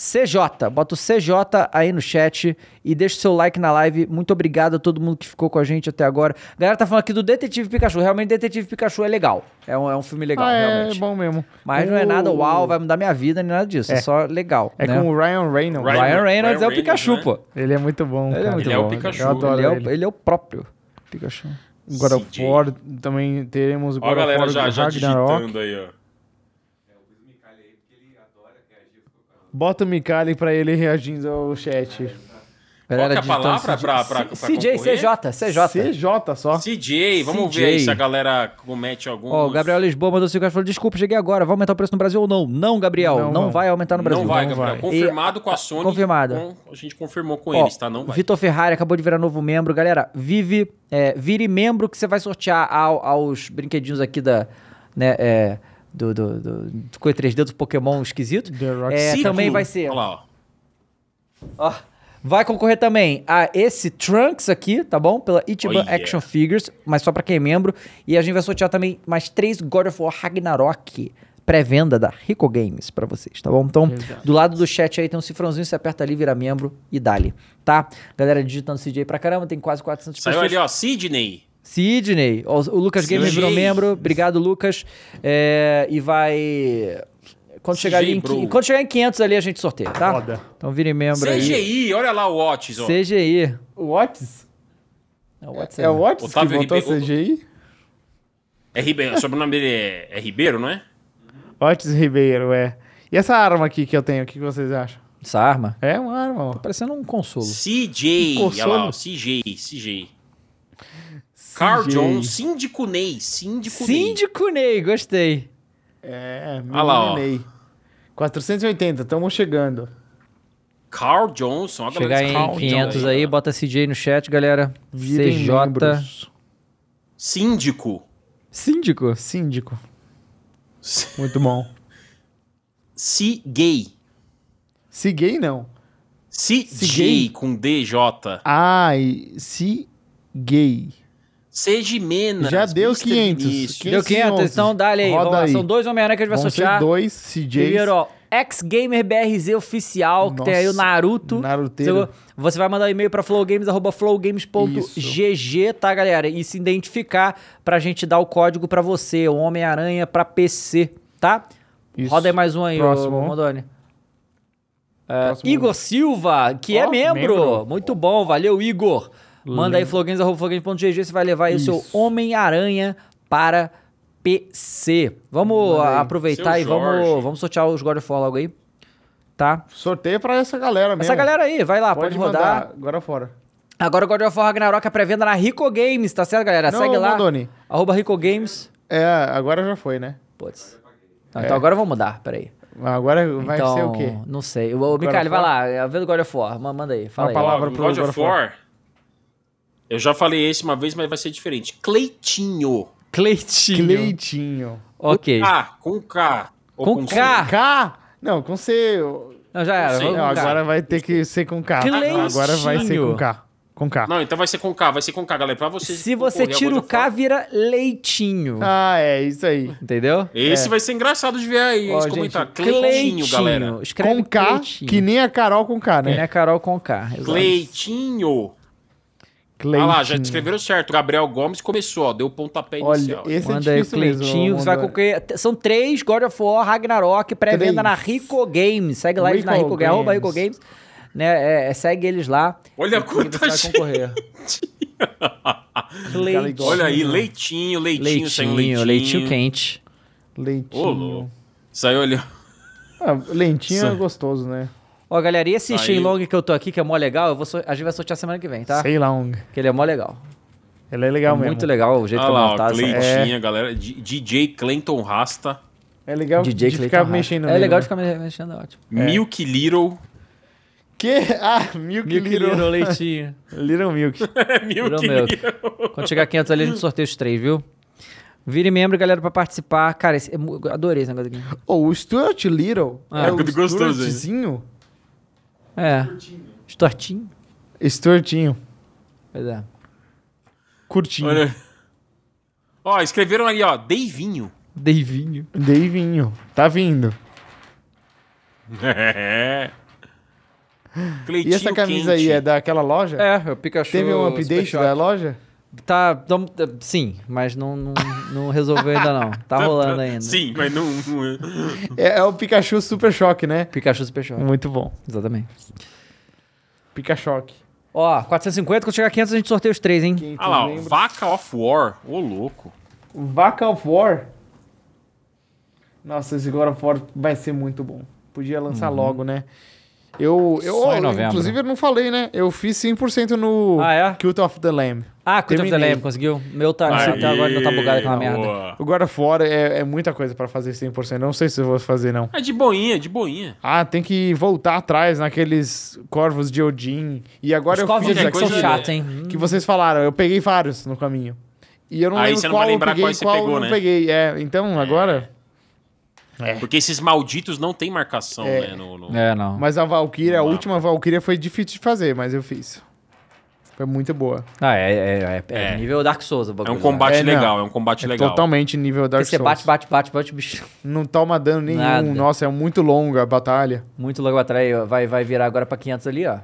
S1: CJ, bota o CJ aí no chat e deixa o seu like na live. Muito obrigado a todo mundo que ficou com a gente até agora. A galera tá falando aqui do Detetive Pikachu. Realmente, Detetive Pikachu é legal. É um, é um filme legal,
S2: ah, é,
S1: realmente.
S2: bom mesmo.
S1: Mas
S2: Com
S1: não é nada
S2: o-
S1: uau, vai mudar minha vida, nem nada disso. É, só legal.
S2: É
S1: né?
S2: com o Ryan Reynolds.
S1: Ryan, Reynolds
S3: Ryan- Ryan
S1: é o
S3: Reynolds,
S1: Pikachu,
S3: né?
S1: pô.
S2: Ele é muito bom,
S1: Ele é
S2: cara.
S1: muito
S3: Ele é o
S1: bom.
S3: Pikachu.
S2: Eu adoro
S1: Ele é, o,
S2: ele.
S1: ele é o próprio Pikachu.
S2: God of
S3: CJ.
S2: War, também teremos o
S3: Ó a
S2: God of War
S3: galera
S2: do
S3: já, já
S2: Ragnarok.
S3: digitando aí, ó.
S2: Bota o Mikali pra ele reagindo ao chat.
S3: Qual que é a
S1: digitando
S3: palavra
S1: CJ.
S3: pra, pra, pra
S1: CJ,
S3: concorrer?
S1: CJ, CJ.
S2: CJ só.
S3: CJ, vamos
S1: CJ.
S3: ver aí se a galera comete algum.
S1: Ó, o Gabriel Lisboa mandou 5 reais e falou: desculpa, cheguei agora, vai aumentar o preço no Brasil ou não? Não, Gabriel, não,
S2: Não, não.
S1: vai aumentar no Brasil.
S3: Não vai,
S2: não
S3: Gabriel.
S2: vai.
S3: Confirmado com a Sony.
S1: confirmado.
S3: com- a gente confirmou com
S1: Ó,
S3: eles, tá? Não vai.
S1: Vitor Ferrari acabou de virar novo membro. Galera, vive, é, vire membro que você vai sortear ao- aos brinquedinhos aqui da. Né, é, do, do, do, do Coisa 3D do Pokémon esquisito.
S2: The Rock
S1: É,
S3: Ciclo.
S1: também vai ser. Tipo
S3: Olha lá, ó.
S1: Ó, vai concorrer também a esse Trunks aqui, tá bom? Pela Ichiban
S3: Olha.
S1: Action Figures, mas só pra quem é membro. E a gente vai sortear também mais três God of War Ragnarok pré-venda da Rico Games pra vocês, tá bom? Então, do lado do chat aí tem um cifrãozinho, você aperta ali, vira membro e dá-lhe, tá? Galera digitando CJ pra caramba, tem quase 400
S3: Saiu
S1: pessoas.
S3: ali, ó. Sidney.
S1: Sidney, ó, o Lucas
S3: CJ.
S1: Gamer virou membro, obrigado Lucas. É, e vai... Quando chegar, ali em,
S3: bro.
S1: qui- quando chegar em 500 ali a gente sorteia, tá?
S2: Foda.
S1: Então vire membro aí.
S3: CGI, olha lá o Otis, ó.
S1: CGI.
S2: O Otis?
S1: É o WhatsApp.
S2: É o Otis que
S3: Otávio
S2: botou
S3: Ribeiro.
S2: CGI?
S3: É Ribeiro. O sobrenome dele é, é Ribeiro, não é?
S2: Otis Ribeiro, é. E essa arma aqui que eu tenho, o que que vocês acham?
S1: Essa arma.
S2: É uma arma, ó.
S1: Parecendo um consolo.
S3: CJ. Olha
S2: Consolo.
S3: lá, ó. CJ. CJ. Carl
S2: CJ.
S3: Jones, síndico Ney. Síndico Ney.
S1: Síndico Ney, gostei.
S2: É,
S3: Ah lá, ó.
S2: menino Ney. 480, estamos chegando.
S3: Carl Johnson. Olha a
S1: Chegar
S3: galera desse
S1: em
S3: Carl
S1: 500
S3: Johnson
S1: aí,
S3: ó.
S1: bota CJ no chat, galera.
S2: Virem
S1: CJ.
S2: membros.
S3: Síndico.
S1: Síndico?
S2: Síndico. Muito bom.
S3: C gay.
S2: Se gay, não.
S3: CJ com DJ.
S2: Ai, se gay.
S3: Sejimena.
S2: Já deu 500.
S1: Deu 511.
S2: 511.
S1: Então dá-lhe aí.
S2: Roda
S1: Vamos lá,
S2: aí.
S1: São dois Homem-Aranha que a gente vai
S2: Vão ser
S1: sortear.
S2: dois CJs.
S1: Primeiro, ó, X-Gamer BRZ oficial, que tem aí o
S2: Nossa,
S1: Naruto.
S2: Naruteiro.
S1: Você- Você vai mandar um e-mail pra flowgames.flowgames.gg, tá, galera? E se identificar pra gente dar o código pra você, o Homem-Aranha pra PC, tá?
S2: Isso.
S1: Roda aí mais um aí,
S2: Próximo.
S1: ô Mondoni.
S2: Próximo.
S1: Igor Silva, que
S2: Ó,
S1: é membro.
S2: membro.
S1: Muito bom, valeu, Igor. Manda aí flowgames.gg, você vai levar aí o seu Homem-Aranha para PC. Vamos a- aproveitar
S3: Seu
S1: e vamos,
S3: Jorge.
S1: vamos sortear os God of War logo aí. Tá?
S2: Sorteio pra essa galera mesmo.
S1: Essa galera aí, vai lá, pode, rodar.
S2: mandar agora fora.
S1: Agora o God of War Ragnarok é pré-venda na Rico Games, tá certo, galera?
S2: Não,
S1: Segue lá.
S2: Mandoni.
S1: Arroba Rico Games.
S2: É, agora já foi, né?
S1: Putz. Não, Então agora eu vou mudar, peraí.
S2: Agora É. vai
S1: então,
S2: ser o quê?
S1: Não sei. O, o Micali,
S2: of
S1: vai
S2: War?
S1: lá, é a venda do God of War. ma- Manda aí, fala
S2: Uma
S1: aí.
S2: palavra.
S3: Ó,
S2: pro
S3: God
S2: God of
S3: of War. Eu já falei esse uma vez, mas vai ser diferente. Cleitinho.
S1: Cleitinho.
S2: Cleitinho.
S1: Ok.
S3: Ah, com K. Ou
S1: Com K.
S2: K? Não, com C.
S1: Não, já era.
S3: Não sei.
S1: vamos
S2: Não,
S1: com K.
S2: agora vai ter que ser com K.
S1: Cleitinho.
S2: Agora vai ser com K. Com K.
S3: Não, então vai ser com K, vai ser com K, galera. Pra vocês.
S1: Se você
S3: concorrer ao
S1: tira o
S3: God of War.
S1: K, vira leitinho.
S2: Ah, é, isso aí.
S1: Entendeu?
S3: Esse vai ser engraçado de ver aí,
S2: Ó,
S3: eles
S2: gente,
S3: comentar. Cleitinho, galera.
S1: Escreve
S2: com K,
S1: Cleitinho. É.
S2: que nem a Carol com K,
S1: Que nem
S2: né?
S1: a Carol com K. exato.
S3: Cleitinho.
S2: Cleitinho.
S3: Ah lá, já escreveram certo. Gabriel Gomes começou, ó, deu o pontapé
S2: Olha,
S3: inicial.
S2: esse
S1: Manda
S2: é
S1: aí o
S2: difícil mesmo.
S1: Cleitinho. que você vai
S2: Mondoni.
S1: concorrer- t- São três God of War Ragnarok pré-venda
S2: Três.
S1: na Rico Games. Segue lá eles na
S2: Rico
S1: Rico Games. Arroba Rico
S2: Games.
S1: Games. Né, é, é, segue eles lá.
S3: Olha
S1: Quem
S3: quanta
S1: você vai
S3: gente.
S1: concorrer.
S2: Leitinho.
S3: Olha aí, leitinho, leitinho, saiu um
S1: leitinho,
S3: leitinho.
S1: leitinho quente.
S2: Leitinho.
S3: Ô, louco. Saiu ali. ó.
S2: Ah, lentinho é
S3: Isso.
S2: gostoso, né?
S1: Ó, galera, e esse
S3: Tá Aí.
S1: Shenlong que eu tô aqui, que é mó legal, eu vou so- a gente vai sortear semana que vem, tá?
S2: Sei lá onde.
S1: Que ele é mó legal.
S2: Ele é legal mesmo.
S1: Muito legal o jeito tá
S3: Olha
S1: que eu é.
S3: lá, ó,
S1: montado. essa-
S3: Cleitinho, galera. D- DJ Clayton Rasta,
S2: É legal
S1: DJ
S2: de
S1: Clayton
S2: ficar
S1: Hart.
S2: mexendo
S1: É
S2: nele,
S1: legal
S2: né?
S1: de ficar me- mexendo, é ótimo.
S3: Milk Little.
S2: Que? Ah, Milk, Little. Little,
S1: leitinho.
S2: Milk.
S1: Little milk. Quando chegar 500 ali, a gente sorteia os três, viu? Vire membro, galera, pra participar. Cara, esse, eu mu- adorei esse negócio aqui.
S2: Ô, o Stuart Little
S1: Ah,
S2: é o
S3: tudo gostoso,
S2: Stuartzinho?
S1: É. Stortinho.
S2: Stuartinho.
S1: Pois é.
S2: Curtinho.
S3: Olha. Ó, escreveram ali, ó, Deivinho.
S1: Davinho.
S2: Davinho. Tá vindo.
S3: É.
S2: E
S3: Cleitinho
S2: essa camisa aí
S3: quente.
S2: é daquela loja?
S1: É, o Pikachu.
S2: Teve um update da loja?
S1: Tá. tam- tá- sim, mas não, não, não resolveu ainda, não. Tá rolando ainda.
S3: Sim, mas não. não-
S2: É, é o Pikachu Super Choque, né?
S1: Pikachu Super Show.
S2: Muito bom.
S1: Exatamente.
S2: Pikachu.
S1: Ó, 450, quando chegar 500 a gente sorteia os três, hein?
S3: Ah lá, ó, Vaca of War. Ô, louco.
S2: Vaca of War. Nossa, esse God of War vai ser muito bom. Podia lançar logo, né? Eu, eu
S1: Uhum. Só em
S2: oh,
S1: novembro.
S2: inclusive, eu não falei, né? Eu fiz 100% no
S1: Ah, é?
S2: Cult of the Lamb.
S1: Ah, Cult of the
S2: Terminei.
S1: Lamb, conseguiu? Meu tá, não sei até
S3: Aí,
S1: agora, não tá bugado aquela merda.
S3: boa.
S2: O God of War é, é muita coisa pra fazer 100%. Não sei se eu vou fazer, não.
S3: É de boinha, de boinha.
S2: Ah, tem que voltar atrás naqueles corvos de Odin. E agora
S1: Os
S2: eu
S1: Call of
S2: fiz
S1: Duty
S3: Odin
S2: aqui,
S1: são
S3: coisa-
S1: chatos, hein?
S2: que vocês falaram. Eu peguei vários no caminho. E eu não
S3: Aí
S2: lembro
S3: você não
S2: qual
S3: vai lembrar
S2: eu peguei
S3: quais
S2: e
S3: você
S2: qual
S3: pegou,
S2: eu não
S3: né?
S2: peguei. É, então agora...
S3: Porque esses malditos não tem marcação, né? No, no-
S1: É, não.
S2: Mas a Valkyria, a
S3: Vamos lá.
S2: última Valkyria foi difícil de fazer, mas eu fiz. Foi muito boa.
S1: Ah, é, é, é, é
S3: É.
S1: nível Dark Souls o
S3: É
S1: bagulho.
S3: um combate
S2: É, não.
S3: legal, é um combate
S2: É
S3: legal.
S2: totalmente nível Dark
S1: Porque você
S2: Souls.
S1: bate, bate, bate, bate o bicho.
S2: Não toma dano nenhum.
S1: Nada.
S2: Nossa, é muito longa a batalha.
S1: Muito logo atrás, ó, vai, vai virar agora pra 500 ali, ó.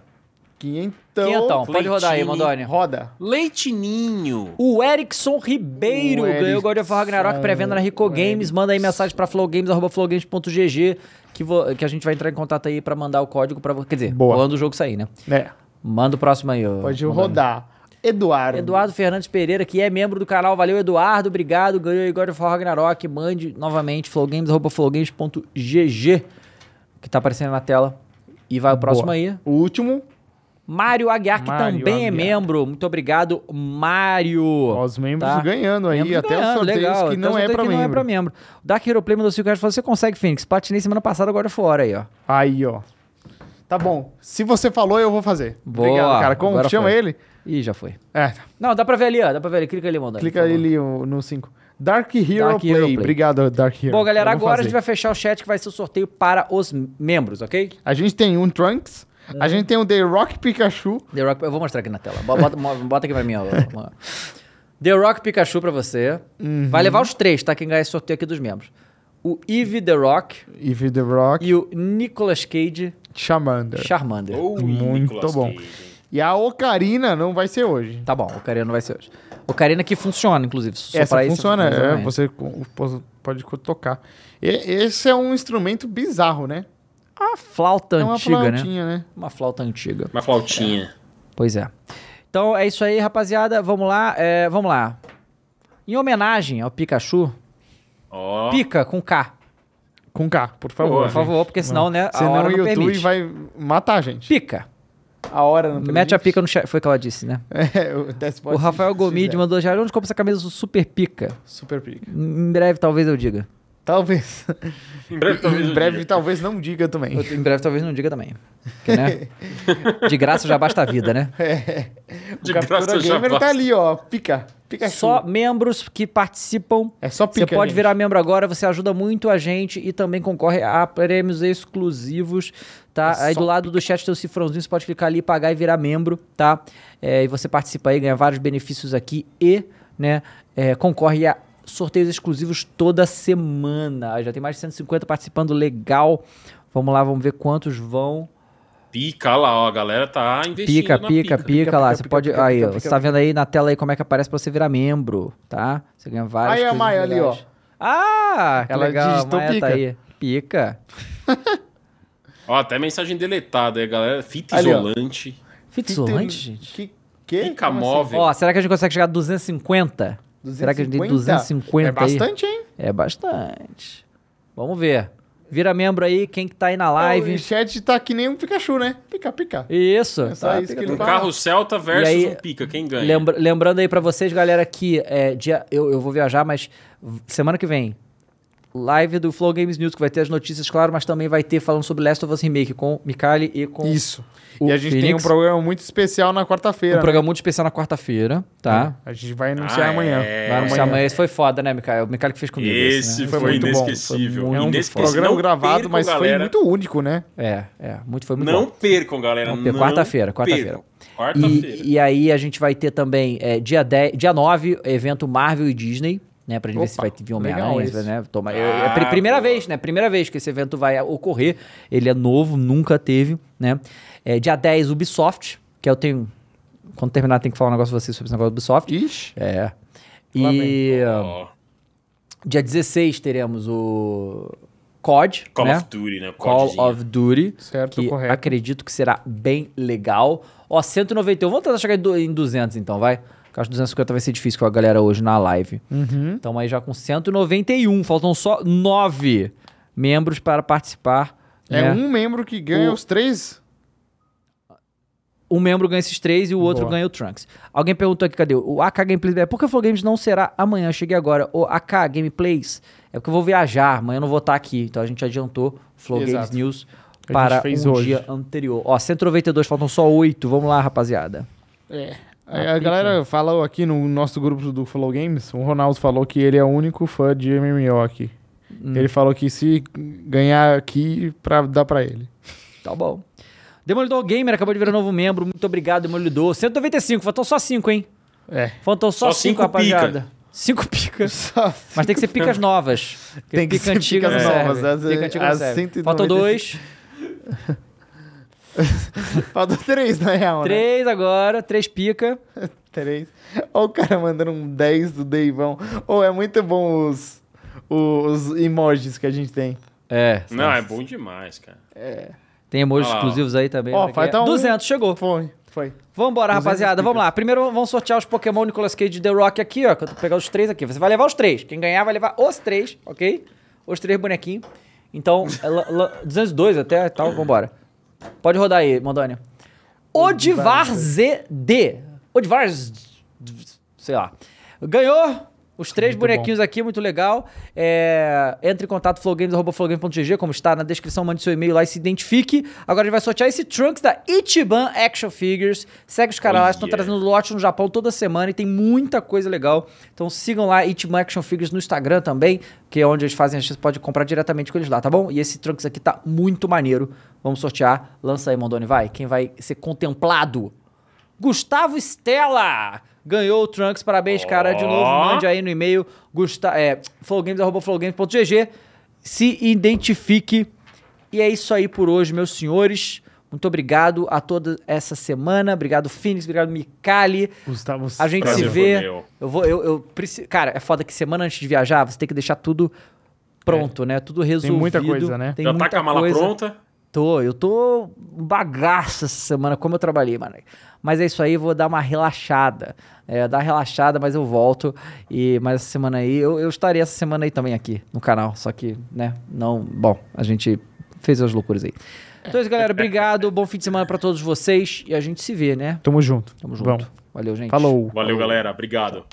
S2: Quinhentão.
S1: Quinhentão, pode rodar aí,
S3: Cleitinho.
S1: Mandoni.
S2: então Roda.
S3: Leitinho.
S1: O Erickson Ribeiro
S2: O
S1: ganhou o God of War
S2: Erickson,
S1: Ragnarok pré-venda na Rico Games. Manda aí mensagem pra flowgames, arroba flowgames.gg que, vo- que a gente vai entrar em contato aí pra mandar o código pra você. Quer dizer,
S2: Boa.
S1: quando o jogo sair, né?
S2: É,
S1: Manda o próximo aí, ó.
S2: pode
S1: Mandoni.
S2: rodar. Eduardo.
S1: Eduardo Fernandes Pereira, que é membro do canal. Valeu, Eduardo. Obrigado. Ganhou aí God of War Ragnarok. Mande novamente flowgames, arroba flowgames.gg que tá aparecendo na tela. E vai o próximo
S2: Boa.
S1: aí.
S2: O último.
S1: Mário Aguiar, que
S2: Mário
S1: também é
S2: Aguiar.
S1: membro. Muito obrigado, Mário.
S2: Ó, os membros
S1: Tá.
S2: ganhando aí.
S1: Membros
S2: até
S1: ganhando,
S2: os sorteios
S1: legal.
S2: que
S1: Até
S2: não
S1: os
S2: é
S1: sorteios
S2: pra
S1: que não é pra membro.
S2: membro.
S1: O Dark Hero Play mandou 5 reais e falou, você consegue, Phoenix? Platinei semana passada, agora fora aí, ó.
S2: Aí, ó. Tá bom. Se você falou, eu vou fazer.
S1: Boa.
S2: Obrigado, cara. Como
S1: Agora
S2: que chama
S1: foi.
S2: ele?
S1: Ih, já foi.
S2: É, tá.
S1: Não, dá pra ver ali, ó. Dá pra ver ali. Clica ali, mandando.
S2: clica ali o- no 5. Dark Hero
S1: Tá Dark
S2: Play.
S1: Hero Play.
S2: Obrigado, Dark Hero.
S1: Bom, galera,
S2: Eu vou
S1: agora a
S2: fazer.
S1: gente vai fechar o chat que vai ser o sorteio para os membros, ok?
S2: A gente tem um Trunks,
S1: Hum.
S2: a gente tem um The Rock Pikachu.
S1: The Rock, eu vou mostrar aqui na tela. Bo- Bota, mo- bota aqui pra mim, ó. ó. The Rock Pikachu pra você.
S2: Uhum.
S1: Vai levar os três, tá? Quem ganhar esse sorteio aqui dos membros. O Eve The Rock
S2: Eve The Rock
S1: e o Nicolas Cage
S2: Charmander.
S1: Charmander.
S2: Oh.
S3: Ou
S2: Muito
S3: Nicolas
S2: bom.
S3: Cage, hein?
S2: E a Ocarina não vai ser hoje.
S1: Tá bom, o Karina não vai ser hoje. O Karina que funciona, inclusive. Só
S2: Essa
S1: pra isso
S2: funciona, é,
S1: exatamente.
S2: você co- po- pode co- tocar. E- esse é um instrumento bizarro, né?
S1: Uma flauta
S2: é uma
S1: antiga, né?
S2: flautinha, né?
S1: Uma flauta antiga.
S3: Uma flautinha.
S1: Pois é. Então é isso aí, rapaziada. Vamos lá, é, vamos lá. Em homenagem ao Pikachu,
S3: Ó,
S1: Pica com K,
S2: Com K, por favor.
S3: Boa,
S1: por favor, porque senão, né, a hora
S2: Senão o
S1: não
S2: YouTube
S1: permite.
S2: vai matar a gente.
S1: Pica.
S2: A hora não
S1: Mete a pica no chat. Foi o que ela disse, né?
S2: É, o, Death
S1: o
S2: Box
S1: Rafael
S2: se
S1: Gomide
S2: fizer.
S1: mandou já onde compra essa camisa do Super Pica.
S2: Super pica.
S1: Em breve, talvez eu diga.
S2: Talvez.
S3: em breve, talvez um
S2: em
S3: eu
S2: breve,
S3: diga.
S2: talvez não diga também.
S1: Eu- em breve, talvez não diga também. Porque, né? De graça já basta a vida, né?
S2: É.
S3: De
S2: o Captura
S3: graça já
S2: Gamer tá
S3: basta.
S2: ali, ó. Pica. Pica
S1: Só membros que participam.
S2: É só
S1: Você
S2: pica.
S1: pode
S2: gente.
S1: virar membro agora, você ajuda muito a gente e também concorre a prêmios exclusivos, tá?
S2: É
S1: aí
S2: só
S1: do lado do chat tem o cifrãozinho, você pode clicar ali, pagar e virar membro, tá? É, e você participa aí, ganha vários benefícios aqui e, né, é, concorre a sorteios exclusivos toda semana. Já tem mais de 150 participando, legal. Vamos lá, vamos ver quantos vão.
S3: Pica lá, ó. A galera tá investindo
S1: Pica,
S3: na
S1: pica, pica,
S2: pica,
S1: lá.
S2: pica,
S1: você
S2: pica,
S1: pode.
S2: pica,
S1: aí,
S2: pica,
S1: ó, você
S2: pica,
S1: tá
S2: pica.
S1: vendo aí na tela aí como é que aparece pra você virar membro, tá? Você ganha várias
S2: Aí a
S1: coisas
S2: Maia ali, ó.
S1: legais. Ah, que
S2: Ela
S1: legal, a
S2: digitou
S1: Maia
S2: pica.
S1: tá aí. Pica.
S3: Ó, até mensagem deletada aí, galera. Fita
S2: Ali, ó.
S3: isolante.
S1: Fita isolante, gente?
S2: Que, que?
S3: Pica
S2: Como assim?
S3: móvel.
S1: Ó, será que a gente consegue chegar a 250? Será que a gente tem 250
S2: É
S1: aí?
S2: bastante, hein?
S1: É bastante. Vamos ver. Vira membro aí, quem que tá aí na
S2: O
S1: live.
S2: chat tá que nem um Pikachu, né? Pica, pica.
S1: Isso.
S2: É só
S1: tá,
S2: isso
S1: pica
S2: que
S1: do
S2: ele
S3: Um
S2: fala.
S3: carro Celta versus
S1: E aí, é
S3: um pica. Quem ganha?
S1: Lembra- lembrando aí pra vocês, galera, que é, dia, eu, eu vou viajar, mas v- semana que vem, live do Flow Games News, que vai ter as notícias, claro, mas também vai ter falando sobre Last of Us Remake com o Mikali e com
S2: Isso.
S1: o
S2: e a gente tem um
S1: Phoenix.
S2: programa muito especial na
S1: um
S2: quarta-feira. né?
S1: programa muito especial na quarta-feira, tá?
S2: A gente vai anunciar
S3: Ah,
S2: amanhã.
S3: é.
S1: Vai anunciar amanhã. Esse foi foda, né, Mikali? O Mikali que fez comigo.
S3: Esse
S1: né?
S3: foi,
S2: Foi muito bom,
S3: inesquecível.
S1: foi muito
S3: inesquecível.
S2: Programa
S3: Não
S2: gravado,
S3: percam,
S2: mas foi
S3: galera.
S2: muito único, né?
S1: É, é. Muito, foi muito
S3: Não
S1: bom.
S3: percam, galera.
S1: Não
S3: Não
S1: percam. Quarta-feira, quarta-feira.
S3: percam.
S1: E,
S3: Quarta-feira.
S1: e aí a gente vai ter também é, dia, 10, dia 9, evento Marvel e Disney, né? Pra gente ver se
S2: Opa,
S1: vai ter
S2: legal
S1: Homem-Aranha,
S2: esse.
S1: né? Toma, é- é,
S3: Ah,
S1: pri- primeira
S3: boa.
S1: vez, né? Primeira vez que esse evento vai ocorrer. Ele é novo, nunca teve, né? É, dia 10, Ubisoft, que eu tenho... Quando terminar, tem que falar um negócio pra vocês sobre esse negócio do Ubisoft.
S2: Ixi.
S1: É.
S2: Lá
S1: E
S3: Ó,
S1: dia 16 teremos o COD,
S3: Call
S1: né?
S3: of Duty, né?
S1: Call
S3: Codzinho.
S1: of Duty.
S2: Certo,
S1: que
S2: correto.
S1: acredito que será bem legal. Ó, 191. Vamos tentar chegar em du- em 200 então, vai? Porque eu acho que 250 vai ser difícil com a galera hoje na live.
S2: Uhum.
S1: Então aí já com 191. Faltam só 9 membros para participar.
S2: É
S1: né?
S2: um membro que ganha
S1: O-
S2: os três.
S1: Um membro ganha esses três e o outro
S2: Boa.
S1: ganha o Trunks. Alguém perguntou aqui, cadê? O AK Gameplays. É, Por que o Flow Games não será amanhã? Eu cheguei agora. O AK Gameplays é porque eu vou viajar. Amanhã eu não vou estar aqui. Então a gente adiantou o Flow Games
S2: Exato.
S1: News
S2: gente
S1: para
S2: fez
S1: um
S2: hoje.
S1: dia anterior. Ó, 192, faltam só 8. Vamos lá, rapaziada.
S2: É. A, galera falou aqui no nosso grupo do Follow Games, o Ronaldo falou que ele é o único fã de MMO aqui. Ele falou que se ganhar aqui, pra dar pra ele.
S1: Tá bom. Demolidor Gamer acabou de virar novo membro. Muito obrigado, Demolidor. 195, faltam só 5, hein?
S2: É.
S1: Faltam só
S3: Só
S1: 5,
S3: cinco
S1: rapaziada. 5 picas. Mas tem que ser picas novas. Porque
S2: Tem que ser picas
S1: não
S2: novas,
S1: serve.
S2: as-
S1: Pica antiga não
S2: as
S1: serve.
S2: 195.
S1: Faltam dois.
S2: Falta três, na real, né?
S1: Três agora, três pica.
S2: Três. Olha o cara mandando um 10 do Deivão. Ou é muito bom os, os emojis que a gente tem.
S1: É.
S3: Não, é bom demais, cara.
S1: Tem emojis
S3: Ah.
S1: exclusivos aí também. é
S2: Ó,
S1: Olha aqui.
S2: falta um.
S1: 200, chegou.
S2: Foi, foi.
S1: Vambora,
S2: 200
S1: rapaziada. Vamos
S2: picas.
S1: lá. Primeiro vamos sortear os Pokémon Nicolas Cage e The Rock aqui, ó. Que eu tô pegando os três aqui. Você vai levar os três. Quem ganhar vai levar os três, ok? Os três bonequinhos. Então, é la- la- 202 até e tal. Vambora. Pode rodar aí, Mandônia. Odivar ZD. Odivar. Z- Sei lá. Ganhou. Os três bonequinhos aqui, muito legal. É, entre em contato flowgames.flowgames.gg, como está na descrição, mande seu e-mail lá e se identifique. Agora a gente vai sortear esse Trunks da Ichiban Action Figures. Segue os caras lá, estão
S3: Olha.
S1: trazendo lote no Japão toda semana e tem muita coisa legal. Então sigam lá Ichiban Action Figures no Instagram também, que é onde eles fazem, você pode comprar diretamente com eles lá, tá bom? E esse Trunks aqui tá muito maneiro. Vamos sortear. Lança aí, Mondoni, vai. Quem vai ser contemplado? Gustavo Stella ganhou o Trunks. Parabéns, cara. De novo,
S3: Ó.
S1: mande aí no e-mail gusta, é, flowgames.flowgames.gg. Se identifique. E é isso aí por hoje, meus senhores. Muito obrigado a toda essa semana. Obrigado, Phoenix. Obrigado, Mikali.
S2: Gustavo.
S1: A gente
S3: Prazer
S1: se
S3: foi
S1: vê.
S3: meu.
S1: Eu vou, eu, eu preciso. Cara, é foda que semana antes de viajar, você tem que deixar tudo pronto, né? Tudo resolvido.
S2: É. muita coisa, né?
S1: Tem
S3: Já tá
S1: muita
S3: com a mala
S1: coisa.
S3: pronta?
S1: Tô, eu tô um bagaço essa semana, como eu trabalhei, mano. Mas é isso aí, vou dar uma relaxada. É, dar uma relaxada, mas eu volto. E mais essa semana aí, eu, eu estarei essa semana aí também aqui no canal. Só que, né, não. Bom, a gente fez as loucuras aí. Então é isso, galera. Obrigado. Bom fim de semana pra todos vocês. E a gente se vê, né?
S2: Tamo junto.
S1: Tamo junto.
S2: Vamos.
S1: Valeu, gente.
S2: Falou.
S3: Valeu, galera. Obrigado.